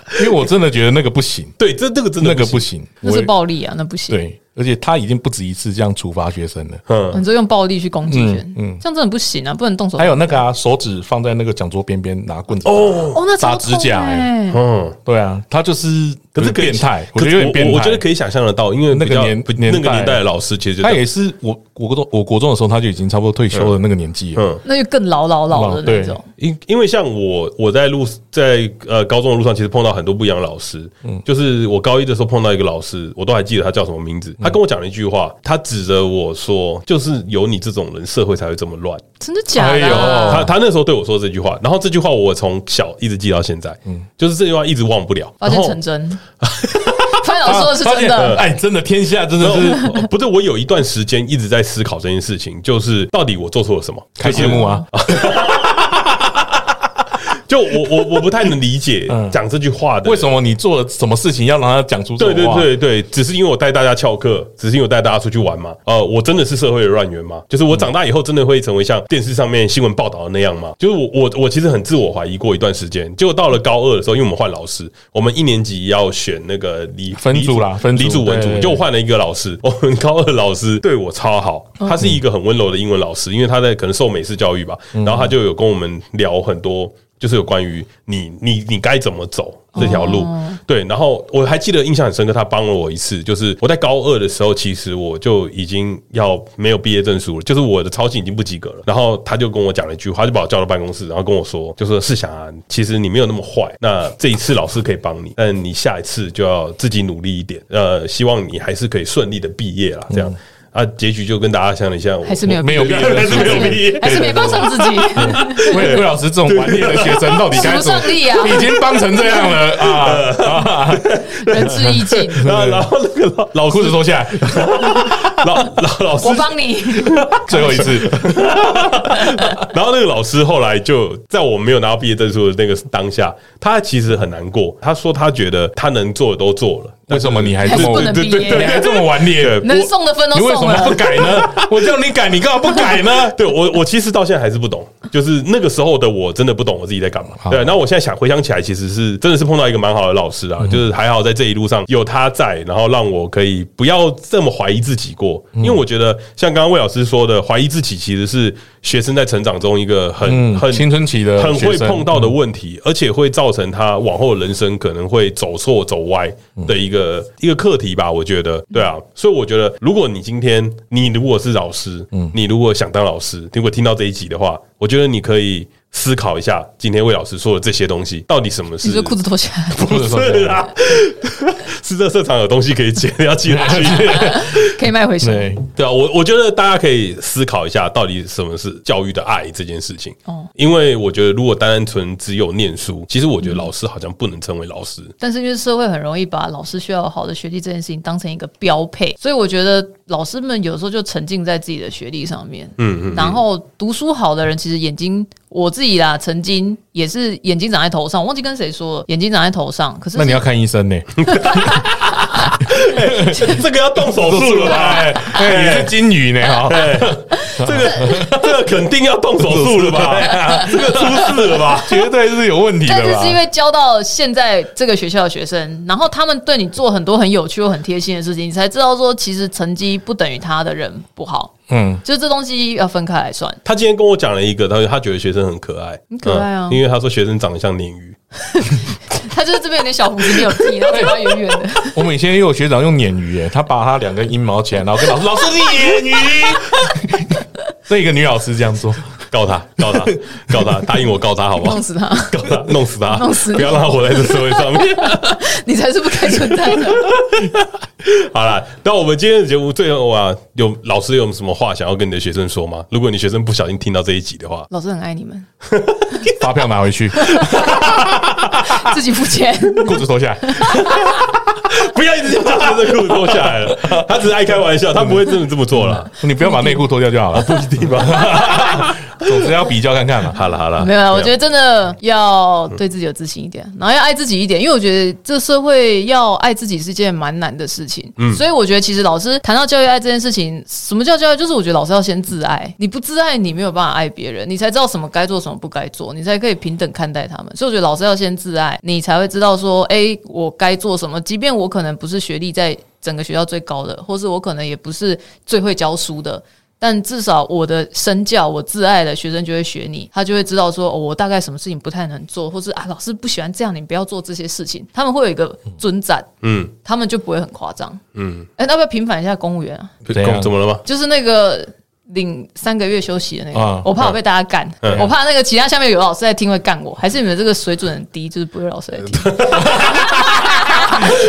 Speaker 4: [LAUGHS] 因为我真的觉得那个不行，
Speaker 2: 对，这这个真的
Speaker 4: 那个不行，
Speaker 3: 那是
Speaker 4: 我也
Speaker 3: 暴力啊，那不行。
Speaker 4: 对，而且他已经不止一次这样处罚学生了。
Speaker 2: 嗯，
Speaker 3: 你就用暴力去攻击人，这样真的不行啊，不能动手。
Speaker 4: 嗯还有那个啊，手指放在那个讲桌边边拿棍子
Speaker 2: 哦，
Speaker 3: 哦，那超
Speaker 4: 打指甲
Speaker 3: 痛
Speaker 4: 欸
Speaker 3: 欸
Speaker 2: 嗯。
Speaker 4: 对啊，他就是
Speaker 2: 可是
Speaker 4: 有点
Speaker 2: 可以
Speaker 4: 变态，我
Speaker 2: 可
Speaker 4: 觉
Speaker 2: 是
Speaker 4: 得有点变态。
Speaker 2: 我我觉得可以想象得到，因为
Speaker 4: 那个
Speaker 2: 比较
Speaker 4: 年
Speaker 2: 不
Speaker 4: 年
Speaker 2: 那个
Speaker 4: 代
Speaker 2: 年代的老师其实就
Speaker 4: 他也是我我国中我国中的时候，他就已经差不多退休的那个年纪了。
Speaker 2: 嗯，
Speaker 3: 那就更老老老的
Speaker 4: 对
Speaker 3: 那种。
Speaker 2: 因因为像我，我在路在呃高中的路上，其实碰到很多不一样的老师。嗯，就是我高一的时候碰到一个老师，我都还记得他叫什么名
Speaker 4: 嗯
Speaker 2: 字。他跟我讲了一句话，他指着我说：“就是有你这种人，社会才会这么乱。
Speaker 3: 真的假的
Speaker 4: 哎
Speaker 2: 他
Speaker 3: 啊？
Speaker 2: 他那时候对我说这句话，然后这句话我从小一直记到现在，嗯，就是这句话一直忘不了。
Speaker 3: 发
Speaker 2: 然
Speaker 3: 现
Speaker 2: 后
Speaker 3: 成真， [LAUGHS] 发现老师说的是真
Speaker 4: 发现
Speaker 3: 的。
Speaker 4: 哎，真的天下真的
Speaker 2: 然后
Speaker 4: 是
Speaker 2: 我不是我有一段时间一直在思考这件事情，就是到底我做错了什么？
Speaker 4: 开节目啊，
Speaker 2: 就我我我不太能理解
Speaker 4: 嗯
Speaker 2: 讲这句话的
Speaker 4: 为什么你做了什么事情要让他讲出这
Speaker 2: 对
Speaker 4: 种
Speaker 2: 对
Speaker 4: 话？
Speaker 2: 对对，只是因为我带大家翘课，只是因为我带大家出去玩嘛。呃，我真的是社会的乱源吗？就是我长大以后真的会成为像电视上面新闻报道的那样吗？就是我我我其实很自我怀疑过一段时间，结果到了高二的时候，因为我们换老师，我们一年级要选那个理
Speaker 4: 分组啦
Speaker 2: 理
Speaker 4: 分组
Speaker 2: 理组文
Speaker 4: 对
Speaker 2: 组，
Speaker 4: 对
Speaker 2: 就我换了一个老师， [LAUGHS] 我们高二老师对我超好，他是一个很温柔的英文老师，因为他在可能受美式教育吧，
Speaker 4: 嗯
Speaker 2: 然后他就有跟我们聊很多。就是有关于你你你该怎么走这条路，对，然后我还记得印象很深刻，他帮了我一次，就是我在高二的时候，其实我就已经要没有毕业证书了，就是我的操行已经不及格了。然后他就跟我讲了一句话，他就把我叫到办公室，然后跟我说，就说世祥啊，其实你没有那么坏，那这一次老师可以帮你，但你下一次就要自己努力一点，呃，希望你还是可以顺利的毕业啦，这样。啊，结局就跟大家想了一下，我
Speaker 3: 还是没有
Speaker 4: 没有毕业
Speaker 2: 还是没有毕业
Speaker 3: 还是没帮上自己，
Speaker 4: 魏魏老师这种顽劣的学生到底该怎么
Speaker 3: 使不上力啊
Speaker 4: 已经帮成这样了
Speaker 2: [LAUGHS]
Speaker 4: 啊！
Speaker 3: 仁至义尽。 [LAUGHS]
Speaker 2: 然后然后那个老
Speaker 4: 老裤子脱下来，
Speaker 2: 老老老师
Speaker 3: 我帮你，
Speaker 4: 最后一次，
Speaker 2: 然后那个老师后来就在我没有拿到毕业证书的那个当下，他其实很难过。他说他觉得他能做的都做了，
Speaker 4: 为什么你还这
Speaker 3: 还是不
Speaker 4: 么
Speaker 3: 能
Speaker 2: 对
Speaker 3: 毕
Speaker 2: 对对
Speaker 4: 你
Speaker 3: 业，
Speaker 4: 还这么顽劣？
Speaker 3: 能送的分都
Speaker 4: 你为什
Speaker 3: 送
Speaker 4: 么不
Speaker 3: 了。
Speaker 4: 改呢？我叫你改，你干嘛不改呢？
Speaker 2: 对我我其实到现在还是不懂，就是那个时候的我真的不懂我自己在干嘛。对，然后我现在想回想起来，其实是真的是碰到一个蛮好的
Speaker 4: 嗯
Speaker 2: 老师啊，就是还好在这一路上有他在，然后让我可以不要这么怀疑自己过。过，
Speaker 4: 嗯
Speaker 2: 因为我觉得像刚刚魏老师说的，怀疑自己其实是学生在成长中一个很
Speaker 4: 嗯，
Speaker 2: 很
Speaker 4: 青春期的
Speaker 2: 很会
Speaker 4: 学生嗯
Speaker 2: 碰到的问题，而且会造成他往后人生可能会走错、走歪
Speaker 4: 嗯
Speaker 2: 的一个一个课题吧。我觉得，对啊，所以我觉得，如果你今天你如果是老师，
Speaker 4: 嗯
Speaker 2: 你如果想当老师，如果听到这一集的话，我觉得你可以思考一下，今天魏老师说的这些东西到底什么是
Speaker 3: 你说裤子脱下来
Speaker 2: 不是啦， [LAUGHS] 是这社场有东西可以剪，要记得
Speaker 4: [LAUGHS]
Speaker 2: 去。
Speaker 3: 可以卖回去。
Speaker 4: 对，
Speaker 2: 对啊，我我觉得大家可以思考一下，到底什么是教育的爱这件事情。
Speaker 3: 哦
Speaker 2: 因为我觉得如果单单纯只有念书，其实我觉得老师好像不能成为老师。 [LAUGHS]
Speaker 3: 但是因为社会很容易把老师需要有好的学历这件事情当成一个标配，所以我觉得老师们有时候就沉浸在自己的学历上面。
Speaker 2: 嗯嗯，
Speaker 3: 然后读书好的人，其实眼睛我自己啦，曾经也是眼睛长在头上，我忘记跟谁说了，眼睛长在头上。可是
Speaker 4: 那你要看医生呢？
Speaker 2: 这个要动手术 [LAUGHS] 了吧？哎
Speaker 4: 你是金鱼呢？哈，
Speaker 2: 这个这个肯定要动手术了吧？这个出事了吧？
Speaker 4: 绝对是有问题
Speaker 3: 但
Speaker 4: 的
Speaker 3: 是是因
Speaker 4: 吧？
Speaker 3: 为教到现在这个学校的学生，然后他们对你做很多很有趣又很贴心的事情，你才知道说其实成绩不等于他的人不好，
Speaker 4: 嗯，
Speaker 3: 就这东西要分开来算。
Speaker 2: [LAUGHS] 他今天跟我讲了一个，他说他觉得学生很可爱，很
Speaker 3: 可爱啊
Speaker 2: 因为他说学生长得像鲶鱼。
Speaker 3: 他就是这边有点小胡子没有剃，然后嘴巴圆圆 [LAUGHS] 的。
Speaker 4: 我们以前也有学长用鲶鱼耶，他把他两根阴毛起来，然后跟老师老师你鲶
Speaker 3: [LAUGHS]
Speaker 4: 鱼，这一个女老师这样做，
Speaker 2: 告他，告他，告他！答应我告他，好不好
Speaker 3: [LAUGHS] 弄？死他！
Speaker 2: 告他，弄死他，
Speaker 3: [LAUGHS] 弄死你
Speaker 2: 不要让他活在这社会上面。
Speaker 3: 你才是不该存在 [LAUGHS] 的。
Speaker 2: 好啦，那我们今天的节目最后啊，有老师有什么话想要跟你的学生说吗？如果你学生不小心听到这一集
Speaker 3: [LAUGHS]
Speaker 2: 的话，
Speaker 3: 老师很爱你们，
Speaker 4: 发票拿回去， [LAUGHS]
Speaker 3: 自己付钱。
Speaker 4: 裤子脱下来，
Speaker 2: 不要一直叫他学生裤子脱下来了，他只是爱开玩笑，他不会真的这么做啦。
Speaker 4: 你不要把内裤脱掉就好了，不一定吧？ [LAUGHS] 总之要比较看看嘛。
Speaker 2: 好了好了，啊
Speaker 3: 没有啦，我觉得
Speaker 2: 得
Speaker 3: 真的要对自己有自信一点，然后要爱自己一点，因为我觉得这社会要爱自己是件蛮难的事情。所以我觉得其实老师谈到教育爱这件事情，什么叫教育？就是我觉得老师要先自爱，你不自爱，你没有办法爱别人，你才知道什么该做，什么不该做，你才可以平等看待他们。所以我觉得老师要先自爱，你才会知道说，哎、我该做什么，即便我可能不是学历在整个学校最高的，或是我可能也不是最会教书的，但至少我的身教，我挚爱的学生就会学你，他就会知道说，哦、我大概什么事情不太能做，或是啊，老师不喜欢这样，你不要做这些事情。他们会有一个尊展，
Speaker 2: 嗯
Speaker 3: 他们就不会很夸张。
Speaker 2: 嗯，
Speaker 3: 哎、要不要平反一下公务员啊？
Speaker 4: 怎样
Speaker 2: 怎么了吗？
Speaker 3: 就是那个领三个月休息的那个，
Speaker 4: 啊
Speaker 3: 我怕我被大家干，
Speaker 2: 嗯
Speaker 3: 我怕那个其他下面有老师在听会干我，还是你们这个水准很低，就是不会有老师在听。
Speaker 2: [LAUGHS]
Speaker 3: [LAUGHS]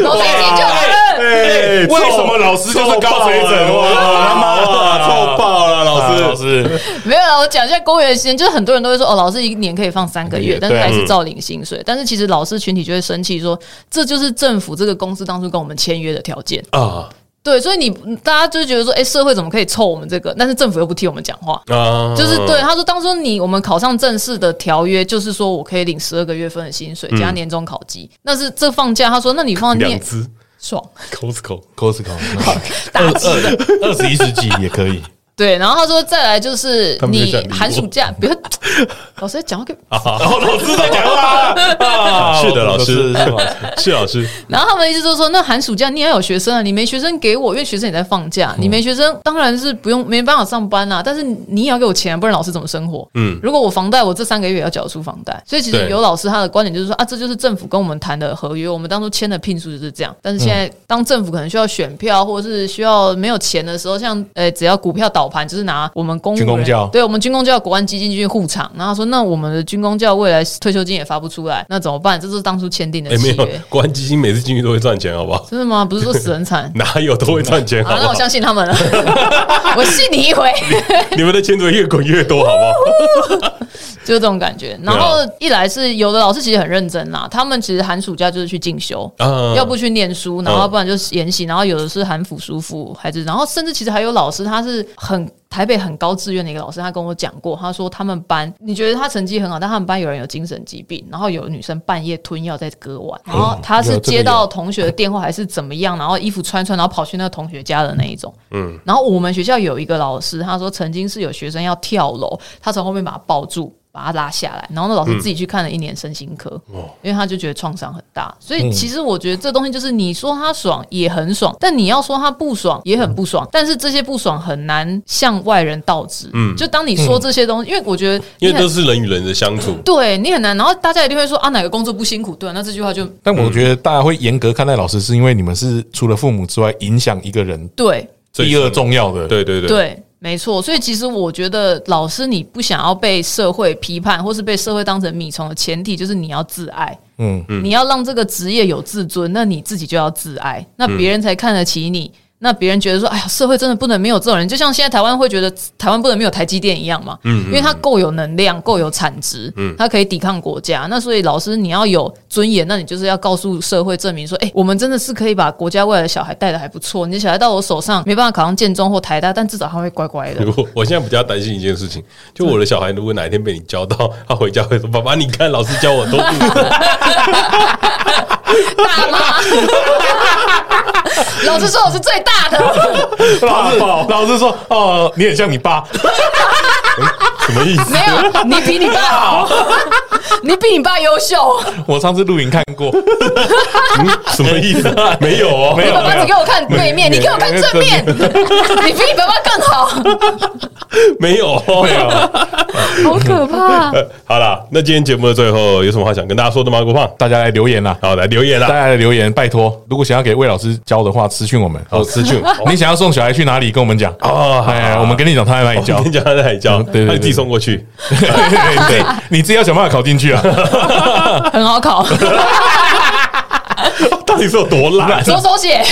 Speaker 3: 老师已经救我们，
Speaker 2: 哎
Speaker 4: 为什么老师就是高水准？哇，他妈
Speaker 2: 哇，臭爆了，
Speaker 4: 老师
Speaker 2: 老
Speaker 4: 老
Speaker 2: 师！
Speaker 4: 师，
Speaker 3: 没有啦，我讲一下公务员的时间，就是很多人都会说哦，老师一年可以放三个月，但是
Speaker 2: 啊
Speaker 4: 对
Speaker 3: 还是照领薪
Speaker 2: 嗯
Speaker 3: 水。但是其实老师群体就会生气说，这就是政府这个公司当初跟我们签约的条件。
Speaker 2: 啊
Speaker 3: 对，所以你大家就觉得说，哎、社会怎么可以凑我们这个？但是政府又不替我们讲话。
Speaker 2: 啊，
Speaker 3: 就是对他说，当初你我们考上正式的条约，就是说我可以领十二个月份的薪水加年终考绩。但是这放假，他说，那你放假
Speaker 2: 嗯两
Speaker 3: 念
Speaker 2: 只
Speaker 3: 爽，
Speaker 2: Costco，
Speaker 4: Costco 二二二十一世纪也可以，
Speaker 3: 对。然后他说，再来就是
Speaker 2: 他们就
Speaker 3: 你
Speaker 2: 想理我
Speaker 3: 寒暑假，不要 [LAUGHS] 老师在讲话给
Speaker 4: 哦，老师在讲话，
Speaker 2: 是的老师
Speaker 4: 是老师
Speaker 2: 是老师，
Speaker 3: 然后他们的意思就是说，那寒暑假你也要有学生啊，你没学生给我，因为学生也在放假，你没学生当然是不用没办法上班啦、啊但是你也要给我钱啊，不然老师怎么生活？嗯，如果我房贷，我这三个月也要缴出房贷，所以其实
Speaker 2: 对
Speaker 3: 有老师他的观点就是说啊，这就是政府跟我们谈的合约，我们当初签的聘书就是这样。但是现在当政府可能需要选票，或者是需要没有钱的时候，像呃只要股票倒盘，就是拿我们公务
Speaker 4: 军工
Speaker 3: 员
Speaker 4: 教
Speaker 3: 对我们军工教国安基金去护场，然后他说那我们的军工教未来退休金也发不出来，那怎么办？这就是当初签订的
Speaker 2: 哎，
Speaker 3: 契
Speaker 2: 没
Speaker 3: 约。
Speaker 2: 有，国安基金每次进去都会赚钱，好不好？？
Speaker 3: 真的吗？不是说死人惨
Speaker 2: [LAUGHS] 哪有都会赚钱，好
Speaker 3: 啊，
Speaker 2: 不
Speaker 3: 那
Speaker 2: 好
Speaker 3: 我？相信他们了，我信你一回，
Speaker 2: 你们的钱怎么越滚越多，好不 [LAUGHS] 好？
Speaker 3: 就是这种感觉。然后一来是有的老师其实很认真啦，他们其实寒暑假就是去进修，
Speaker 2: 啊
Speaker 3: 要不去念书，然后要不然就是研习，然后有的是韩服、舒服孩子，然后甚至其实还有老师，他是很台北很高志愿的一个老师，他跟我讲过，他说他们班你觉得他成绩很好，但他们班有人有精神疾病，然后有女生半夜吞药在割腕，然后他是
Speaker 4: 有这个
Speaker 3: 接到
Speaker 4: 有
Speaker 3: 同学的电话还是怎么样，然后衣服穿穿，然后跑去那个同学家的那一种。嗯，然后我们学校有一个老师，他说曾经是有学生要跳楼，他从后面把他抱住。把他拉下来，然后那老师自己去看了一年身心科，因为他就觉得创伤很大，所
Speaker 2: 嗯
Speaker 3: 以其实我觉得这东西就是你说他爽也很爽，但你要说他不爽也很不爽，但是这些不爽很难向外人道之。嗯，就当你说这些东西，因为我觉得你
Speaker 2: 嗯因为
Speaker 3: 很
Speaker 2: 都是人与人的相 [LAUGHS] 处，
Speaker 3: 对你很难，然后大家一定会说啊哪个工作不辛苦，对、啊，那这句话就
Speaker 4: 但我觉得大家会严格看待老师，是因为你们是除了父母之外，影响一个人
Speaker 3: 对
Speaker 2: 最
Speaker 4: 第二重要的。，
Speaker 2: 对对对，
Speaker 3: 对，没错。所以其实我觉得，老师你不想要被社会批判，或是被社会当成米虫的前提，就是你要自爱。
Speaker 4: 嗯，
Speaker 3: [LAUGHS] 你要让这个职业有自尊，那你自己就要自爱，那别人才看得起你。那别人觉得说，哎呀，社会真的不能没有这种人，就像现在台湾会觉得台湾不能没有台积电一样嘛，嗯，因为它够有能量，够有产值，嗯，它可以抵抗国家。那所以老师你要有尊严，那你就是要告诉社会证明说，哎、我们真的是可以把国家未来的小孩带的还不错。你的小孩到我手上没办法考上建中或台大，但至少他会乖乖 [LAUGHS] 的。
Speaker 2: 我我现在比较担心一件事情，就我的小孩如果哪一天被你教到，他回家会说：“爸爸，你看老师教我多 [LAUGHS] 不错。
Speaker 3: 大妈，老师说我是最大的，
Speaker 4: 老师， [LAUGHS] 老师说，哦，你很像你爸， [LAUGHS]
Speaker 2: 什么意思
Speaker 3: 没？有，你
Speaker 4: [LAUGHS]
Speaker 3: 比你爸好，你比你爸优秀。
Speaker 4: 我上次露营看过，
Speaker 2: 嗯什么意思？没有哦，
Speaker 4: 没
Speaker 3: 你
Speaker 4: 有
Speaker 3: 爸爸只给我看对面，
Speaker 4: 没
Speaker 3: 你
Speaker 4: 有
Speaker 3: 给我看正面，你比你爸爸更好，
Speaker 2: 没有哦，没有。
Speaker 4: 啊
Speaker 3: 好可怕！
Speaker 2: [LAUGHS] 好啦，那今天节目的最后有什么话想跟大家说的吗？郭胖，
Speaker 4: 大家来留言啦，
Speaker 2: 好，来留言
Speaker 4: 大
Speaker 2: 啦。
Speaker 4: 家来留言，拜托，如果想要给魏老师教的话，私讯我们。
Speaker 2: 好，私讯。
Speaker 4: 你想要送小孩去哪里，跟我们讲
Speaker 2: 哦好
Speaker 4: 哎，我们跟你讲他在哪里
Speaker 2: [LAUGHS] 我
Speaker 4: 教
Speaker 2: 跟，你讲，他在教，
Speaker 4: 嗯对对对
Speaker 2: 他自己送过去。 [LAUGHS]
Speaker 4: 对对 [LAUGHS] 对，你自己要想办法考进去啊。
Speaker 3: 很
Speaker 4: [LAUGHS]
Speaker 3: 好考，
Speaker 2: 到底是有多烂？啊
Speaker 3: 手手写，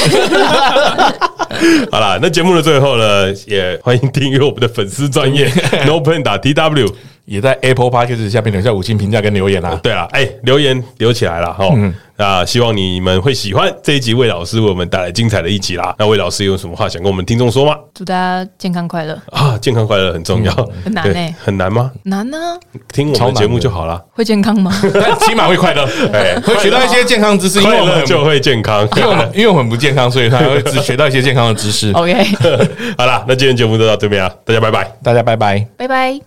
Speaker 2: [LAUGHS] 好啦，那节目的最后呢，也欢迎订阅我们的粉丝专业 No Plan 打 T W。
Speaker 4: 也在 Apple Podcast 下面留下五星评价跟留言啊
Speaker 2: [LAUGHS]
Speaker 4: 啦。
Speaker 2: 对了，哎、留言留起来了哈。那希望你们会喜欢这一集魏老师为我们带来精彩的一集啦。那魏老师有什么话想跟我们听众说吗？
Speaker 3: [LAUGHS] 祝大家健康快乐。
Speaker 2: 啊，健康快乐很重要，
Speaker 3: 很难
Speaker 2: 对
Speaker 3: 欸
Speaker 2: 很难吗？
Speaker 3: 难呢？
Speaker 2: 听我
Speaker 4: 超
Speaker 2: 们
Speaker 4: 难
Speaker 2: 节目
Speaker 4: 的
Speaker 2: 就好啦，
Speaker 3: 会健康吗？
Speaker 4: 但起码会快乐，哎， [LAUGHS] 会学到一些健康知识，因为
Speaker 2: 快
Speaker 4: 我们
Speaker 2: 乐
Speaker 4: 很
Speaker 2: 就会健康。
Speaker 4: [LAUGHS] 因为
Speaker 2: [LAUGHS]
Speaker 4: 我们因为我们很不健康，所以他会只学到一
Speaker 3: [LAUGHS]。
Speaker 4: 些健康的知识
Speaker 3: OK，
Speaker 2: 好啦，那今天节目就到这边啊，大家拜拜。
Speaker 4: 大家拜拜。
Speaker 3: 拜拜。